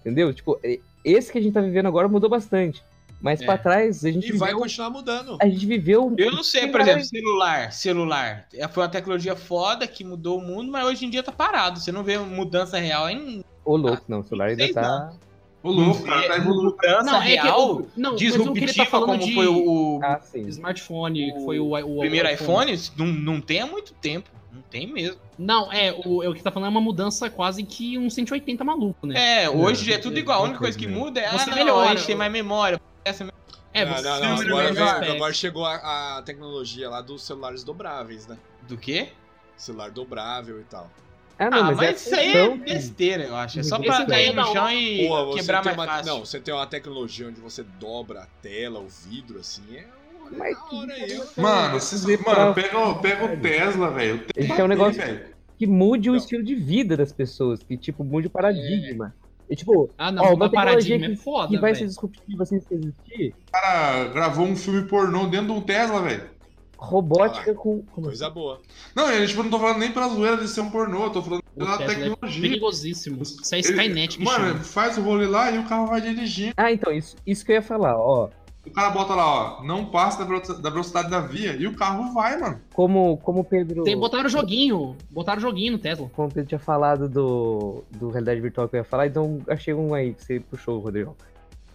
Speaker 4: Entendeu? Tipo, é- esse que a gente tá vivendo agora mudou bastante. Mas
Speaker 5: É.
Speaker 4: pra trás, a gente
Speaker 2: E vai
Speaker 4: viveu.
Speaker 2: continuar mudando.
Speaker 4: A gente viveu.
Speaker 5: Eu não sei,
Speaker 4: Tem
Speaker 5: por exemplo,
Speaker 4: várias-
Speaker 5: celular. Celular. É, Foi uma tecnologia foda que mudou o mundo, mas hoje em dia tá parado. Você não vê mudança real em.
Speaker 4: Ô, louco, não, o celular ainda
Speaker 5: Seis
Speaker 4: tá.
Speaker 10: Ô,
Speaker 3: Hum,
Speaker 10: louco, cara,
Speaker 3: é,
Speaker 10: tá evoluindo.
Speaker 5: Mudança
Speaker 3: não, é que
Speaker 5: real.
Speaker 3: o, não, mas o que ele
Speaker 5: disruptiva,
Speaker 3: tá falando
Speaker 5: como
Speaker 3: de
Speaker 5: foi o, o
Speaker 4: Ah, sim.
Speaker 3: smartphone, que foi o, o- o
Speaker 5: primeiro iPhone, não, não tem há muito tempo. Não tem mesmo.
Speaker 3: Não, é, o, é, o que tá falando é uma mudança quase que um 180 maluco, né?
Speaker 5: É, hoje
Speaker 10: É,
Speaker 5: é tudo igual. A única
Speaker 10: é,
Speaker 5: coisa que
Speaker 10: é.
Speaker 5: muda é.
Speaker 3: Você
Speaker 5: ah, não,
Speaker 3: melhora.
Speaker 5: a gente tem mais memória.
Speaker 3: É,
Speaker 2: não,
Speaker 3: você
Speaker 2: não,
Speaker 3: tem
Speaker 2: não.
Speaker 3: um
Speaker 2: Agora,
Speaker 3: melhor
Speaker 2: veio-
Speaker 3: aspecto.
Speaker 2: agora chegou a, a tecnologia lá dos celulares dobráveis, né?
Speaker 5: Do quê?
Speaker 2: Celular dobrável e tal.
Speaker 4: Ah, não,
Speaker 5: Ah,
Speaker 4: mas,
Speaker 5: mas,
Speaker 4: é a
Speaker 5: isso aí é
Speaker 4: função que-
Speaker 5: besteira, eu acho. É só
Speaker 4: Esse
Speaker 5: pra
Speaker 3: daí
Speaker 5: cair
Speaker 3: dá
Speaker 5: no
Speaker 3: uma-
Speaker 5: chão e
Speaker 2: Porra, você
Speaker 5: quebrar
Speaker 2: tem
Speaker 5: mais
Speaker 2: uma,
Speaker 5: fácil.
Speaker 2: Não, você tem uma tecnologia onde você dobra a tela, o vidro, assim, é uma
Speaker 4: Mas
Speaker 2: da hora aí. ó.
Speaker 3: é,
Speaker 10: Mano, se- mano pega, o- pega o Tesla, velho. Tem
Speaker 4: Ele
Speaker 10: que
Speaker 4: quer um
Speaker 10: bater,
Speaker 4: negócio-
Speaker 10: velho.
Speaker 4: que mude o
Speaker 2: Não.
Speaker 4: estilo de vida das pessoas, que tipo, mude o paradigma. E tipo,
Speaker 3: Ah, não,
Speaker 4: Ó,
Speaker 3: uma
Speaker 4: uma tecnologia
Speaker 3: paradinha é foda,
Speaker 4: que vai ser
Speaker 3: velho.
Speaker 4: disruptivo assim se existir?
Speaker 10: O cara gravou um filme pornô dentro de um Tesla, velho.
Speaker 4: Robótica com. Como
Speaker 2: Coisa boa.
Speaker 10: Não, eu tipo, não tô falando nem pra zoeira de ser um pornô, eu tô falando
Speaker 3: O
Speaker 10: da
Speaker 3: Tesla é
Speaker 10: tecnologia.
Speaker 3: Perigosíssimo. Isso é
Speaker 10: Ele-
Speaker 3: Skynet, que
Speaker 10: Mano,
Speaker 3: chama.
Speaker 10: faz o rolê lá e o carro vai dirigindo.
Speaker 4: Ah, então, isso, isso que eu ia falar, ó.
Speaker 10: O cara bota lá, ó, não passa da velo- da velocidade da via e o carro vai, mano.
Speaker 4: Como, como o Pedro.
Speaker 3: Tem, botaram o joguinho. Botaram o joguinho no Tesla.
Speaker 4: Como o Pedro tinha falado do, do realidade virtual que eu ia falar, então achei um aí que você puxou, Rodrigo.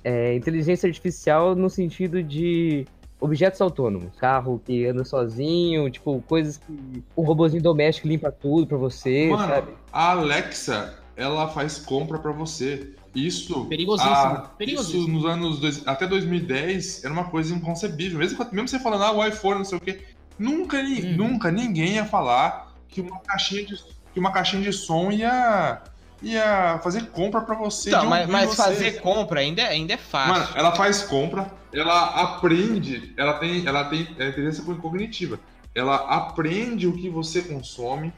Speaker 4: É, inteligência artificial no sentido de objetos autônomos. Carro que anda sozinho, tipo, coisas que. O robozinho doméstico limpa tudo pra você,
Speaker 10: Mano,
Speaker 4: sabe?
Speaker 10: a Alexa, ela faz compra pra você. Isso.
Speaker 3: Perigosíssimo,
Speaker 10: ah,
Speaker 3: perigosíssimo.
Speaker 10: Isso nos anos. dois- até 2010 era uma coisa inconcebível. Mesmo, quando- mesmo você falando, ah, o iPhone, não sei o quê. Nunca, ni-
Speaker 3: Uhum.
Speaker 10: nunca ninguém ia falar que uma caixinha de, que uma caixinha de som ia, ia fazer compra pra você.
Speaker 5: Então,
Speaker 2: um
Speaker 10: de
Speaker 5: mas,
Speaker 10: ouvir
Speaker 5: mas
Speaker 10: você.
Speaker 5: fazer compra ainda, é- ainda é fácil.
Speaker 10: Mano, ela faz compra, ela aprende, ela tem, ela tem é, inteligência cognitiva. Ela aprende o que você consome,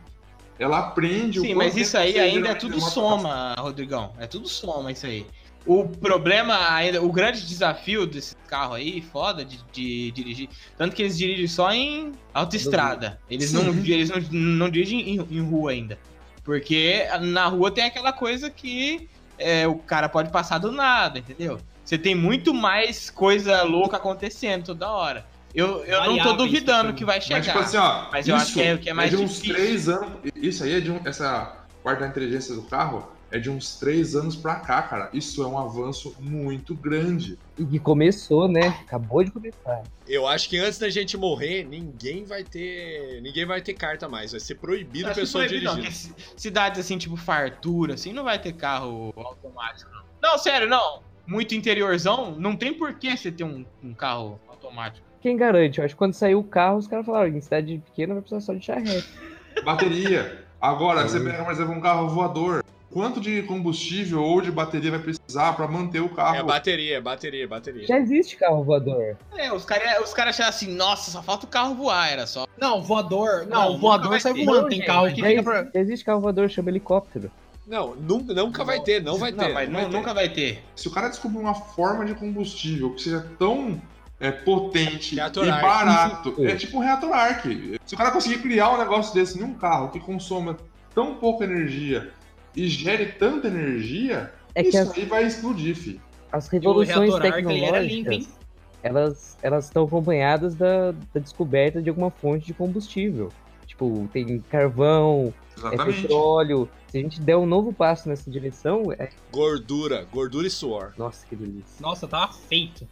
Speaker 10: ela aprende o
Speaker 5: Sim,
Speaker 10: que
Speaker 5: mas isso aí ainda é tudo soma, Rodrigão. É tudo soma isso aí. O problema ainda, o grande desafio desse carro aí, foda de, de dirigir, tanto que eles dirigem só em autoestrada. Eles não,
Speaker 10: Uhum. Sim.
Speaker 5: eles não, não dirigem em, em rua ainda. Porque na rua tem aquela coisa que é, o cara pode passar do nada, entendeu? Você tem muito mais coisa louca acontecendo toda hora. Eu, eu não tô
Speaker 3: Variáveis,
Speaker 5: duvidando
Speaker 3: tipo,
Speaker 5: que vai
Speaker 10: Mas,
Speaker 5: chegar.
Speaker 10: tipo assim, ó,
Speaker 5: Mas eu acho que é- que é mais
Speaker 10: de uns
Speaker 5: difícil.
Speaker 10: três anos. Isso aí é de um, essa parte da inteligência do carro é de uns três anos pra cá, cara. Isso é um avanço muito grande.
Speaker 4: E que começou, né? Acabou de começar.
Speaker 2: Eu acho que antes da gente morrer, ninguém vai ter. Ninguém vai ter carta mais. Vai ser proibido a
Speaker 5: Acho que
Speaker 2: pessoa
Speaker 5: proibido, não,
Speaker 2: dirigir.
Speaker 5: porque ci- cidades assim, tipo fartura, assim, não vai ter carro automático. Não, não sério, não. Muito interiorzão, não tem porquê você ter um, um carro automático.
Speaker 4: Quem garante? Eu acho que quando saiu o carro, os caras falaram, em cidade pequena vai precisar só de charrete.
Speaker 10: Bateria.
Speaker 5: É
Speaker 10: Agora, você pega, por exemplo, um carro voador. Quanto de combustível ou de bateria vai precisar pra manter o carro?
Speaker 2: É bateria, é bateria, é bateria.
Speaker 4: Já existe carro voador.
Speaker 5: É, os caras os cara acharam assim, nossa, só falta o carro voar, era só.
Speaker 3: Não, voador.
Speaker 5: Não,
Speaker 3: Não,
Speaker 5: nunca
Speaker 3: voador
Speaker 5: vai
Speaker 3: sai
Speaker 5: ter.
Speaker 3: voando. Tem
Speaker 4: Não,
Speaker 3: carro
Speaker 4: gente,
Speaker 3: que
Speaker 10: é
Speaker 4: já
Speaker 3: fica
Speaker 4: existe,
Speaker 3: pra.
Speaker 4: já existe carro voador, chama helicóptero.
Speaker 2: Não, nunca, nunca vai ter, não vai ter.
Speaker 5: Não, mas
Speaker 2: não vai
Speaker 5: nu- nunca vai ter.
Speaker 10: Se o cara descobrir uma forma de combustível que seja tão é, potente
Speaker 13: Reator
Speaker 10: e
Speaker 13: arc.
Speaker 10: barato,
Speaker 4: É.
Speaker 10: é tipo um reator arc. Se o cara conseguir criar um negócio desse em um carro que consoma tão pouca energia e gere tanta energia,
Speaker 4: É que
Speaker 10: isso
Speaker 4: as,
Speaker 10: aí vai explodir, fi.
Speaker 4: as
Speaker 12: E
Speaker 4: revoluções
Speaker 12: o reator Arc, ele era limpo,
Speaker 4: tecnológicas, elas elas estão acompanhadas da, da descoberta de alguma fonte de combustível. Tipo, tem carvão, é
Speaker 10: Exatamente.
Speaker 4: petróleo. Se a gente der um novo passo nessa direção, é...
Speaker 2: Gordura, gordura e suor.
Speaker 4: nossa, que delícia.
Speaker 12: Nossa, tava feito.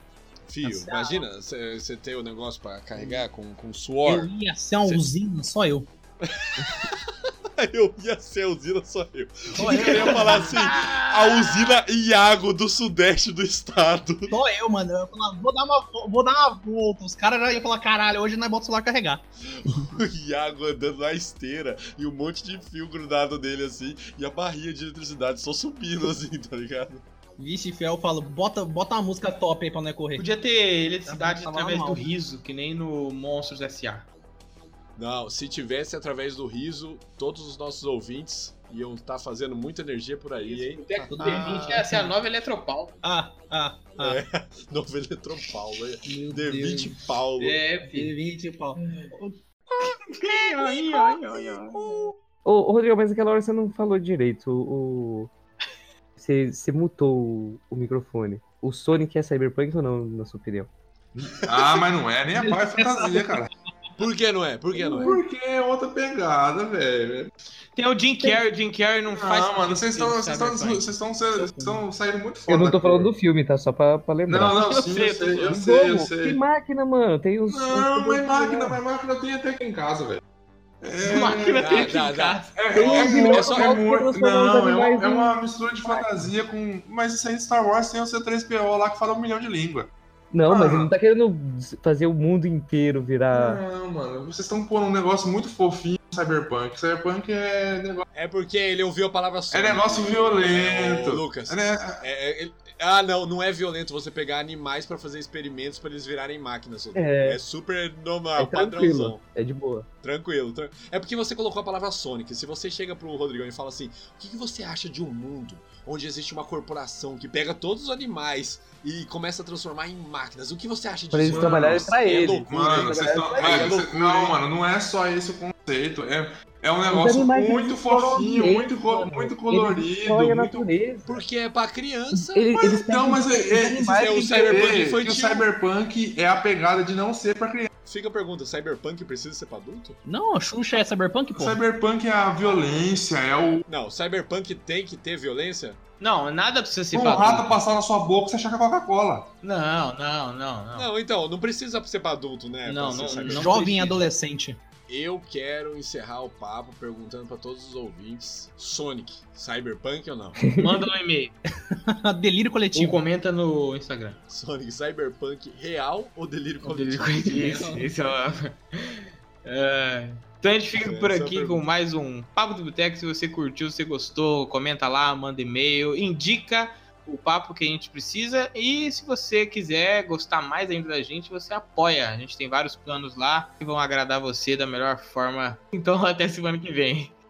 Speaker 2: Fio,
Speaker 12: Nossa.
Speaker 2: imagina você ter o negócio pra carregar com, com
Speaker 12: Eu
Speaker 2: suor.
Speaker 12: ia ser uma
Speaker 2: Cê-
Speaker 12: usina, só eu.
Speaker 2: Eu ia ser a usina, só eu.
Speaker 12: Só
Speaker 2: Eu
Speaker 12: eu,
Speaker 2: queria falar assim, a usina Iago do sudeste do estado.
Speaker 12: só eu, mano. Eu ia falar, vou dar uma, vo- vou dar uma volta. Os caras já iam falar, caralho, hoje nós bota o celular carregar.
Speaker 2: O Iago andando na esteira e um monte de fio grudado nele assim, e a barrinha de eletricidade só subindo assim, tá ligado?
Speaker 12: Vixe, fiel, eu falo, bota, bota uma música top aí pra nós correr.
Speaker 5: Podia ter eletricidade
Speaker 12: Tava
Speaker 5: através
Speaker 12: normal.
Speaker 5: do riso, que nem no Monstros S.A.
Speaker 2: Não, se tivesse através do riso, todos os nossos ouvintes iam estar fazendo muita energia por aí, hein?
Speaker 5: Boteco do
Speaker 12: Ah.
Speaker 5: D20 ia
Speaker 3: é
Speaker 5: ser é assim, a nova Eletropaulo.
Speaker 12: Ah, ah, ah.
Speaker 2: É. Novo Eletropaulo, hein?
Speaker 12: Meu Deus.
Speaker 2: D20 Paulo.
Speaker 5: É, filho.
Speaker 12: D20, pau.
Speaker 4: Ô, ô, Rodrigo, mas naquela hora você não falou direito. O, o- Você, você mutou o, o microfone. O Sonic é cyberpunk ou não, na sua opinião?
Speaker 10: Ah, mas não é, nem a parte é fantasia, cara.
Speaker 2: Por que não é? Por que não é?
Speaker 10: Porque é outra pegada, velho.
Speaker 5: Tem o Jim Carrey, o Jim Carrey não
Speaker 10: Ah,
Speaker 5: faz.
Speaker 10: mano, vocês estão- vocês estão-
Speaker 5: Cyberpunk.
Speaker 10: vocês estão se- vocês estão saindo muito fora.
Speaker 4: Eu não tô
Speaker 10: da
Speaker 4: falando
Speaker 10: curva.
Speaker 4: do filme, tá? Só pra, pra lembrar.
Speaker 10: Não, não,
Speaker 5: Eu
Speaker 10: sim,
Speaker 5: sei,
Speaker 10: eu sei, eu
Speaker 4: Como?
Speaker 10: sei, eu sei.
Speaker 4: Que máquina, mano? Tem os.
Speaker 10: Não,
Speaker 4: os-
Speaker 10: mas máquina, mas máquina eu tenho até aqui em casa, velho. É,
Speaker 5: Máquina tem
Speaker 2: Dá,
Speaker 5: aqui
Speaker 2: dá,
Speaker 5: em
Speaker 2: dá.
Speaker 5: casa.
Speaker 10: É, é,
Speaker 4: Sim,
Speaker 10: é,
Speaker 4: é só-
Speaker 10: é muito-
Speaker 4: é só
Speaker 10: Não, é uma,
Speaker 4: animais,
Speaker 10: é uma mistura de fantasia com. Mas isso aí, Star Wars tem o C3PO lá que fala um milhão de língua.
Speaker 4: Não, mas ele não tá querendo fazer o mundo inteiro virar.
Speaker 10: Não, mano, vocês estão pondo um negócio muito fofinho no Cyberpunk. Cyberpunk é negócio,
Speaker 2: É porque ele ouviu a palavra
Speaker 10: é
Speaker 2: Sonic.
Speaker 10: negócio
Speaker 2: Ô,
Speaker 10: violento.
Speaker 2: Lucas.
Speaker 10: É, né?
Speaker 2: É, é, ele- Ah, não, não é violento você pegar animais pra fazer experimentos pra eles virarem máquinas. Rodrigo.
Speaker 4: É.
Speaker 2: É super
Speaker 4: É,
Speaker 2: normal,
Speaker 4: tranquilo.
Speaker 2: padrãozão.
Speaker 4: É de boa.
Speaker 2: Tranquilo. tran- É porque você colocou a palavra Sonic. Se você chega pro Rodrigão e fala assim: o que, que você acha de um mundo onde existe uma corporação que pega todos os animais e começa a transformar em máquinas? O que você acha disso?
Speaker 4: Pra eles
Speaker 10: Mano,
Speaker 4: trabalharem
Speaker 2: isso
Speaker 4: pra
Speaker 2: é
Speaker 4: ele.
Speaker 2: loucura,
Speaker 10: Mano, vocês estão.
Speaker 2: É
Speaker 10: mano,
Speaker 2: loucura,
Speaker 10: cê- Não,
Speaker 2: hein?
Speaker 10: mano, não é só esse o conceito. É, é um negócio
Speaker 4: animais,
Speaker 10: muito
Speaker 4: eles exploram
Speaker 10: fofinho,
Speaker 4: bem,
Speaker 10: muito, co-
Speaker 4: mano.
Speaker 10: muito
Speaker 4: Eles
Speaker 10: colorido.
Speaker 4: destroem a
Speaker 10: muito...
Speaker 4: natureza.
Speaker 2: Porque é pra criança.
Speaker 4: Ele- eles
Speaker 10: Não,
Speaker 4: pegam
Speaker 10: mas é, é,
Speaker 4: esses
Speaker 10: vocês
Speaker 2: é o
Speaker 10: têm que
Speaker 2: cyberpunk
Speaker 10: entender que
Speaker 2: infantil.
Speaker 10: o cyberpunk é a pegada de não ser pra criança.
Speaker 2: Fica a pergunta: Cyberpunk precisa ser pra adulto?
Speaker 12: Não, a Xuxa é cyberpunk, pô.
Speaker 10: Cyberpunk é a violência, é o
Speaker 2: Não, Cyberpunk tem que ter violência?
Speaker 5: Não, nada precisa ser
Speaker 10: um
Speaker 5: pra
Speaker 10: rato
Speaker 5: adulto.
Speaker 10: passar na sua boca você achar que é Coca-Cola.
Speaker 5: Não, não, não, não.
Speaker 2: Não, então, não precisa ser pra adulto, né?
Speaker 5: Não,
Speaker 2: pra ser
Speaker 5: não,
Speaker 2: cyberpunk.
Speaker 5: não.
Speaker 12: Jovem
Speaker 5: precisa.
Speaker 12: adolescente.
Speaker 2: Eu quero encerrar o papo perguntando pra todos os ouvintes: Sonic, Cyberpunk ou não?
Speaker 5: Manda um e-mail.
Speaker 12: Delírio
Speaker 5: Ou
Speaker 2: Um
Speaker 12: coletivo.
Speaker 5: comenta no Instagram.
Speaker 2: Sonic Cyberpunk real ou delírio coletivo?
Speaker 5: Esse- esse é o- É, Então a gente fica
Speaker 2: Essa
Speaker 5: por
Speaker 2: é a
Speaker 5: aqui com
Speaker 2: pergunta.
Speaker 5: mais um Papo do Boteco. Se você curtiu, se gostou, comenta lá, manda e-mail, indica o papo que a gente precisa. E se você quiser gostar mais ainda da gente, você apoia. A gente tem vários planos lá que vão agradar você da melhor forma. Então até semana que vem.